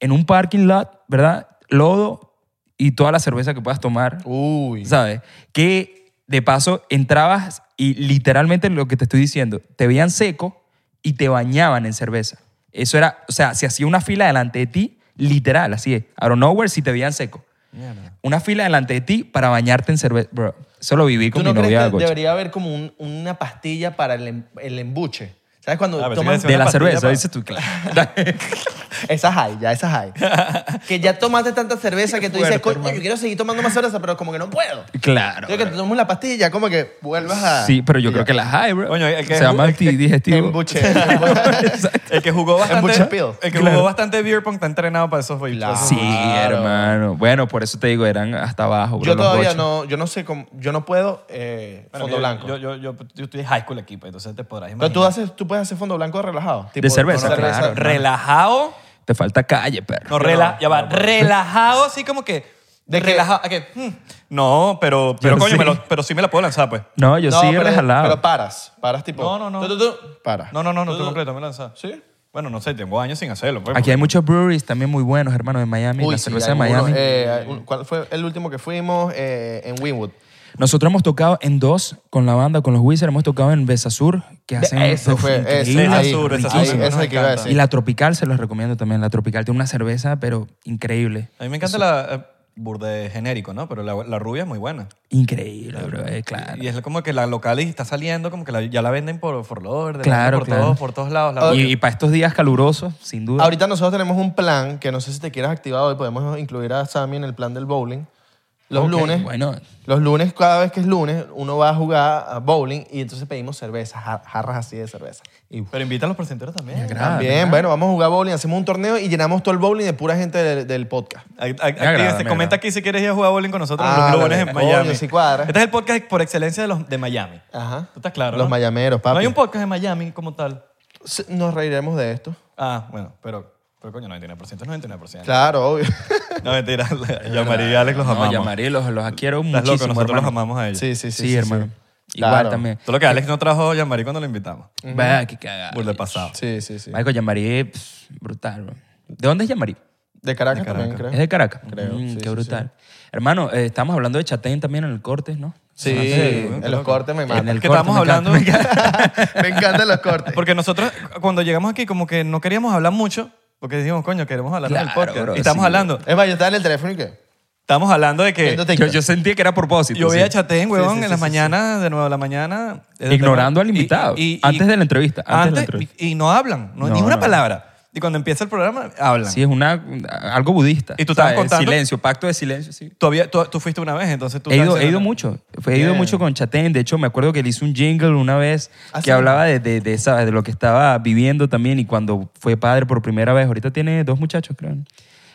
[SPEAKER 1] en un parking lot, ¿verdad? Lodo y toda la cerveza que puedas tomar,
[SPEAKER 2] Uy.
[SPEAKER 1] ¿sabes? Que de paso entrabas y literalmente lo que te estoy diciendo, te veían seco y te bañaban en cerveza. Eso era, o sea, se hacía una fila delante de ti, literal, así es. Out of nowhere, si te veían seco una fila delante de ti para bañarte en cerveza. Bro, eso lo viví
[SPEAKER 2] ¿Tú
[SPEAKER 1] con
[SPEAKER 2] no
[SPEAKER 1] mi
[SPEAKER 2] crees
[SPEAKER 1] novia
[SPEAKER 2] que
[SPEAKER 1] Gocha.
[SPEAKER 2] debería haber como un- una pastilla para el, em- el embuche? ¿Sabes cuando
[SPEAKER 3] Ah, pensé
[SPEAKER 2] toman
[SPEAKER 3] que
[SPEAKER 1] De
[SPEAKER 3] Una
[SPEAKER 1] la
[SPEAKER 3] pastilla
[SPEAKER 1] cerveza,
[SPEAKER 3] para-
[SPEAKER 1] dices tú. claro.
[SPEAKER 2] Esas hay, ya esas hay. que ya tomaste tanta cerveza que tú dices,
[SPEAKER 1] fuerte,
[SPEAKER 2] coño,
[SPEAKER 1] hermano.
[SPEAKER 2] yo quiero seguir tomando más cerveza, pero como que no puedo.
[SPEAKER 1] claro.
[SPEAKER 2] Yo que te
[SPEAKER 1] bro.
[SPEAKER 2] tomes la pastilla, como que vuelvas a...
[SPEAKER 1] Sí, pero yo creo que las hay, bro.
[SPEAKER 3] Coño, el que-
[SPEAKER 1] Se llama
[SPEAKER 3] el que-
[SPEAKER 1] antidigestivo.
[SPEAKER 2] Embuche.
[SPEAKER 3] El que jugó bastante,
[SPEAKER 2] Embucha Peel.
[SPEAKER 3] el que jugó bastante beer pong está entrenado para esos bailes.
[SPEAKER 2] Claro.
[SPEAKER 1] Sí, hermano. Bueno, por eso te digo, eran hasta abajo, bro,
[SPEAKER 2] yo
[SPEAKER 1] los
[SPEAKER 2] todavía
[SPEAKER 1] gochos.
[SPEAKER 2] no, yo no sé cómo, yo no puedo eh,
[SPEAKER 3] Bueno,
[SPEAKER 2] fondo
[SPEAKER 3] yo-
[SPEAKER 2] blanco.
[SPEAKER 3] Yo, yo, yo, yo estoy high school aquí, pues, entonces te podrás imaginar.
[SPEAKER 2] pero tú, haces, tú puedes hacer fondo blanco relajado. tipo,
[SPEAKER 1] De cerveza,
[SPEAKER 2] con
[SPEAKER 1] claro, hermano.
[SPEAKER 3] relajado,
[SPEAKER 1] Te falta calle, perro.
[SPEAKER 3] no, rela, ya va, relajado así como que
[SPEAKER 2] De que-
[SPEAKER 3] relajado, ah, que, hmm, no, pero pero
[SPEAKER 1] Yo
[SPEAKER 3] coño,
[SPEAKER 1] sí.
[SPEAKER 3] me lo- pero sí me la puedo lanzar, pues.
[SPEAKER 1] No, yo
[SPEAKER 2] No,
[SPEAKER 1] sí,
[SPEAKER 2] pero-
[SPEAKER 1] rejalado.
[SPEAKER 2] Pero paras, paras tipo...
[SPEAKER 3] No, no, no.
[SPEAKER 2] Tú, tú, tú, para.
[SPEAKER 3] No, no, no,
[SPEAKER 2] Tú,
[SPEAKER 3] no estoy
[SPEAKER 2] tú,
[SPEAKER 3] completo, me lanzar.
[SPEAKER 2] ¿Sí?
[SPEAKER 3] Bueno, no sé, tengo años sin hacerlo, pues.
[SPEAKER 1] Aquí hay muchos breweries también muy buenos, hermanos, de Miami.
[SPEAKER 2] Uy,
[SPEAKER 1] la
[SPEAKER 2] sí,
[SPEAKER 1] cerveza de
[SPEAKER 2] hay
[SPEAKER 1] Miami.
[SPEAKER 2] uno, eh, un- ¿Cuál fue el último que fuimos? Eh, en Winwood.
[SPEAKER 1] Nosotros hemos tocado en dos con la banda, con los Wizards. Hemos tocado en Besasur, que hacen.
[SPEAKER 2] ese
[SPEAKER 1] uf,
[SPEAKER 2] fue, ese,
[SPEAKER 1] increíbles,
[SPEAKER 3] ahí, Besasur,
[SPEAKER 2] ahí,
[SPEAKER 3] Besasur,
[SPEAKER 1] riquísimos.
[SPEAKER 2] ese es el que iba a
[SPEAKER 3] encanta.
[SPEAKER 2] decir.
[SPEAKER 1] Y la tropical se los recomiendo también. La tropical tiene una cerveza, pero increíble.
[SPEAKER 3] A mí me encanta la eh, burde genérico, ¿no? Pero la, la rubia es muy buena.
[SPEAKER 1] Increíble, bro. eh, claro.
[SPEAKER 3] Y es como que la local y está saliendo, como que la- ya la venden por Fort Lauderdale,
[SPEAKER 1] Claro,
[SPEAKER 3] por,
[SPEAKER 1] claro.
[SPEAKER 3] todos, por todos lados. la
[SPEAKER 1] Y,
[SPEAKER 3] rubia.
[SPEAKER 1] para estos días calurosos, sin duda.
[SPEAKER 2] Ahorita nosotros tenemos un plan que no sé si te quieras activar hoy. Podemos incluir a Sammy en el plan del bowling. Los
[SPEAKER 1] Ok,
[SPEAKER 2] lunes.
[SPEAKER 1] Bueno,
[SPEAKER 2] Los lunes, cada vez que es lunes, uno va a jugar a bowling y entonces pedimos cerveza, ja- jarras así de cerveza. Y
[SPEAKER 3] Pero invita a los presenteros también.
[SPEAKER 1] gra-
[SPEAKER 2] también,
[SPEAKER 1] grave.
[SPEAKER 2] bueno, vamos a jugar bowling, hacemos un torneo y llenamos todo el bowling de pura gente del, del podcast.
[SPEAKER 3] Ac- ac- actívense,
[SPEAKER 1] agrada, me agrada.
[SPEAKER 3] comenta aquí si quieres ir a jugar bowling con nosotros en
[SPEAKER 2] Ah,
[SPEAKER 3] los Globones
[SPEAKER 2] vale.
[SPEAKER 3] en Miami.
[SPEAKER 2] Coño, sí cuadra.
[SPEAKER 3] Este es el podcast por excelencia de, los, de Miami.
[SPEAKER 2] Ajá.
[SPEAKER 3] ¿Tú estás claro?
[SPEAKER 2] Los
[SPEAKER 3] no?
[SPEAKER 2] mayameros, papi.
[SPEAKER 3] No hay un podcast en Miami como tal.
[SPEAKER 2] Sí, Nos reiremos de esto.
[SPEAKER 3] Ah, bueno, pero, pero coño, 99% es 99%.
[SPEAKER 2] Claro, obvio.
[SPEAKER 3] No, mentira. Llamaría y Alex los
[SPEAKER 1] no,
[SPEAKER 3] amamos.
[SPEAKER 1] llamaré, los, los quiero
[SPEAKER 3] Estás
[SPEAKER 1] muchísimo.
[SPEAKER 3] loco, nosotros los
[SPEAKER 1] hermano.
[SPEAKER 3] amamos a ellos.
[SPEAKER 2] Sí, sí, sí.
[SPEAKER 1] Sí, hermano.
[SPEAKER 2] sí.
[SPEAKER 1] Igual
[SPEAKER 2] Claro.
[SPEAKER 1] también.
[SPEAKER 3] Todo lo que Alex no trajo a Yamari cuando lo invitamos.
[SPEAKER 1] Vaya, qué cagada.
[SPEAKER 3] Por el pasado.
[SPEAKER 2] Sí, sí, sí.
[SPEAKER 1] Marico, Yamarí, pff, brutal, bro. ¿De dónde es Yamarí?
[SPEAKER 2] De Caracas, también, creo.
[SPEAKER 1] Es de Caracas.
[SPEAKER 2] ¿Eh? Creo,
[SPEAKER 1] Mm,
[SPEAKER 2] sí, sí,
[SPEAKER 1] qué brutal. Hermano, eh, estamos hablando de Chatén también en el corte, ¿no?
[SPEAKER 2] Sí, en los
[SPEAKER 3] loco.
[SPEAKER 2] cortes me
[SPEAKER 1] En
[SPEAKER 2] mata.
[SPEAKER 1] el
[SPEAKER 3] Que
[SPEAKER 1] corte,
[SPEAKER 3] estábamos
[SPEAKER 1] me encanta,
[SPEAKER 3] hablando-
[SPEAKER 1] me encanta.
[SPEAKER 2] me encantan los cortes.
[SPEAKER 3] Porque nosotros, cuando llegamos aquí, como que no queríamos hablar mucho, porque dijimos, coño, queremos hablar del
[SPEAKER 1] Claro,
[SPEAKER 3] podcast.
[SPEAKER 1] bro,
[SPEAKER 3] y estamos
[SPEAKER 1] sí.
[SPEAKER 3] hablando,
[SPEAKER 2] Es más, yo estaba en el teléfono y qué.
[SPEAKER 3] estamos hablando de que
[SPEAKER 2] Viendo TikTok.
[SPEAKER 1] yo, yo sentía que era a propósito.
[SPEAKER 3] yo
[SPEAKER 1] sí.
[SPEAKER 3] veía Chatén, huevón,
[SPEAKER 2] sí,
[SPEAKER 3] en
[SPEAKER 2] sí,
[SPEAKER 3] las
[SPEAKER 2] sí,
[SPEAKER 3] mañanas, de nueve de la mañana. desde
[SPEAKER 1] Ignorando
[SPEAKER 3] temprano.
[SPEAKER 1] al invitado, antes de la entrevista, antes de la entrevista.
[SPEAKER 3] Y, y no hablan, no,
[SPEAKER 1] No,
[SPEAKER 3] ni una
[SPEAKER 1] no.
[SPEAKER 3] palabra. Y cuando empieza el programa, hablan.
[SPEAKER 1] Sí, es una, algo budista.
[SPEAKER 3] Y tú
[SPEAKER 1] O sea,
[SPEAKER 3] estabas contando-
[SPEAKER 1] Silencio, pacto de silencio, sí.
[SPEAKER 3] Tú, había- tú- tú fuiste una vez, entonces tú...
[SPEAKER 1] He ido,
[SPEAKER 3] estás
[SPEAKER 1] he ido
[SPEAKER 3] diciendo-
[SPEAKER 1] mucho. Fue- He ido
[SPEAKER 2] Bien.
[SPEAKER 1] mucho con Chatén. De hecho, me acuerdo que le hice un jingle una vez
[SPEAKER 2] Ah,
[SPEAKER 1] que
[SPEAKER 2] sí.
[SPEAKER 1] hablaba de, de, de, esa- de lo que estaba viviendo también y cuando fue padre por primera vez. Ahorita tiene dos muchachos, creo.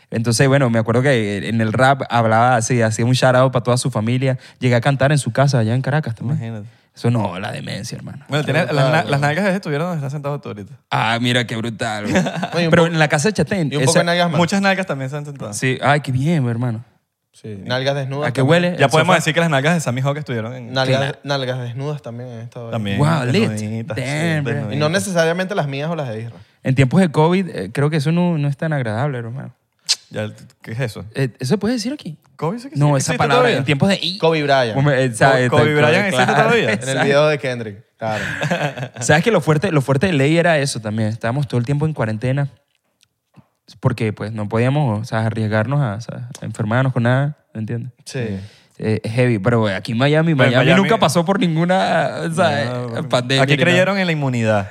[SPEAKER 1] Entonces, bueno, me acuerdo que en el rap hablaba así, hacía un shout-out para toda su familia. Llegué a cantar en su casa allá en Caracas también.
[SPEAKER 3] Imagínate.
[SPEAKER 1] Eso no, la demencia, hermano.
[SPEAKER 3] Bueno, tiene- las, na- las nalgas de estuvieron donde estás sentado tú ahorita.
[SPEAKER 1] Ah, mira, qué brutal. güey.
[SPEAKER 2] Oye, un
[SPEAKER 1] Pero
[SPEAKER 2] poco-
[SPEAKER 1] en la casa de Chatén.
[SPEAKER 2] Y un
[SPEAKER 1] esa-
[SPEAKER 2] poco en nalgas más.
[SPEAKER 3] Muchas nalgas también se han sentado.
[SPEAKER 1] Sí, ay, qué bien, hermano.
[SPEAKER 2] Sí. Nalgas desnudas.
[SPEAKER 1] ¿A Ah, qué
[SPEAKER 2] también.
[SPEAKER 1] huele?
[SPEAKER 3] Ya
[SPEAKER 1] El
[SPEAKER 3] podemos
[SPEAKER 1] sofá.
[SPEAKER 3] decir que las nalgas de Sammy Hawk estuvieron en...
[SPEAKER 2] Nalgas, nalgas desnudas también en esta hora.
[SPEAKER 3] También.
[SPEAKER 1] Wow, lit.
[SPEAKER 3] desnuditas, sí,
[SPEAKER 1] Damn, bro.
[SPEAKER 2] Y no
[SPEAKER 3] desnuditas.
[SPEAKER 2] necesariamente las mías o las de Isra.
[SPEAKER 1] En tiempos de COVID, eh, creo que eso no, no es tan agradable, hermano.
[SPEAKER 3] Ya, ¿Qué es eso?
[SPEAKER 1] Eh, ¿Eso se puede decir aquí.
[SPEAKER 3] ¿Kobe sí que
[SPEAKER 1] No,
[SPEAKER 3] sí,
[SPEAKER 1] esa
[SPEAKER 3] existe
[SPEAKER 1] palabra
[SPEAKER 3] todavía?
[SPEAKER 1] en tiempos de...
[SPEAKER 2] Kobe Bryant.
[SPEAKER 1] Como, eh, sabe,
[SPEAKER 3] Kobe
[SPEAKER 1] tal
[SPEAKER 3] Bryant
[SPEAKER 1] cual,
[SPEAKER 3] existe
[SPEAKER 1] claro.
[SPEAKER 3] todavía.
[SPEAKER 2] En el video de Kendrick. Claro.
[SPEAKER 1] ¿Sabes que lo fuerte, lo fuerte de ley era eso también? Estábamos todo el tiempo en cuarentena porque pues no podíamos o sea, arriesgarnos a, o sea, a enfermarnos con nada, ¿me entiendes?
[SPEAKER 2] Sí.
[SPEAKER 1] Eh, es heavy, pero eh, aquí en Miami,
[SPEAKER 3] Pero en
[SPEAKER 1] Miami,
[SPEAKER 3] Miami-
[SPEAKER 1] nunca pasó por ninguna o sea,
[SPEAKER 3] No,
[SPEAKER 1] eh,
[SPEAKER 3] papi.
[SPEAKER 1] pandemia.
[SPEAKER 3] Aquí
[SPEAKER 1] ni nada.
[SPEAKER 3] creyeron en la inmunidad.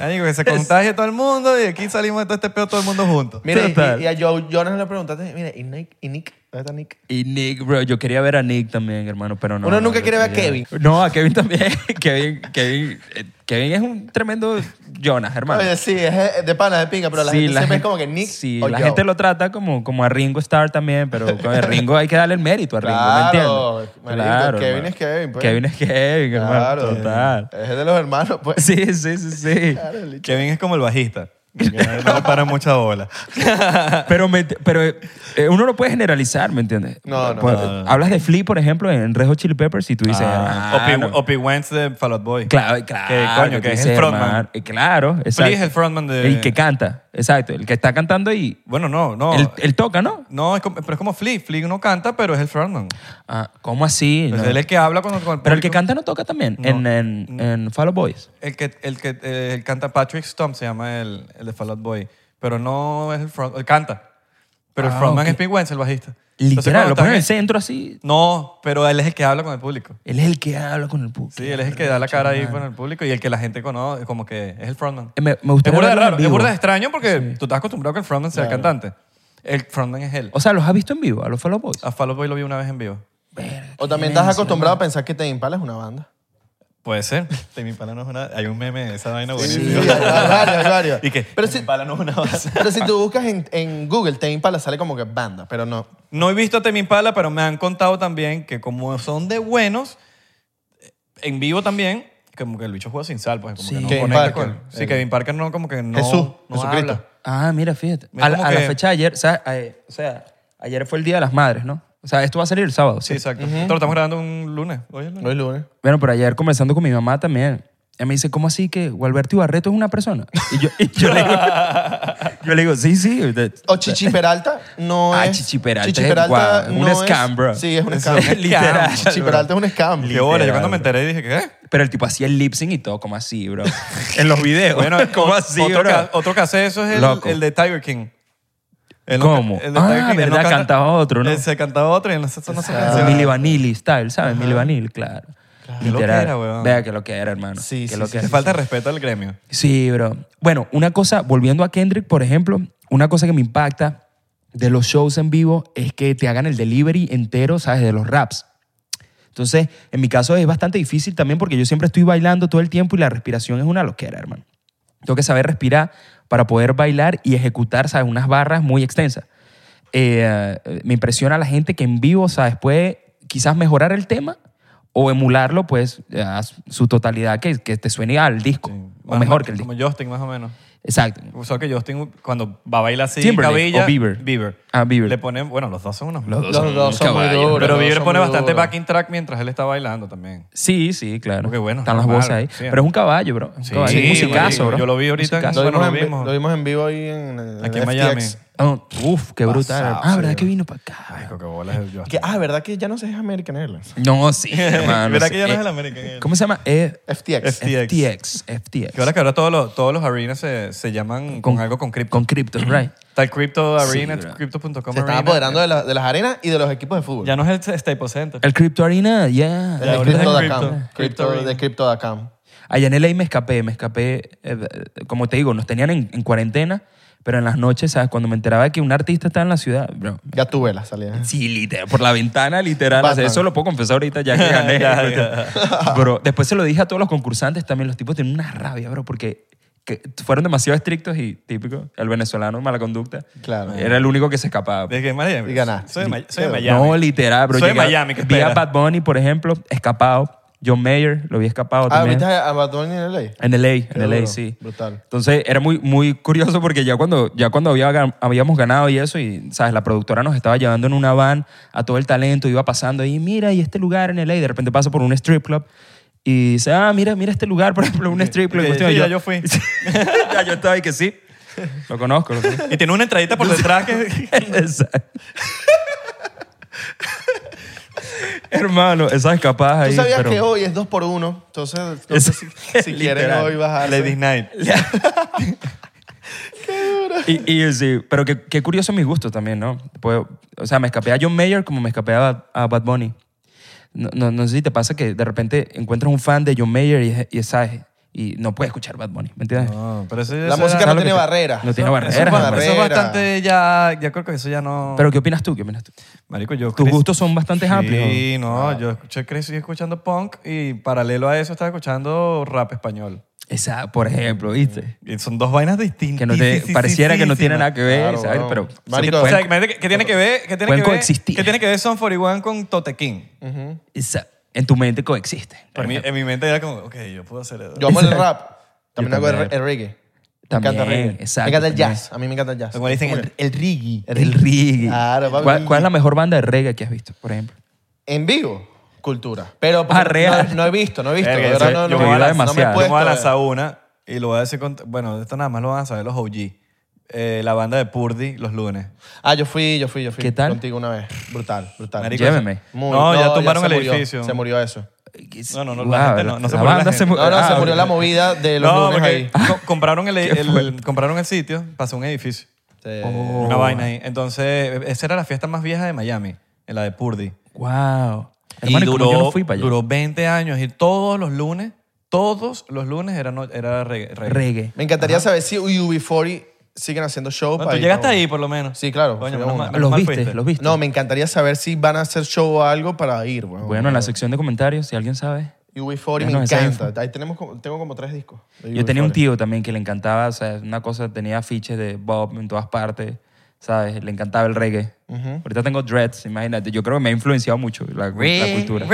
[SPEAKER 3] Amigo, que se contagie todo el mundo y aquí salimos de todo este pedo todo el mundo juntos.
[SPEAKER 2] Mira, y-
[SPEAKER 1] Total.
[SPEAKER 2] y, y a Joe Jonas le preguntaste, mira, ¿y Nick? ¿Y Nick? ¿Dónde está Nick?
[SPEAKER 1] Y Nick, bro, yo quería ver a Nick también, hermano, pero no.
[SPEAKER 2] Uno
[SPEAKER 1] no,
[SPEAKER 2] nunca
[SPEAKER 1] yo
[SPEAKER 2] quiere ver a
[SPEAKER 1] quería- No, a Kevin también. Kevin, Kevin, eh, Kevin es un tremendo Jonas, hermano.
[SPEAKER 2] Oye, sí, es de pana, de pinga, pero la
[SPEAKER 1] Sí,
[SPEAKER 2] gente
[SPEAKER 1] la gente-
[SPEAKER 2] siempre es como que Nick
[SPEAKER 1] sí,
[SPEAKER 2] o
[SPEAKER 1] la
[SPEAKER 2] Joe.
[SPEAKER 1] gente lo trata como, como a Ringo Starr también, pero con el Ringo hay que darle el mérito a Ringo,
[SPEAKER 2] Claro,
[SPEAKER 1] ¿me entiendes?
[SPEAKER 2] marico, Kevin
[SPEAKER 1] hermano.
[SPEAKER 2] es Kevin, pues.
[SPEAKER 1] Kevin es Kevin,
[SPEAKER 2] Claro.
[SPEAKER 1] hermano, total.
[SPEAKER 2] Es de los hermanos, pues.
[SPEAKER 1] Sí, sí, sí, sí.
[SPEAKER 3] Kevin es como el bajista. que No no le paran mucha bola.
[SPEAKER 1] Pero, me- pero eh, uno no puede generalizar, ¿me entiendes?
[SPEAKER 2] No, no,
[SPEAKER 1] Pues,
[SPEAKER 3] no, no.
[SPEAKER 1] Hablas de Flea, por ejemplo, en Red Hot Chili Peppers y tú dices...
[SPEAKER 3] Ah,
[SPEAKER 1] ah,
[SPEAKER 3] Opie-
[SPEAKER 1] no.
[SPEAKER 3] Opie Wentz de Fall Out Boy.
[SPEAKER 1] Claro, claro.
[SPEAKER 3] Que coño, que
[SPEAKER 1] tú
[SPEAKER 3] es el
[SPEAKER 1] dices,
[SPEAKER 3] frontman.
[SPEAKER 1] hermano, eh, Claro, exacto.
[SPEAKER 3] es el frontman de-
[SPEAKER 1] El que canta, exacto. El que está cantando y...
[SPEAKER 3] Bueno, no, no.
[SPEAKER 1] Él, él toca, ¿no?
[SPEAKER 3] No, es como- pero es como Flea. Flea no canta, pero es el frontman.
[SPEAKER 1] Ah, ¿Cómo así?
[SPEAKER 3] Entonces,
[SPEAKER 1] No.
[SPEAKER 3] él es el que habla cuando. con
[SPEAKER 1] Pero el que
[SPEAKER 3] público.
[SPEAKER 1] canta no toca también
[SPEAKER 3] No.
[SPEAKER 1] en, en, en Fall Out Boys.
[SPEAKER 3] El que, el que eh, él canta Patrick Stump, se llama el, el de Fall Out Boy. Pero no es el frontman. Él canta. Pero
[SPEAKER 1] Ah,
[SPEAKER 3] el frontman
[SPEAKER 1] ok.
[SPEAKER 3] es Pete Wentz, el bajista. Entonces,
[SPEAKER 1] Literal,
[SPEAKER 3] cuando
[SPEAKER 1] lo ponen en el
[SPEAKER 3] están-
[SPEAKER 1] centro así.
[SPEAKER 3] No, pero él es el que habla con el público.
[SPEAKER 1] Él es el que habla con el público.
[SPEAKER 3] Sí, él es el que da la cara ahí con el público y el que la gente conoce, como que es el frontman.
[SPEAKER 1] Eh, me- me gustaría
[SPEAKER 3] es burda de
[SPEAKER 1] verlo en
[SPEAKER 3] raro, es
[SPEAKER 1] vivo.
[SPEAKER 3] burda de extraño porque tú estás acostumbrado a que el frontman sea el cantante. El frontman es él.
[SPEAKER 1] O sea, ¿los has visto en vivo a los Fall Out Boys?
[SPEAKER 3] A Fall Out Boy lo vi una vez en vivo.
[SPEAKER 2] O también estás acostumbrado a pensar que te Impala es una banda.
[SPEAKER 3] Puede ser. Timmy Pala no es una... Hay un meme de esa vaina
[SPEAKER 2] Sí,
[SPEAKER 3] buenísimo.
[SPEAKER 2] hay varios, hay varios.
[SPEAKER 3] ¿Y qué?
[SPEAKER 2] Pero
[SPEAKER 3] Tame
[SPEAKER 2] si,
[SPEAKER 3] Impala no es una banda.
[SPEAKER 2] pero si tú buscas en, en Google, Tame Impala sale como que banda, pero no.
[SPEAKER 3] No he visto a Timmy Pala, pero me han contado también que como son de buenos, eh, en vivo también, como que el bicho juega sin sal, pues como
[SPEAKER 1] Sí.
[SPEAKER 3] que no
[SPEAKER 2] Kevin
[SPEAKER 3] conecta
[SPEAKER 2] Parker.
[SPEAKER 3] con... Sí, Kevin Parker no, como que no...
[SPEAKER 2] Jesús,
[SPEAKER 3] no
[SPEAKER 2] Jesucristo.
[SPEAKER 3] habla.
[SPEAKER 1] Ah, mira, fíjate.
[SPEAKER 3] Mira
[SPEAKER 1] A, la-
[SPEAKER 3] como
[SPEAKER 1] a la
[SPEAKER 3] que-
[SPEAKER 1] fecha de ayer, o sea, eh, o sea, ayer fue el Día de las Madres, ¿no? O sea, esto va a salir el sábado.
[SPEAKER 3] Sí,
[SPEAKER 1] ¿cierto?
[SPEAKER 3] exacto. Esto lo estamos grabando un lunes. Hoy es lunes.
[SPEAKER 2] No es lunes.
[SPEAKER 1] Bueno, pero ayer conversando con mi mamá también, ella me dice, ¿cómo así que Gualberto Ibarreto es una persona? Y yo, y yo, le, digo, yo le digo, sí, sí. de-
[SPEAKER 2] O Chichi Peralta no
[SPEAKER 1] Ah,
[SPEAKER 2] es.
[SPEAKER 1] Chichi Peralta es guau, un scam, bro.
[SPEAKER 2] Sí, es un
[SPEAKER 1] Es
[SPEAKER 2] scam.
[SPEAKER 1] un Literal,
[SPEAKER 2] Chichi
[SPEAKER 1] bro.
[SPEAKER 2] Peralta es un scam.
[SPEAKER 3] Qué bola, yo
[SPEAKER 1] Literal,
[SPEAKER 3] cuando me
[SPEAKER 1] bro.
[SPEAKER 3] enteré dije, ¿eh? ¿qué?
[SPEAKER 1] Pero el tipo hacía el lip sync y todo, como así, bro. en los videos. Bueno, como
[SPEAKER 3] o-
[SPEAKER 1] así,
[SPEAKER 3] otro,
[SPEAKER 1] bro.
[SPEAKER 3] ca- otro que hace eso es
[SPEAKER 1] Loco.
[SPEAKER 3] el, el de Tiger King. Él
[SPEAKER 1] ¿Cómo?
[SPEAKER 3] ca- el de
[SPEAKER 1] Ah,
[SPEAKER 3] Tiger King, él
[SPEAKER 1] verdad, cantaba otro, ¿no?
[SPEAKER 3] Él se cantaba otro y no se no se
[SPEAKER 1] Ah,
[SPEAKER 3] canciones.
[SPEAKER 1] Milli Vanilli style, ¿sabes? Milli Vanilli, claro.
[SPEAKER 3] Qué lo que era, weón.
[SPEAKER 1] Vea que lo que era, hermano.
[SPEAKER 2] Sí,
[SPEAKER 1] que
[SPEAKER 2] sí,
[SPEAKER 1] lo
[SPEAKER 2] sí,
[SPEAKER 1] que
[SPEAKER 3] Le
[SPEAKER 1] era.
[SPEAKER 3] falta de respeto al gremio.
[SPEAKER 1] Sí, bro. Bueno, una cosa, volviendo a Kendrick, por ejemplo, una cosa que me impacta de los shows en vivo es que te hagan el delivery entero, ¿sabes? De los raps. Entonces, en mi caso es bastante difícil también porque yo siempre estoy bailando todo el tiempo y la respiración es una loquera, hermano. Tengo que saber respirar para poder bailar y ejecutar, ¿sabes? Unas barras muy extensas. Eh, me impresiona la gente que en vivo, ¿sabes? Puede quizás mejorar el tema o emularlo, pues, a su totalidad, que, que te suene al disco. O
[SPEAKER 3] Más
[SPEAKER 1] mejor
[SPEAKER 3] más-
[SPEAKER 1] que el disco.
[SPEAKER 3] Como Justin, más o menos.
[SPEAKER 1] Exacto.
[SPEAKER 3] O sea, que Justin, cuando va a bailar así,
[SPEAKER 1] Timberlake
[SPEAKER 3] cabilla.
[SPEAKER 1] o Bieber. Ah, Bieber.
[SPEAKER 3] Le ponen, bueno, los dos son unos.
[SPEAKER 2] Los dos son muy
[SPEAKER 1] Caballo.
[SPEAKER 2] duros.
[SPEAKER 3] pero
[SPEAKER 2] los dos
[SPEAKER 3] Bieber
[SPEAKER 2] son
[SPEAKER 3] pone
[SPEAKER 2] muy
[SPEAKER 3] bastante
[SPEAKER 2] duros.
[SPEAKER 3] backing track mientras él está bailando también.
[SPEAKER 1] Sí, sí, claro.
[SPEAKER 3] Porque bueno,
[SPEAKER 1] Están las
[SPEAKER 3] normal,
[SPEAKER 1] voces ahí.
[SPEAKER 3] sí.
[SPEAKER 1] Pero es un caballo, bro. Es un
[SPEAKER 3] Sí,
[SPEAKER 1] caballo. Es
[SPEAKER 2] sí,
[SPEAKER 1] un musicazo,
[SPEAKER 2] marico.
[SPEAKER 1] bro.
[SPEAKER 3] Yo lo vi ahorita en-
[SPEAKER 1] Musicazo.
[SPEAKER 2] Lo
[SPEAKER 3] Bueno,
[SPEAKER 2] vimos,
[SPEAKER 3] lo
[SPEAKER 2] en,
[SPEAKER 3] vimos.
[SPEAKER 2] lo vimos en vivo ahí en, en
[SPEAKER 3] Aquí en
[SPEAKER 2] FTX.
[SPEAKER 3] Miami.
[SPEAKER 1] Oh, uf, qué brutal.
[SPEAKER 2] Pasado,
[SPEAKER 1] ah, ¿verdad
[SPEAKER 2] sí.
[SPEAKER 1] que vino para acá?
[SPEAKER 3] Marico, qué bola es el Justin.
[SPEAKER 2] Que, ah, ¿verdad que ya no se es American Airlines?
[SPEAKER 1] No, sí, hermano.
[SPEAKER 3] ¿Verdad que ya no
[SPEAKER 1] Eh,
[SPEAKER 3] es el American Airlines?
[SPEAKER 1] ¿Cómo se llama? Eh,
[SPEAKER 2] FTX.
[SPEAKER 3] F- FTX.
[SPEAKER 1] FTX. FTX.
[SPEAKER 3] Que ahora que ahora todos los, todos los arenas se, se llaman con, algo con cripto.
[SPEAKER 1] Con cripto, right.
[SPEAKER 3] Está el Crypto Arena,
[SPEAKER 1] bro.
[SPEAKER 3] Crypto.com
[SPEAKER 2] se están apoderando de, la- de las arenas y de los equipos de fútbol.
[SPEAKER 3] Ya no es el Staples Center.
[SPEAKER 1] El Crypto Arena, ya.
[SPEAKER 3] Ya,
[SPEAKER 2] De
[SPEAKER 3] ahorita es
[SPEAKER 2] Crypto.com.
[SPEAKER 3] Crypto.
[SPEAKER 2] Crypto-
[SPEAKER 3] Crypto
[SPEAKER 2] De Crypto.com.
[SPEAKER 1] Allá en LA me escapé, me escapé, eh, eh, como te digo, nos tenían en, en cuarentena, pero en las noches, ¿sabes? Cuando me enteraba que un artista estaba en la ciudad, bro,
[SPEAKER 2] Ya tuve la salida.
[SPEAKER 1] Sí, literal, por la ventana, literal.
[SPEAKER 2] Batman.
[SPEAKER 1] O sea, eso lo puedo confesar ahorita ya que gané.
[SPEAKER 3] Ya,
[SPEAKER 1] Bro, después se lo dije a todos los concursantes también. Los tipos tienen una rabia, bro, porque que fueron demasiado estrictos y típico. El venezolano, mala conducta.
[SPEAKER 2] Claro.
[SPEAKER 1] Era el único que se escapaba.
[SPEAKER 3] De que Miami.
[SPEAKER 2] Y ganaste.
[SPEAKER 3] Soy de, Ma- soy de
[SPEAKER 2] No,
[SPEAKER 3] Miami.
[SPEAKER 1] No, literal, bro.
[SPEAKER 3] Soy de
[SPEAKER 1] Llegué-
[SPEAKER 3] Miami, ¿qué
[SPEAKER 1] Vi a
[SPEAKER 3] espera?
[SPEAKER 1] Bad Bunny, por ejemplo, escapado. John Mayer, lo vi escapado
[SPEAKER 2] Ah,
[SPEAKER 1] también.
[SPEAKER 2] ¿viste a Bad Bunny en LA?
[SPEAKER 1] En LA,
[SPEAKER 2] Qué
[SPEAKER 1] en LA,
[SPEAKER 2] duro,
[SPEAKER 1] sí.
[SPEAKER 2] Brutal.
[SPEAKER 1] Entonces era muy, muy curioso porque ya cuando, ya cuando había gan- habíamos ganado y eso, y sabes, la productora nos estaba llevando en una van a todo el talento, iba pasando ahí, mira, y este lugar en LA, y de repente pasa por un strip club y dice, ah, mira, mira este lugar, por ejemplo, un strip club.
[SPEAKER 3] Sí,
[SPEAKER 1] cuestión,
[SPEAKER 3] sí,
[SPEAKER 1] y
[SPEAKER 3] ya yo fui.
[SPEAKER 1] ya yo estaba y que sí, lo conozco. Lo conozco.
[SPEAKER 3] Y tiene una entradita por detrás que...
[SPEAKER 1] Exacto. Hermano, esas escapadas ahí.
[SPEAKER 2] Tú sabías
[SPEAKER 1] pero-
[SPEAKER 2] que hoy es dos por uno, entonces, entonces si, si quieren
[SPEAKER 1] Literal.
[SPEAKER 2] hoy bajar.
[SPEAKER 3] Ladies Night.
[SPEAKER 1] Y, y sí, pero qué, qué curioso mi gusto también, ¿no? Puedo- o sea, me escapé a John Mayer como me escapé a, a Bad Bunny. No, no, no sé si te pasa que de repente encuentras un fan de John Mayer y, y sabes, y no puedes escuchar Bad Bunny, ¿me entiendes?
[SPEAKER 3] No, pero eso,
[SPEAKER 2] La
[SPEAKER 3] eso
[SPEAKER 2] música
[SPEAKER 3] era-
[SPEAKER 2] no
[SPEAKER 1] lo que
[SPEAKER 2] tiene
[SPEAKER 1] te-
[SPEAKER 2] barreras.
[SPEAKER 1] no tiene
[SPEAKER 2] Eso-
[SPEAKER 1] barreras,
[SPEAKER 3] Eso, es ba-
[SPEAKER 1] hermano.
[SPEAKER 3] eso es
[SPEAKER 2] barrera.
[SPEAKER 3] bastante ya... Ya creo que eso ya no...
[SPEAKER 1] Pero ¿qué opinas tú? ¿Qué opinas tú?
[SPEAKER 3] Marico, yo...
[SPEAKER 1] Tus
[SPEAKER 3] crecí-
[SPEAKER 1] gustos son bastante amplios.
[SPEAKER 3] Sí, no,
[SPEAKER 2] Ah.
[SPEAKER 3] yo escuché, crecí escuchando punk y paralelo a eso estaba escuchando rap español.
[SPEAKER 1] Esa, por ejemplo, ¿viste?
[SPEAKER 3] Y son dos vainas distintas.
[SPEAKER 1] Que no te, pareciera que no tiene nada que ver,
[SPEAKER 2] Claro,
[SPEAKER 1] ¿sabes?
[SPEAKER 2] weón.
[SPEAKER 1] Pero
[SPEAKER 2] Marico,
[SPEAKER 1] sé
[SPEAKER 3] O
[SPEAKER 1] que
[SPEAKER 3] sea,
[SPEAKER 1] pueden-
[SPEAKER 3] imagínate que- que tiene que ver, que tiene
[SPEAKER 1] Pueden
[SPEAKER 3] que ver,
[SPEAKER 1] coexistir.
[SPEAKER 3] que tiene que ver Son 41 con Tote King.
[SPEAKER 1] esa- en tu mente coexisten.
[SPEAKER 3] En mi, en mi mente era como, ok, yo puedo hacer eso.
[SPEAKER 2] Yo amo el rap. También
[SPEAKER 1] Yo
[SPEAKER 2] hago el,
[SPEAKER 1] también.
[SPEAKER 2] re- el reggae.
[SPEAKER 1] También,
[SPEAKER 2] me encanta el reggae.
[SPEAKER 1] exacto,
[SPEAKER 2] Me encanta el
[SPEAKER 1] también.
[SPEAKER 2] jazz. A mí me encanta el jazz.
[SPEAKER 3] Como le dicen, el-
[SPEAKER 2] reggae.
[SPEAKER 1] El reggae.
[SPEAKER 2] Claro, papi.
[SPEAKER 1] ¿Cuál, cuál es la mejor banda de reggae que has visto, por ejemplo?
[SPEAKER 2] En vivo, cultura. Pero porque
[SPEAKER 1] Ah, real.
[SPEAKER 2] No, no he visto, no he visto.
[SPEAKER 3] Verga,
[SPEAKER 2] de
[SPEAKER 3] yo-
[SPEAKER 2] verdad, no,
[SPEAKER 3] yo
[SPEAKER 2] no,
[SPEAKER 3] me
[SPEAKER 2] no
[SPEAKER 3] iba
[SPEAKER 2] me he
[SPEAKER 1] demasiado.
[SPEAKER 3] Yo me voy a
[SPEAKER 2] puesto,
[SPEAKER 3] lanzar
[SPEAKER 2] eh.
[SPEAKER 3] una y lo voy a decir con... Bueno, esto nada más lo van a saber los OG. Eh, la banda de Purdy los lunes.
[SPEAKER 2] Ah, yo fui, yo fui, yo fui.
[SPEAKER 1] ¿Qué tal?
[SPEAKER 2] Contigo una vez. Brutal, brutal.
[SPEAKER 3] Marico,
[SPEAKER 1] Lléveme.
[SPEAKER 2] Muy-
[SPEAKER 3] no, ya tumbaron
[SPEAKER 2] se
[SPEAKER 3] el
[SPEAKER 2] murió,
[SPEAKER 3] edificio.
[SPEAKER 2] Se murió eso.
[SPEAKER 3] No, no, no, la
[SPEAKER 1] Guau,
[SPEAKER 3] gente no- no se
[SPEAKER 1] la
[SPEAKER 3] murió la
[SPEAKER 1] banda
[SPEAKER 3] gente.
[SPEAKER 1] se mu-
[SPEAKER 2] No, no, se
[SPEAKER 1] ah,
[SPEAKER 2] murió la movida de Eh, los
[SPEAKER 3] no,
[SPEAKER 2] lunes ahí.
[SPEAKER 3] porque Ah. co- compraron el,
[SPEAKER 1] Qué
[SPEAKER 3] el-
[SPEAKER 1] fuerte.
[SPEAKER 3] compraron el sitio, pasó un edificio.
[SPEAKER 2] Sí.
[SPEAKER 1] Oh.
[SPEAKER 3] Una vaina ahí. Entonces, esa era la fiesta más vieja de Miami, en la de Purdy.
[SPEAKER 1] Wow.
[SPEAKER 3] Y
[SPEAKER 1] Hermano, ¿y cómo
[SPEAKER 3] duró,
[SPEAKER 1] yo no fui para allá.
[SPEAKER 3] duró 20 años y todos los lunes, todos los lunes era, no- era reggae. reggae.
[SPEAKER 1] Reggae.
[SPEAKER 2] Me encantaría saber si UB40 siguen haciendo show.
[SPEAKER 3] Ah. Bueno,
[SPEAKER 2] para
[SPEAKER 3] tú
[SPEAKER 2] ir,
[SPEAKER 3] llegaste
[SPEAKER 2] ¿no?
[SPEAKER 3] ahí por lo menos.
[SPEAKER 2] Sí, claro,
[SPEAKER 3] Coño,
[SPEAKER 2] fui a
[SPEAKER 3] menos
[SPEAKER 2] una.
[SPEAKER 3] mal- menos
[SPEAKER 1] ¿Los
[SPEAKER 3] mal
[SPEAKER 1] viste?
[SPEAKER 3] fuiste.
[SPEAKER 1] ¿Los viste?
[SPEAKER 2] No, me encantaría saber si van a hacer show o algo para ir. Bueno,
[SPEAKER 1] Bueno, en la sección de comentarios, si alguien sabe.
[SPEAKER 2] UB40 me
[SPEAKER 1] Bueno, esa
[SPEAKER 2] encanta. Ahí tenemos, como- tengo como tres discos. de
[SPEAKER 1] Yo tenía un
[SPEAKER 2] UB40.
[SPEAKER 1] tío también que le encantaba, o sea, una cosa, tenía afiches de Bob en todas partes, ¿sabes? Le encantaba el reggae. Ahorita tengo dreads, imagínate. Yo creo que me ha influenciado mucho la, la cultura.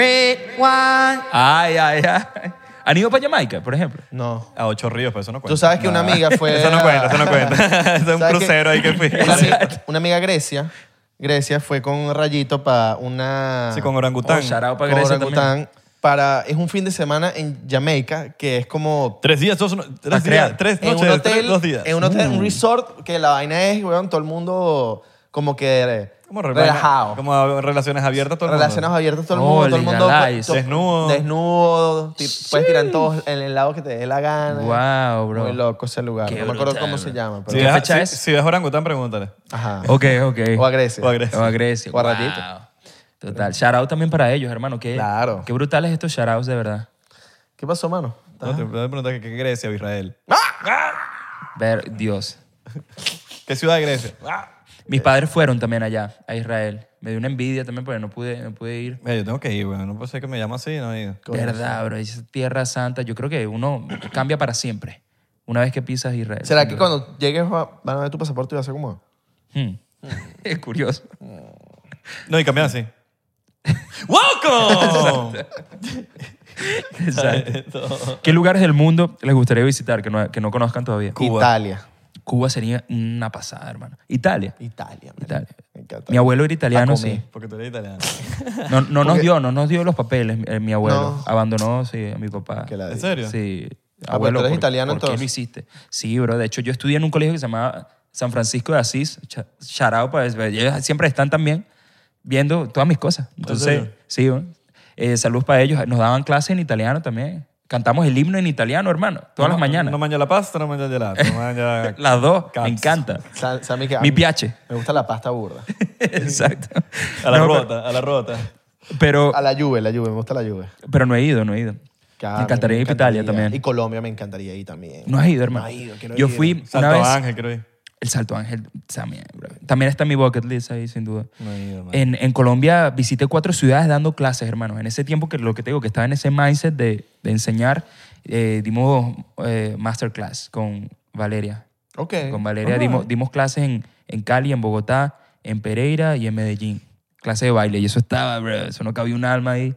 [SPEAKER 1] Ay, ay, ay. ¿Han ido para Jamaica, por ejemplo?
[SPEAKER 2] No.
[SPEAKER 3] A Ocho Ríos, pero eso no cuenta.
[SPEAKER 2] Tú sabes que una amiga fue.
[SPEAKER 3] Eso no
[SPEAKER 2] a-
[SPEAKER 3] cuenta, eso no cuenta. Eso es un
[SPEAKER 2] ¿Sabes qué?
[SPEAKER 3] crucero ahí que fui.
[SPEAKER 2] Una amiga, una amiga Grecia. Grecia fue con Rayito para una.
[SPEAKER 3] Sí, con orangután.
[SPEAKER 1] Oh, shout out para
[SPEAKER 2] con
[SPEAKER 1] Grecia
[SPEAKER 2] orangután Para, es un fin de semana en Jamaica que es como.
[SPEAKER 3] Tres días, dos, no- tres,
[SPEAKER 1] crear.
[SPEAKER 3] días, tres
[SPEAKER 2] en
[SPEAKER 3] noches,
[SPEAKER 2] un hotel,
[SPEAKER 3] tres- dos días. Mm.
[SPEAKER 2] En un hotel, un resort, que la vaina es, weón, todo el mundo como que eh,
[SPEAKER 3] Como re-
[SPEAKER 2] relajado.
[SPEAKER 3] Como a- relaciones abiertas todo el mundo.
[SPEAKER 2] Relaciones abiertas, todo el
[SPEAKER 1] Oh,
[SPEAKER 2] mundo, todo el mundo
[SPEAKER 1] legalize.
[SPEAKER 2] todo-
[SPEAKER 3] Desnudo.
[SPEAKER 2] Desnudo, ti- puedes tirar en todos en el lado que te dé la gana.
[SPEAKER 1] Wow, bro.
[SPEAKER 2] Muy loco ese lugar.
[SPEAKER 1] Qué
[SPEAKER 2] no me acuerdo
[SPEAKER 1] brutal,
[SPEAKER 2] cómo
[SPEAKER 1] bro.
[SPEAKER 2] se llama, pero
[SPEAKER 3] Si
[SPEAKER 1] ¿Qué
[SPEAKER 3] ves,
[SPEAKER 1] fecha
[SPEAKER 3] si-
[SPEAKER 1] es?
[SPEAKER 3] si ves orangután, pregúntale.
[SPEAKER 2] ajá.
[SPEAKER 1] Ok, ok.
[SPEAKER 2] O a Grecia.
[SPEAKER 3] O a Grecia.
[SPEAKER 1] O a Grecia.
[SPEAKER 2] O a Rayito.
[SPEAKER 1] Wow. Total. Shout out también para ellos, hermano. Qué,
[SPEAKER 2] Claro.
[SPEAKER 1] Qué brutales estos shout outs, de verdad.
[SPEAKER 2] ¿Qué pasó, mano?
[SPEAKER 3] No, te te voy a preguntar que qué Grecia o Israel.
[SPEAKER 1] Ver, Dios.
[SPEAKER 3] ¿Qué ciudad de Grecia?
[SPEAKER 1] Mis padres fueron también allá, a Israel. Me dio una envidia también porque no pude, no pude ir.
[SPEAKER 3] Mira, yo tengo que ir, weón. No puede ser que me llame así, no he ido.
[SPEAKER 1] Verdad, bro. Es tierra santa. Yo creo que uno cambia para siempre. Una vez que pisas Israel.
[SPEAKER 2] ¿Será que cuando llegues va- van a ver tu pasaporte y va a ser como...
[SPEAKER 1] Hmm. Es curioso.
[SPEAKER 3] No, y cambiar así. ¡Welcome!
[SPEAKER 1] Exacto. ¿Qué lugares del mundo les gustaría visitar que no, que no conozcan todavía?
[SPEAKER 3] Cuba.
[SPEAKER 2] Italia.
[SPEAKER 1] Cuba sería una pasada, hermano. Italia.
[SPEAKER 2] Italia, man.
[SPEAKER 1] Italia.
[SPEAKER 2] Me encanta.
[SPEAKER 1] Mi abuelo era italiano,
[SPEAKER 2] A
[SPEAKER 1] sí.
[SPEAKER 2] comer.
[SPEAKER 3] Porque tú eres italiano.
[SPEAKER 1] No, no nos dio, no nos dio los papeles, eh, mi abuelo.
[SPEAKER 2] No.
[SPEAKER 1] Abandonó, sí, a mi papá.
[SPEAKER 2] Que la-
[SPEAKER 3] ¿En serio?
[SPEAKER 1] Sí.
[SPEAKER 2] Ah, pero tú eres italiano,
[SPEAKER 1] ¿por qué lo
[SPEAKER 2] entonces?
[SPEAKER 1] hiciste? Sí, bro. De hecho, yo estudié en un colegio que se llamaba San Francisco de Asís. Cha- Shout out para eso. Ellos siempre están también viendo todas mis cosas. Entonces,
[SPEAKER 3] serio?
[SPEAKER 1] sí, bro. Eh, saludos para ellos. Nos daban clases en italiano también. Cantamos el himno en italiano, hermano, todas las mañanas.
[SPEAKER 3] No mangia la pasta, no mangia el gelato. No mangia...
[SPEAKER 1] las dos. Me
[SPEAKER 3] Caps.
[SPEAKER 1] encanta.
[SPEAKER 2] Sa- Sammy, que a
[SPEAKER 1] Mi
[SPEAKER 2] mí-
[SPEAKER 1] piache.
[SPEAKER 2] Me gusta la pasta burda.
[SPEAKER 1] Exacto.
[SPEAKER 3] A la
[SPEAKER 1] No, pero-
[SPEAKER 3] rota, a la rota.
[SPEAKER 1] Pero,
[SPEAKER 2] A la lluvia, la lluvia. Me gusta la lluvia.
[SPEAKER 1] pero no he ido, no he ido. me encantaría ir a Italia también.
[SPEAKER 2] Y Colombia me encantaría ir también.
[SPEAKER 1] No has ido, hermano.
[SPEAKER 2] No he ido, quiero
[SPEAKER 1] Yo
[SPEAKER 2] ir.
[SPEAKER 1] fui
[SPEAKER 3] Santo
[SPEAKER 1] una vez.
[SPEAKER 3] Ángel, creo ir.
[SPEAKER 1] El Salto Ángel también, bro. También está en mi bucket list ahí, sin duda.
[SPEAKER 3] No he ido, man.
[SPEAKER 1] En, en Colombia visité cuatro ciudades dando clases, hermano. En ese tiempo que lo que te digo, que estaba en ese mindset de, de enseñar, eh, dimos eh, masterclass con Valeria.
[SPEAKER 2] Ok.
[SPEAKER 1] Con Valeria dimos, dimos clases en, en Cali, en Bogotá, en Pereira y en Medellín. Clase de baile. Y eso estaba, bro. Eso no cabía un alma ahí.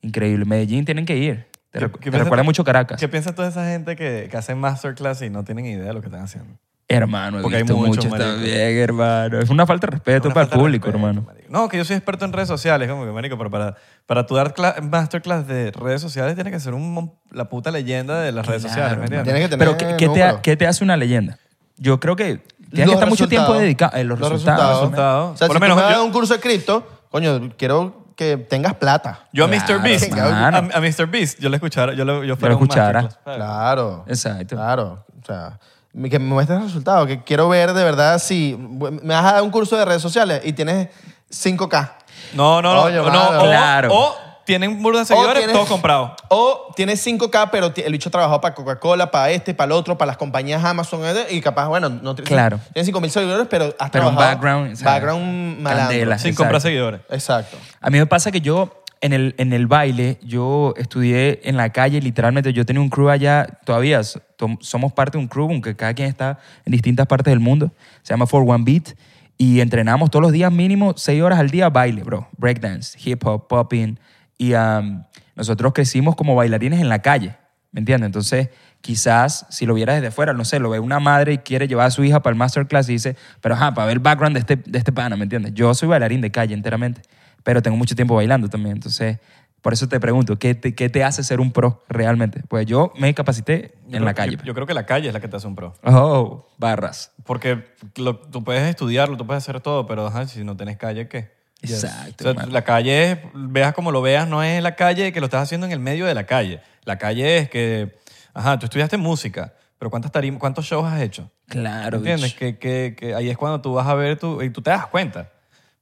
[SPEAKER 1] Increíble. Medellín tienen que ir. Te,
[SPEAKER 3] ¿Qué-
[SPEAKER 1] recu-
[SPEAKER 3] qué
[SPEAKER 1] te
[SPEAKER 3] piensas-
[SPEAKER 1] recuerda mucho Caracas.
[SPEAKER 3] ¿Qué piensas toda esa gente que, que hace masterclass y no tienen idea de lo que están haciendo?
[SPEAKER 1] Hermano, he
[SPEAKER 3] Porque hay
[SPEAKER 1] visto
[SPEAKER 3] muchos,
[SPEAKER 1] muchos
[SPEAKER 3] marico.
[SPEAKER 1] también, hermano. Es una falta de respeto
[SPEAKER 3] Una
[SPEAKER 1] para el
[SPEAKER 3] falta de
[SPEAKER 1] público,
[SPEAKER 3] respeto,
[SPEAKER 1] hermano.
[SPEAKER 3] marico. No, que yo soy experto en redes sociales, como que, marico, pero para, para tu dar cla- masterclass de redes sociales tienes que ser un, mon- la puta leyenda de las redes sociales, ¿me entiendes?
[SPEAKER 2] Tienes que
[SPEAKER 1] Pero
[SPEAKER 2] tener
[SPEAKER 1] ¿qué, qué te, ha-
[SPEAKER 2] números.
[SPEAKER 1] qué te hace una leyenda? Yo creo que tienes
[SPEAKER 2] Los
[SPEAKER 1] que estar mucho tiempo
[SPEAKER 2] resultados.
[SPEAKER 1] dedicado en los, resultados.
[SPEAKER 3] resultados.
[SPEAKER 2] O sea,
[SPEAKER 3] Por
[SPEAKER 2] si
[SPEAKER 3] lo
[SPEAKER 2] tú
[SPEAKER 3] menos
[SPEAKER 2] me das
[SPEAKER 3] yo-
[SPEAKER 2] un curso de cripto, coño, quiero que tengas plata.
[SPEAKER 3] Yo a
[SPEAKER 1] Claro,
[SPEAKER 3] Mr. Beast, a,
[SPEAKER 1] mano.
[SPEAKER 3] a Mr. Beast, yo lo escuchara, yo lo, yo fuera un
[SPEAKER 1] escuchara.
[SPEAKER 3] masterclass.
[SPEAKER 2] Claro.
[SPEAKER 1] Exacto.
[SPEAKER 2] Claro. O sea, mi- que me muestres resultados, que quiero ver de verdad si me vas a dar un curso de redes sociales y tienes 5K.
[SPEAKER 3] No, no, no,
[SPEAKER 2] Coño,
[SPEAKER 3] no,
[SPEAKER 2] mano.
[SPEAKER 3] o,
[SPEAKER 1] Claro.
[SPEAKER 3] o tienen burda de
[SPEAKER 2] O
[SPEAKER 3] seguidores,
[SPEAKER 2] tienes-
[SPEAKER 3] todo comprado.
[SPEAKER 2] O tienes 5K, pero ti- el bicho trabajó para Coca-Cola, para este, para el otro, para las compañías Amazon, eh, y capaz, bueno, no tiene-
[SPEAKER 1] Claro.
[SPEAKER 2] Tienes 5.000 seguidores, pero has
[SPEAKER 1] Pero un
[SPEAKER 2] trabajado-
[SPEAKER 1] background, o sea,
[SPEAKER 2] background malandro.
[SPEAKER 1] candela.
[SPEAKER 3] Sin
[SPEAKER 1] Exacto.
[SPEAKER 3] comprar seguidores.
[SPEAKER 2] Exacto.
[SPEAKER 1] A mí me pasa que yo en el, en el baile, yo estudié en la calle, literalmente. Yo tenía un crew allá, todavía so- tom- somos parte de un crew, aunque cada quien está en distintas partes del mundo. Se llama For One Beat. Y entrenamos todos los días, mínimo seis horas al día, baile, bro. Breakdance, hip hop, popping. Y um, nosotros crecimos como bailarines en la calle, ¿me entiendes? Entonces, quizás si lo vieras desde fuera, no sé, lo ve una madre y quiere llevar a su hija para el masterclass y dice, pero ajá, para ver el background de este, de este pana, ¿me entiendes? Yo soy bailarín de calle enteramente pero tengo mucho tiempo bailando también. Entonces, por eso te pregunto, ¿qué te, qué te hace ser un pro realmente? Pues yo me capacité
[SPEAKER 3] Yo
[SPEAKER 1] en
[SPEAKER 3] creo-
[SPEAKER 1] la calle.
[SPEAKER 3] Yo, yo creo que la calle es la que te hace un pro.
[SPEAKER 1] Oh, barras.
[SPEAKER 3] Porque lo- tú puedes estudiarlo, tú puedes hacer todo, pero ajá, si no tienes calle, ¿qué? O
[SPEAKER 1] Exacto.
[SPEAKER 3] sea,
[SPEAKER 1] mano.
[SPEAKER 3] la calle es, veas como lo veas, no es la calle que lo estás haciendo en el medio de la calle. La calle es que, ajá, tú estudiaste música, pero ¿cuántas tarimas, cuántos shows has hecho?
[SPEAKER 1] claro,
[SPEAKER 3] ¿Entiendes?
[SPEAKER 1] bicho.
[SPEAKER 3] Que, que, que ahí es cuando tú vas a ver tu, y tú te das cuenta.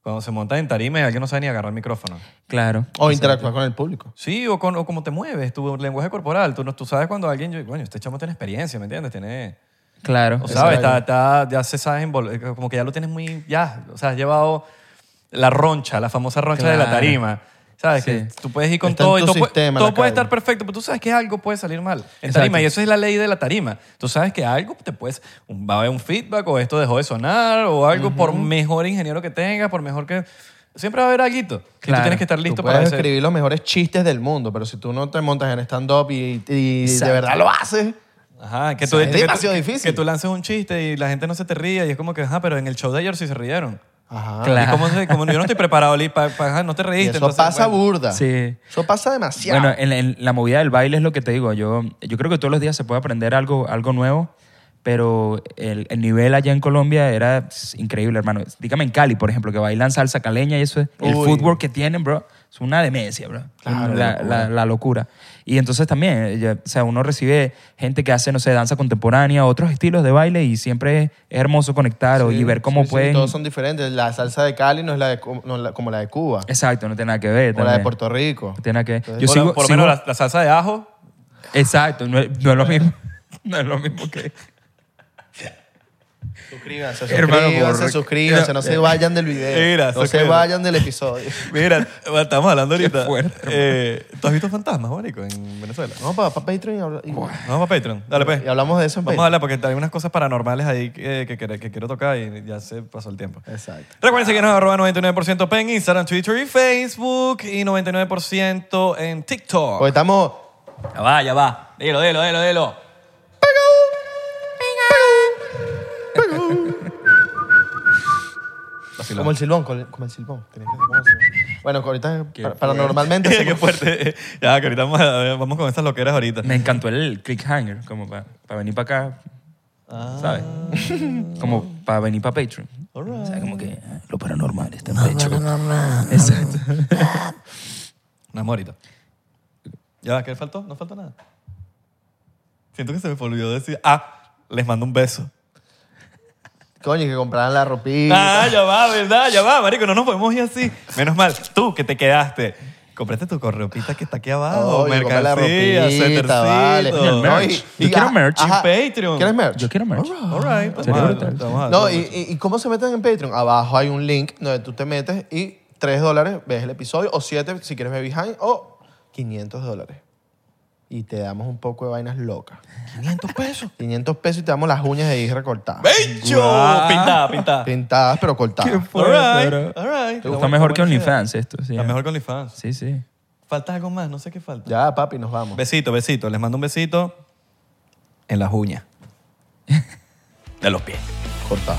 [SPEAKER 3] Cuando se monta en tarima y alguien no sabe ni agarrar el micrófono.
[SPEAKER 1] Claro.
[SPEAKER 2] O interactuar con el público.
[SPEAKER 3] Sí, o, con, o cómo te mueves, tu lenguaje corporal. Tú, no, tú sabes cuando alguien, yo, bueno, este chamo tiene experiencia, ¿me entiendes? Tiene,
[SPEAKER 1] Claro.
[SPEAKER 3] o sabes,
[SPEAKER 2] Exacto.
[SPEAKER 3] está, está- ya se sabe, envol- eh, como que ya lo tienes muy, ya, o sea, has llevado la roncha, la famosa roncha de la
[SPEAKER 1] Claro.
[SPEAKER 3] tarima. ¿Sabes?
[SPEAKER 1] Sí.
[SPEAKER 3] Que tú puedes ir con
[SPEAKER 2] Está en
[SPEAKER 3] todo y
[SPEAKER 2] tu
[SPEAKER 3] todo, puede-
[SPEAKER 2] sistema,
[SPEAKER 3] todo
[SPEAKER 2] la
[SPEAKER 3] puede
[SPEAKER 2] calle.
[SPEAKER 3] estar perfecto, pero tú sabes que algo puede salir mal en
[SPEAKER 1] Exacto.
[SPEAKER 3] tarima y eso es la ley de la tarima. Tú sabes que algo te puedes, un- va a haber un feedback o esto dejó de sonar o algo por mejor ingeniero que tengas, por mejor que... Siempre va a haber algo. Y
[SPEAKER 1] Claro.
[SPEAKER 3] tú tienes que estar
[SPEAKER 2] tú
[SPEAKER 3] listo para
[SPEAKER 2] puedes
[SPEAKER 3] ese...
[SPEAKER 2] escribir los mejores chistes del mundo, pero si tú no te montas en stand-up y, y de
[SPEAKER 1] Exacto.
[SPEAKER 2] verdad lo haces,
[SPEAKER 3] Ajá, que
[SPEAKER 2] O
[SPEAKER 3] tú,
[SPEAKER 2] sea,
[SPEAKER 3] este,
[SPEAKER 2] es
[SPEAKER 3] que tú-
[SPEAKER 2] demasiado
[SPEAKER 3] que-
[SPEAKER 2] difícil.
[SPEAKER 3] Que tú lances un chiste y la gente no se te ría y es como que, ajá, pero en el show de ayer sí se rieron.
[SPEAKER 2] ajá.
[SPEAKER 1] Claro.
[SPEAKER 3] Y como, se- como yo no estoy preparado, Lee, pa- pa- ajá, no te
[SPEAKER 2] Y
[SPEAKER 3] reíste.
[SPEAKER 2] eso
[SPEAKER 3] entonces,
[SPEAKER 2] pasa
[SPEAKER 3] bueno.
[SPEAKER 2] burda.
[SPEAKER 1] Sí.
[SPEAKER 2] Eso pasa demasiado.
[SPEAKER 1] Bueno, en, la- en la movida del baile es lo que te digo. Yo, yo creo que todos los días se puede aprender algo, algo nuevo, pero el, el nivel allá en Colombia era pss, increíble, hermano. Dígame en Cali, por ejemplo, que bailan salsa caleña y eso, es- el
[SPEAKER 2] Uy.
[SPEAKER 1] fútbol que tienen, bro, es una demencia, bro. la, la- la locura. Y entonces también, eh, ya- o sea, uno recibe gente que hace, no sé, danza contemporánea, otros estilos de baile y siempre es hermoso conectar o-
[SPEAKER 2] Sí,
[SPEAKER 1] y ver cómo
[SPEAKER 2] sí, sí,
[SPEAKER 1] pueden...
[SPEAKER 2] todos son diferentes. La salsa de Cali no es la de, Cu- no es la- como la de Cuba,
[SPEAKER 1] Exacto, no tiene nada que ver.
[SPEAKER 2] o la de
[SPEAKER 1] también.
[SPEAKER 2] Puerto Rico.
[SPEAKER 1] No tiene nada que ver.
[SPEAKER 3] Por, lo- por lo menos la, la salsa de ajo.
[SPEAKER 1] Exacto, no es, no es lo mismo. No es lo mismo que.
[SPEAKER 2] Suscríbanse,
[SPEAKER 1] Hermano,
[SPEAKER 2] suscríbanse,
[SPEAKER 1] por-
[SPEAKER 2] suscríbanse, no se vayan del video.
[SPEAKER 3] Mira,
[SPEAKER 2] no se
[SPEAKER 3] suscríbanse.
[SPEAKER 2] vayan del episodio.
[SPEAKER 3] Mira, estamos hablando ahorita.
[SPEAKER 1] fuerte,
[SPEAKER 3] eh, ¿Tú has visto fantasmas, marico, en Venezuela?
[SPEAKER 2] Vamos para Patreon y, habla- y-
[SPEAKER 3] No, para Patreon. Dale, pues.
[SPEAKER 2] y hablamos de eso en
[SPEAKER 3] Vamos a
[SPEAKER 2] Patreon.
[SPEAKER 3] hablar porque hay unas cosas paranormales ahí que, que, que- que quiero tocar y ya se pasó el tiempo.
[SPEAKER 2] Exacto.
[SPEAKER 3] Recuerden seguirnos en arroba 99% en Instagram, Twitter y Facebook y 99% en TikTok.
[SPEAKER 2] Porque estamos...
[SPEAKER 3] Ya va, ya va. Dilo, dilo, dilo, dilo.
[SPEAKER 2] Como el silbón, col- como el silbón. Tenés que- como el silbón. Bueno, ahorita para- paranormalmente...
[SPEAKER 3] Qué fuerte. Ya, que ahorita vamos, a- vamos con estas loqueras ahorita.
[SPEAKER 1] Me encantó el clickhanger, como para venir para acá. ¿Sabes? Como para venir para Patreon. O sea, como que ah, lo paranormal está en Patreon. Exacto.
[SPEAKER 3] Una morita. Ya, va, ¿qué faltó? No faltó nada. Siento que se me olvidó decir. Ah, les mando un beso.
[SPEAKER 2] Coño, que compraran la ropita.
[SPEAKER 3] Ah, ya va, ¿verdad? Ya va, marico, no nos podemos ir así. Menos mal, tú que te quedaste. Compraste tu correopita que está aquí abajo.
[SPEAKER 2] Oye, compré
[SPEAKER 3] mercancía,
[SPEAKER 2] la ropita,
[SPEAKER 3] suétercito.
[SPEAKER 2] vale.
[SPEAKER 1] el merch. Yo quiero merch.
[SPEAKER 2] ajá.
[SPEAKER 3] Patreon.
[SPEAKER 2] ¿Quieres merch?
[SPEAKER 1] Yo quiero merch.
[SPEAKER 3] All right,
[SPEAKER 1] Ah, Sería
[SPEAKER 3] vamos a-
[SPEAKER 1] brutal.
[SPEAKER 3] vamos a-
[SPEAKER 2] No, y, y- ¿y cómo se meten en Patreon? Abajo hay un link donde tú te metes y 3 dólares ves el episodio, o 7 si quieres ver behind, o 500 dólares. Y te damos un poco de vainas locas.
[SPEAKER 3] 500 pesos.
[SPEAKER 2] 500 pesos y te damos las uñas de ahí recortadas.
[SPEAKER 3] ¡Pecho!
[SPEAKER 1] Guau.
[SPEAKER 3] Pintada, pintada.
[SPEAKER 2] Pintadas, pero cortadas.
[SPEAKER 3] All right, all right.
[SPEAKER 1] Está mejor que OnlyFans esto. sí.
[SPEAKER 3] Está mejor que OnlyFans.
[SPEAKER 1] Sí, sí.
[SPEAKER 3] Falta algo más, no sé qué falta.
[SPEAKER 2] Ya, papi, nos vamos.
[SPEAKER 3] Besito, besito. Les mando un besito en las uñas. De los pies.
[SPEAKER 2] Cortado.